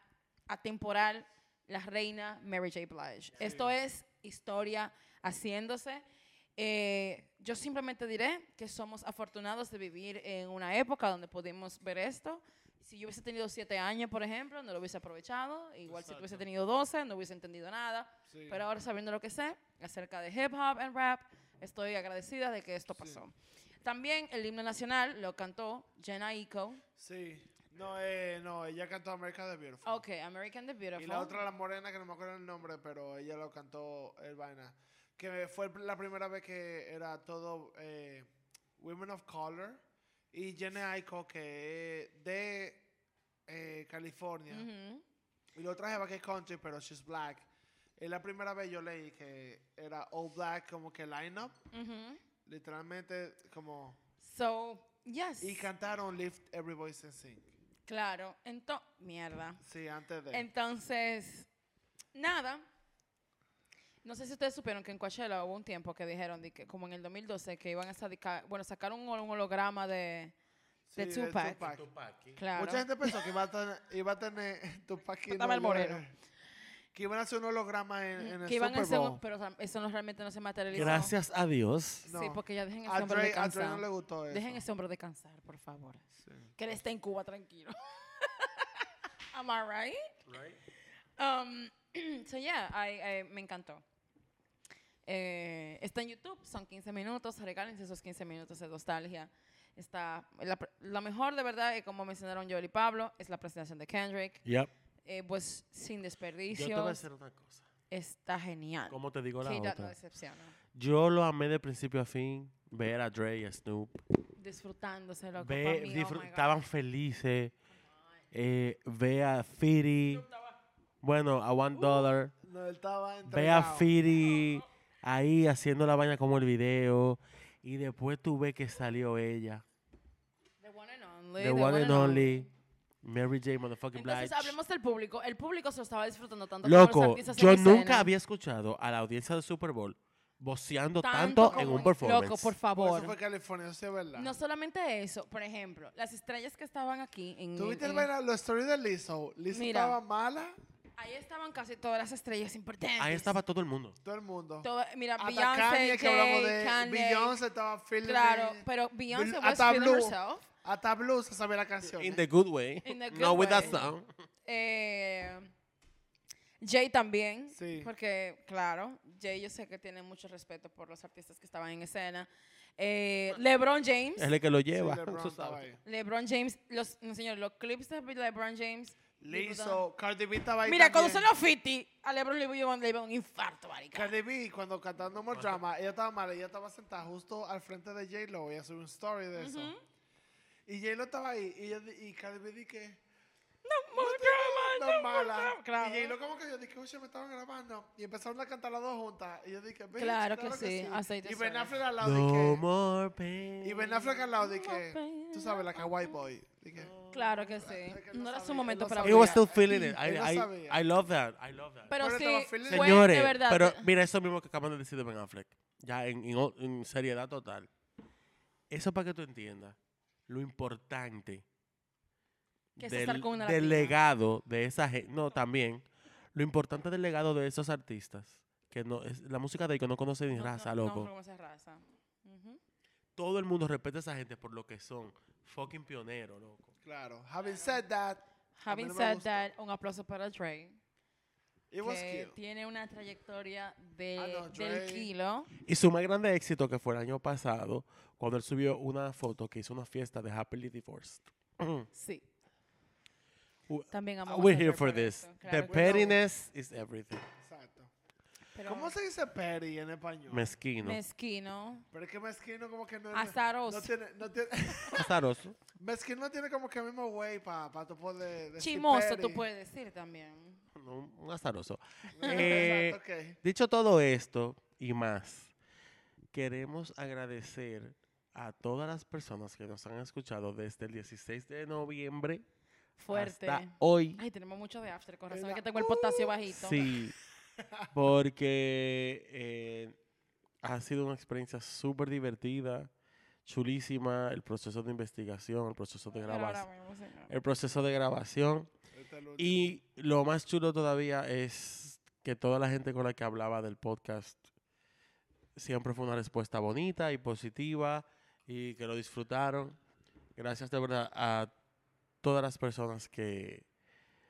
S3: atemporal, la reina Mary J. Blige. Esto es historia haciéndose Eh, yo simplemente diré que somos afortunados de vivir en una época donde pudimos ver esto. Si yo hubiese tenido siete años, por ejemplo, no lo hubiese aprovechado. Igual si hubiese tenido 12, no hubiese entendido nada. Pero ahora sabiendo lo que sé acerca de hip hop and rap, estoy agradecida de que esto pasó. También el himno nacional lo cantó Jenna Eco.
S2: Sí. No, eh, no, ella cantó America the Beautiful.
S3: Ok, American the Beautiful.
S2: Y la otra, la morena, que no me acuerdo el nombre, pero ella lo cantó el vaina. Que fue la primera vez que era todo eh, Women of Color. Y Jenny Aiko, que es de eh, California.
S3: Ujú.
S2: Y lo traje para que es country, pero she's black. Es la primera vez yo leí que era all black, como que lineup.
S3: Ujú.
S2: Literalmente, como.
S3: So, yes.
S2: Y cantaron Lift Every Voice and Sing.
S3: claro. Entonces, mierda.
S2: Sí, antes de.
S3: Entonces, nada. No sé si ustedes supieron que en Coachella hubo un tiempo que dijeron, de que, como en el 2012, que iban a sacar, bueno, sacaron un, un holograma de,
S2: Sí,
S3: de Tupac. claro.
S2: Mucha gente pensó que iba a tener, iba a tener Tupac y
S3: Estaba el
S2: Nueva
S3: moreno.
S2: York. Que iban a hacer un holograma en, en el
S3: que iban a
S2: Super
S3: hacer un-
S2: Bowl.
S3: pero o sea, eso no, realmente no se materializó.
S4: Gracias a Dios.
S2: No.
S3: Sí, porque ya dejen ese
S2: A
S3: hombre
S2: Dre, a Dre
S3: descansar.
S2: no le gustó eso.
S3: dejen ese hombre descansar, por favor.
S2: Sí.
S3: Que él esté en Cuba tranquilo. Am I right? Um, so yeah, I- I- me encantó. Eh, está en YouTube, son 15 minutos, regálense esos 15 minutos de nostalgia. Está, la, pre- lo mejor de verdad, eh, como mencionaron Joel y Pablo, es la presentación de Kendrick.
S4: Yep.
S3: Eh, pues sin
S4: Yo te voy a
S3: desperdicio,
S4: hacer una cosa.
S3: está genial.
S4: Como te digo la
S3: Keita no
S4: otra.
S3: decepciona.
S4: Yo lo amé de principio a fin. Ver a Dre y a Snoop.
S3: Disfrutándose, loco,
S4: Ve-
S3: pa' mí, oh my
S4: disfrut-
S3: God.
S4: estaban felices. Eh, ve a Firi. Bueno, a
S3: Uh,
S4: One Dollar.
S2: No, él estaba
S4: Ve a
S2: entregado.
S4: Firi ahí haciendo la vaina como el video. Y después tú ves que salió ella.
S3: The one and only.
S4: The one and only. Mary J. Motherfucking Blige.
S3: Entonces hablemos del público. El público se lo estaba disfrutando tanto como los
S4: Loco,
S3: artistas en
S4: yo
S3: escena.
S4: nunca había escuchado a la audiencia del Super Bowl voceando tanto, en
S3: como
S4: un performance.
S3: Loco, por
S2: Por Eso fue
S3: favor.
S2: California, eso sí es verdad.
S3: No solamente eso, por ejemplo, las estrellas que estaban aquí en, en-
S2: ¿Tuviste
S3: en-
S2: los stories de Lizzo? Lizzo
S3: eh. Mira.
S2: estaba mala,
S3: ahí estaban casi todas las estrellas importantes.
S4: Ahí estaba todo el mundo.
S2: todo el mundo.
S3: Todo- mira,
S2: Hasta
S3: Beyoncé,
S2: Kanye, que hablamos de
S3: Jay, Kanye.
S2: Beyoncé estaba feeling
S3: claro, pues.
S2: it.
S3: pero Beyoncé was
S2: hasta
S3: feeling
S2: Blue.
S3: herself.
S2: Hasta Blue se sabe la canción.
S4: In
S2: ¿eh?
S4: the good way.
S3: In the good
S4: no with that
S3: way.
S4: sound.
S3: Eh, Jay también,
S2: Sí.
S3: porque claro, Jay yo sé que tiene mucho respeto por los artistas que estaban en escena. Eh, LeBron James,
S4: Es el que lo
S2: Sí,
S4: lleva.
S2: LeBron
S4: tú
S2: estaba
S4: sabes.
S2: ahí.
S3: LeBron James, los no, señor, los clips de LeBron James.
S2: Lizzo, Cardi B estaba ahí
S3: Mira, cuando
S2: también.
S3: son los 50, a LeBron le iba le iba un infarto, marica.
S2: Cardi B, cuando cantando More Drama, ella estaba mala, ella estaba sentada justo al frente de J-Lo, ella subió un story de eso. Y J-Lo estaba ahí, y, ella, di- y Cardi B dije, no, no, mala.
S3: claro.
S2: Y J-Lo como que yo dije, oye, me estaban grabando. Y empezaron a cantar las dos juntas, y yo dije, "Bitch,
S3: Claro que sí, aceite
S2: Y Ben
S3: sola.
S2: Affleck al lado
S4: No
S2: dije,
S4: more pain.
S2: y Ben Affleck al lado dije,
S3: pain,
S2: tú sabes, la kawaii boy. Dije,
S3: Claro que sí.
S2: que él
S3: No
S2: lo
S3: era su
S2: sabía,
S3: momento
S2: él lo
S3: para
S2: sabía.
S4: It was
S3: brillar.
S4: still feeling it. I,
S2: Él lo
S4: I-
S2: sabía.
S4: I love that. I love that.
S3: Pero
S2: Pero
S3: sí,
S2: estaba feliz.
S3: fue
S4: Señores,
S3: de verdad.
S4: pero mira, eso mismo que acaban de decir de Ben Affleck. Ya en, en- en seriedad total. Eso para que tú entiendas lo importante
S3: Que es estar
S4: del,
S3: con una
S4: del
S3: latina.
S4: legado de esa gente. No, también. Lo importante del legado de esos artistas. Que no, es, la música de ellos no conoce ni
S3: No,
S4: raza,
S3: no, no,
S4: loco.
S3: cómo se raza. Ujú.
S4: Todo el mundo respeta a esa gente por lo que son. Fucking pioneros, loco.
S2: claro. Having said that, a mí
S3: Having
S2: no me
S3: said
S2: gustó.
S3: that, un aplauso para Dre,
S2: it was
S3: que
S2: cute.
S3: tiene una trayectoria de,
S2: Ah, no,
S3: del
S2: Dre.
S3: kilo.
S4: Y su más grande éxito que fue el año pasado, cuando él subió una foto que hizo una fiesta de Happily Divorced.
S3: Sí.
S4: Uh,
S3: También amamos
S4: We're
S3: a
S4: here
S3: Dre
S4: for
S3: por
S4: this.
S3: eso,
S4: The
S3: claro que sí.
S4: pettiness is everything.
S2: Exacto.
S3: Pero
S2: ¿Cómo se dice Perry en español?
S4: Mezquino.
S3: Mezquino.
S2: Pero es que mezquino como que no
S3: Azaroso.
S2: No tiene, no tiene,
S4: Azaroso.
S2: mezquino no tiene como que el mismo güey para pa tu poder decir
S3: Chimoso,
S2: Perry.
S3: tú puedes decir también.
S4: No, un azaroso.
S2: No,
S4: Eh,
S2: exacto, ok.
S4: Dicho todo esto y más, queremos agradecer a todas las personas que nos han escuchado desde el 16 de noviembre
S3: Fuerte.
S4: hasta hoy.
S3: Ay, tenemos mucho de after, con razón.
S2: Era-
S3: es que tengo el potasio bajito.
S4: Sí, porque eh, ha sido una experiencia súper divertida, chulísima, el proceso de investigación, el proceso de
S3: Pero ahora
S4: grabación,
S3: mismo, señor.
S4: el proceso de grabación
S2: Este es el último.
S4: y lo más chulo todavía es que toda la gente con la que hablaba del podcast Siempre fue una respuesta bonita y positiva y que lo disfrutaron. Gracias de verdad a todas las personas que,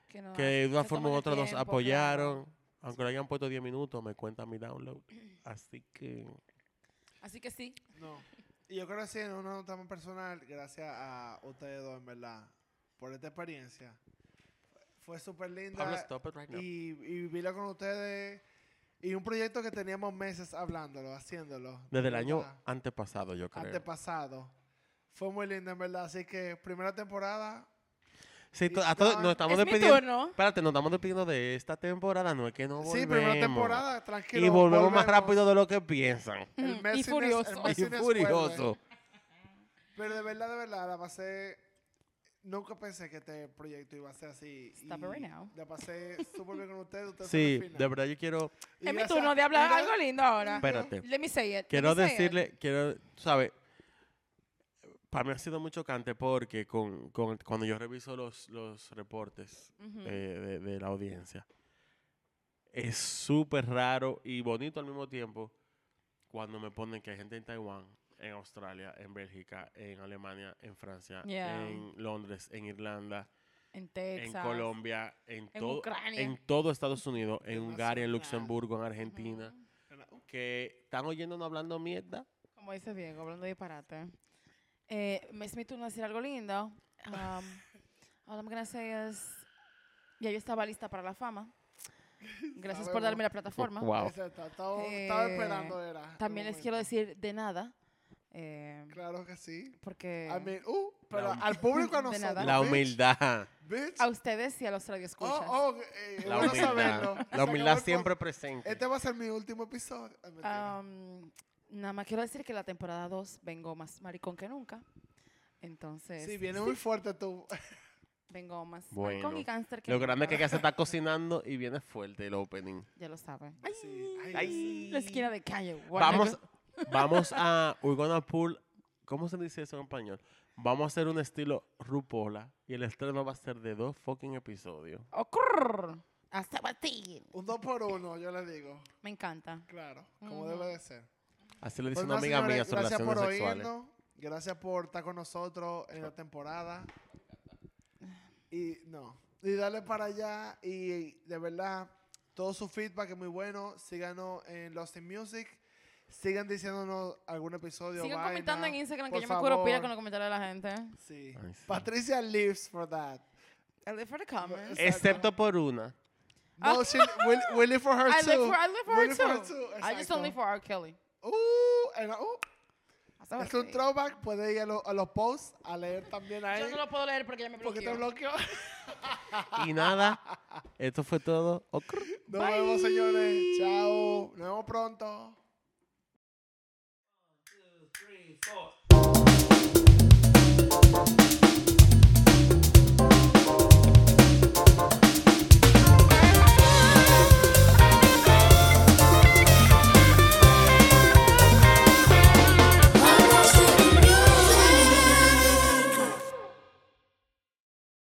S3: Que, no-
S4: que de una
S3: se
S4: forma u
S3: toman el
S4: otra nos
S3: tiempo,
S4: apoyaron.
S3: claro.
S4: Aunque le hayan puesto 10 minutos, me cuenta mi download. Así que
S3: Así que sí.
S2: No. Y yo creo que sí, en una nota más personal, gracias a ustedes dos, en verdad, por esta experiencia. Fue súper
S4: Pablo,
S2: linda.
S4: stop it right now.
S2: Y, y vivirla con ustedes. Y un proyecto que teníamos meses hablándolo, haciéndolo.
S4: Desde el
S2: ¿verdad?
S4: año antepasado, yo creo.
S2: antepasado. Fue muy lindo, en verdad. Así que, primera temporada.
S4: Sí, to- a
S2: Y
S4: todos-
S2: ya-
S4: nos estamos
S3: es mi
S4: despidiendo.
S3: turno.
S4: Espérate, nos estamos despidiendo de esta temporada. No es que no volvemos.
S2: Sí, primera temporada, tranquilo.
S4: Y volvemos más
S2: volvemos.
S4: rápido de lo que piensan.
S2: El
S3: Mm, Y
S2: Messiness- el
S3: furioso.
S2: Messiness-
S4: Y
S2: Así nos
S4: furioso.
S2: eh. Pero de verdad, de verdad, la pasé. Nunca pensé que este proyecto iba a ser así.
S3: Stop
S2: y
S3: it right now.
S2: La pasé súper bien con ustedes. ustedes son
S4: Sí,
S2: las finas.
S4: de verdad yo quiero,
S2: Y
S3: Es mi
S2: gracias-
S3: turno de hablar
S2: y gra-
S3: algo lindo ahora.
S4: Espérate.
S3: Let me say it. let
S4: quiero
S3: me say it.
S4: decirle, quiero, ¿sabes? Para mí ha sido muy chocante porque con, con- cuando yo reviso los, los reportes
S3: Ujú.
S4: eh, de, de la audiencia, es súper raro y bonito al mismo tiempo cuando me ponen que hay gente en Taiwán, en Australia, en Bélgica, en Alemania, en Francia,
S3: Yeah.
S4: en Londres, en Irlanda,
S3: En Texas.
S4: en Colombia, en,
S3: En
S4: todo,
S3: Ucrania.
S4: en todo Estados Unidos, en
S2: Demasiado
S4: Hungría, en
S2: raro.
S4: Luxemburgo, en Argentina, que están oyéndonos hablando mierda.
S3: Como dice Diego, hablando de disparate. Eh, me es mi turno de decir algo lindo.
S4: Ah.
S3: Um, all I'm gonna say is, ya yo estaba lista para la fama.
S4: Ah,
S3: Gracias
S2: Sabemos.
S3: por darme la plataforma.
S4: Wow.
S2: Exacto, estaba, estaba
S3: Eh,
S2: esperando, era. el
S3: También
S2: Ah,
S3: les
S2: momento.
S3: quiero decir de nada. eh,
S2: Claro que sí.
S3: porque
S2: I mean, uh, pero
S4: hum-
S2: al público a
S3: De
S2: nosotros.
S3: nada.
S4: La
S2: bitch,
S4: humildad.
S2: Bitch.
S3: a ustedes y a los radioescuchas.
S2: Oh, oh, eh, es
S4: La
S2: bueno saberlo.
S4: humildad.
S2: Se
S4: La
S2: acabó
S4: humildad
S2: el
S4: siempre
S2: podcast.
S4: presente.
S2: Este va a ser mi último episodio. Ah, mentira.
S3: Um, nada más quiero decir que la temporada 2 vengo más maricón que nunca. Entonces,
S2: sí, viene muy fuerte tú.
S3: vengo más maricón
S4: Bueno,
S3: y cáncer que
S4: Lo
S3: nunca.
S4: grande es que ya se está cocinando y viene fuerte el opening.
S3: Ya lo saben.
S2: Sí. Ay,
S4: Ay.
S3: La esquina de calle. guarda.
S4: Vamos, vamos a We're Gonna Pull. ¿Cómo se dice eso en español? Vamos a hacer un estilo Rupola y el estreno va a ser de dos fucking episodios.
S3: Ocurr. A Sabatín.
S2: Un dos por uno, yo le digo.
S3: Me encanta.
S2: Claro, como
S3: Ujú.
S2: debe de ser.
S4: Así le dice
S2: Pues
S4: una
S2: nada,
S4: amiga
S2: señores,
S4: mía sobre
S2: gracias por
S4: relaciones sexuales.
S2: oírnos. Gracias por estar con nosotros en la temporada.
S3: Ah.
S2: Y no. Y dale para allá. Y de verdad, todo su feedback es muy bueno. Síganos en Lost in Music. Sigan diciéndonos algún episodio.
S3: Sigan
S2: vaina.
S3: comentando en Instagram que
S2: por
S3: yo me curo pila
S2: favor.
S3: con los comentarios de la gente.
S2: Sí.
S4: Ay, sí.
S2: Patricia lives for that.
S3: I live for the comments.
S2: Eh,
S4: Excepto por una.
S2: No, she, we, we live for her
S3: I
S2: too.
S3: live for, I live for
S2: We
S3: her too. I just
S2: Exacto.
S3: don't live for Oh, R. Kelly.
S2: Uh, and, uh,
S3: A Sabatín.
S2: es un throwback. Puede ir a, lo- a los posts a leer también ahí.
S3: Yo no lo puedo leer porque ya me
S2: porque te
S3: bloqueó.
S2: bloqueó.
S4: Y nada, esto fue todo. Ocr.
S2: Nos vemos, señores. Chao. Nos vemos pronto.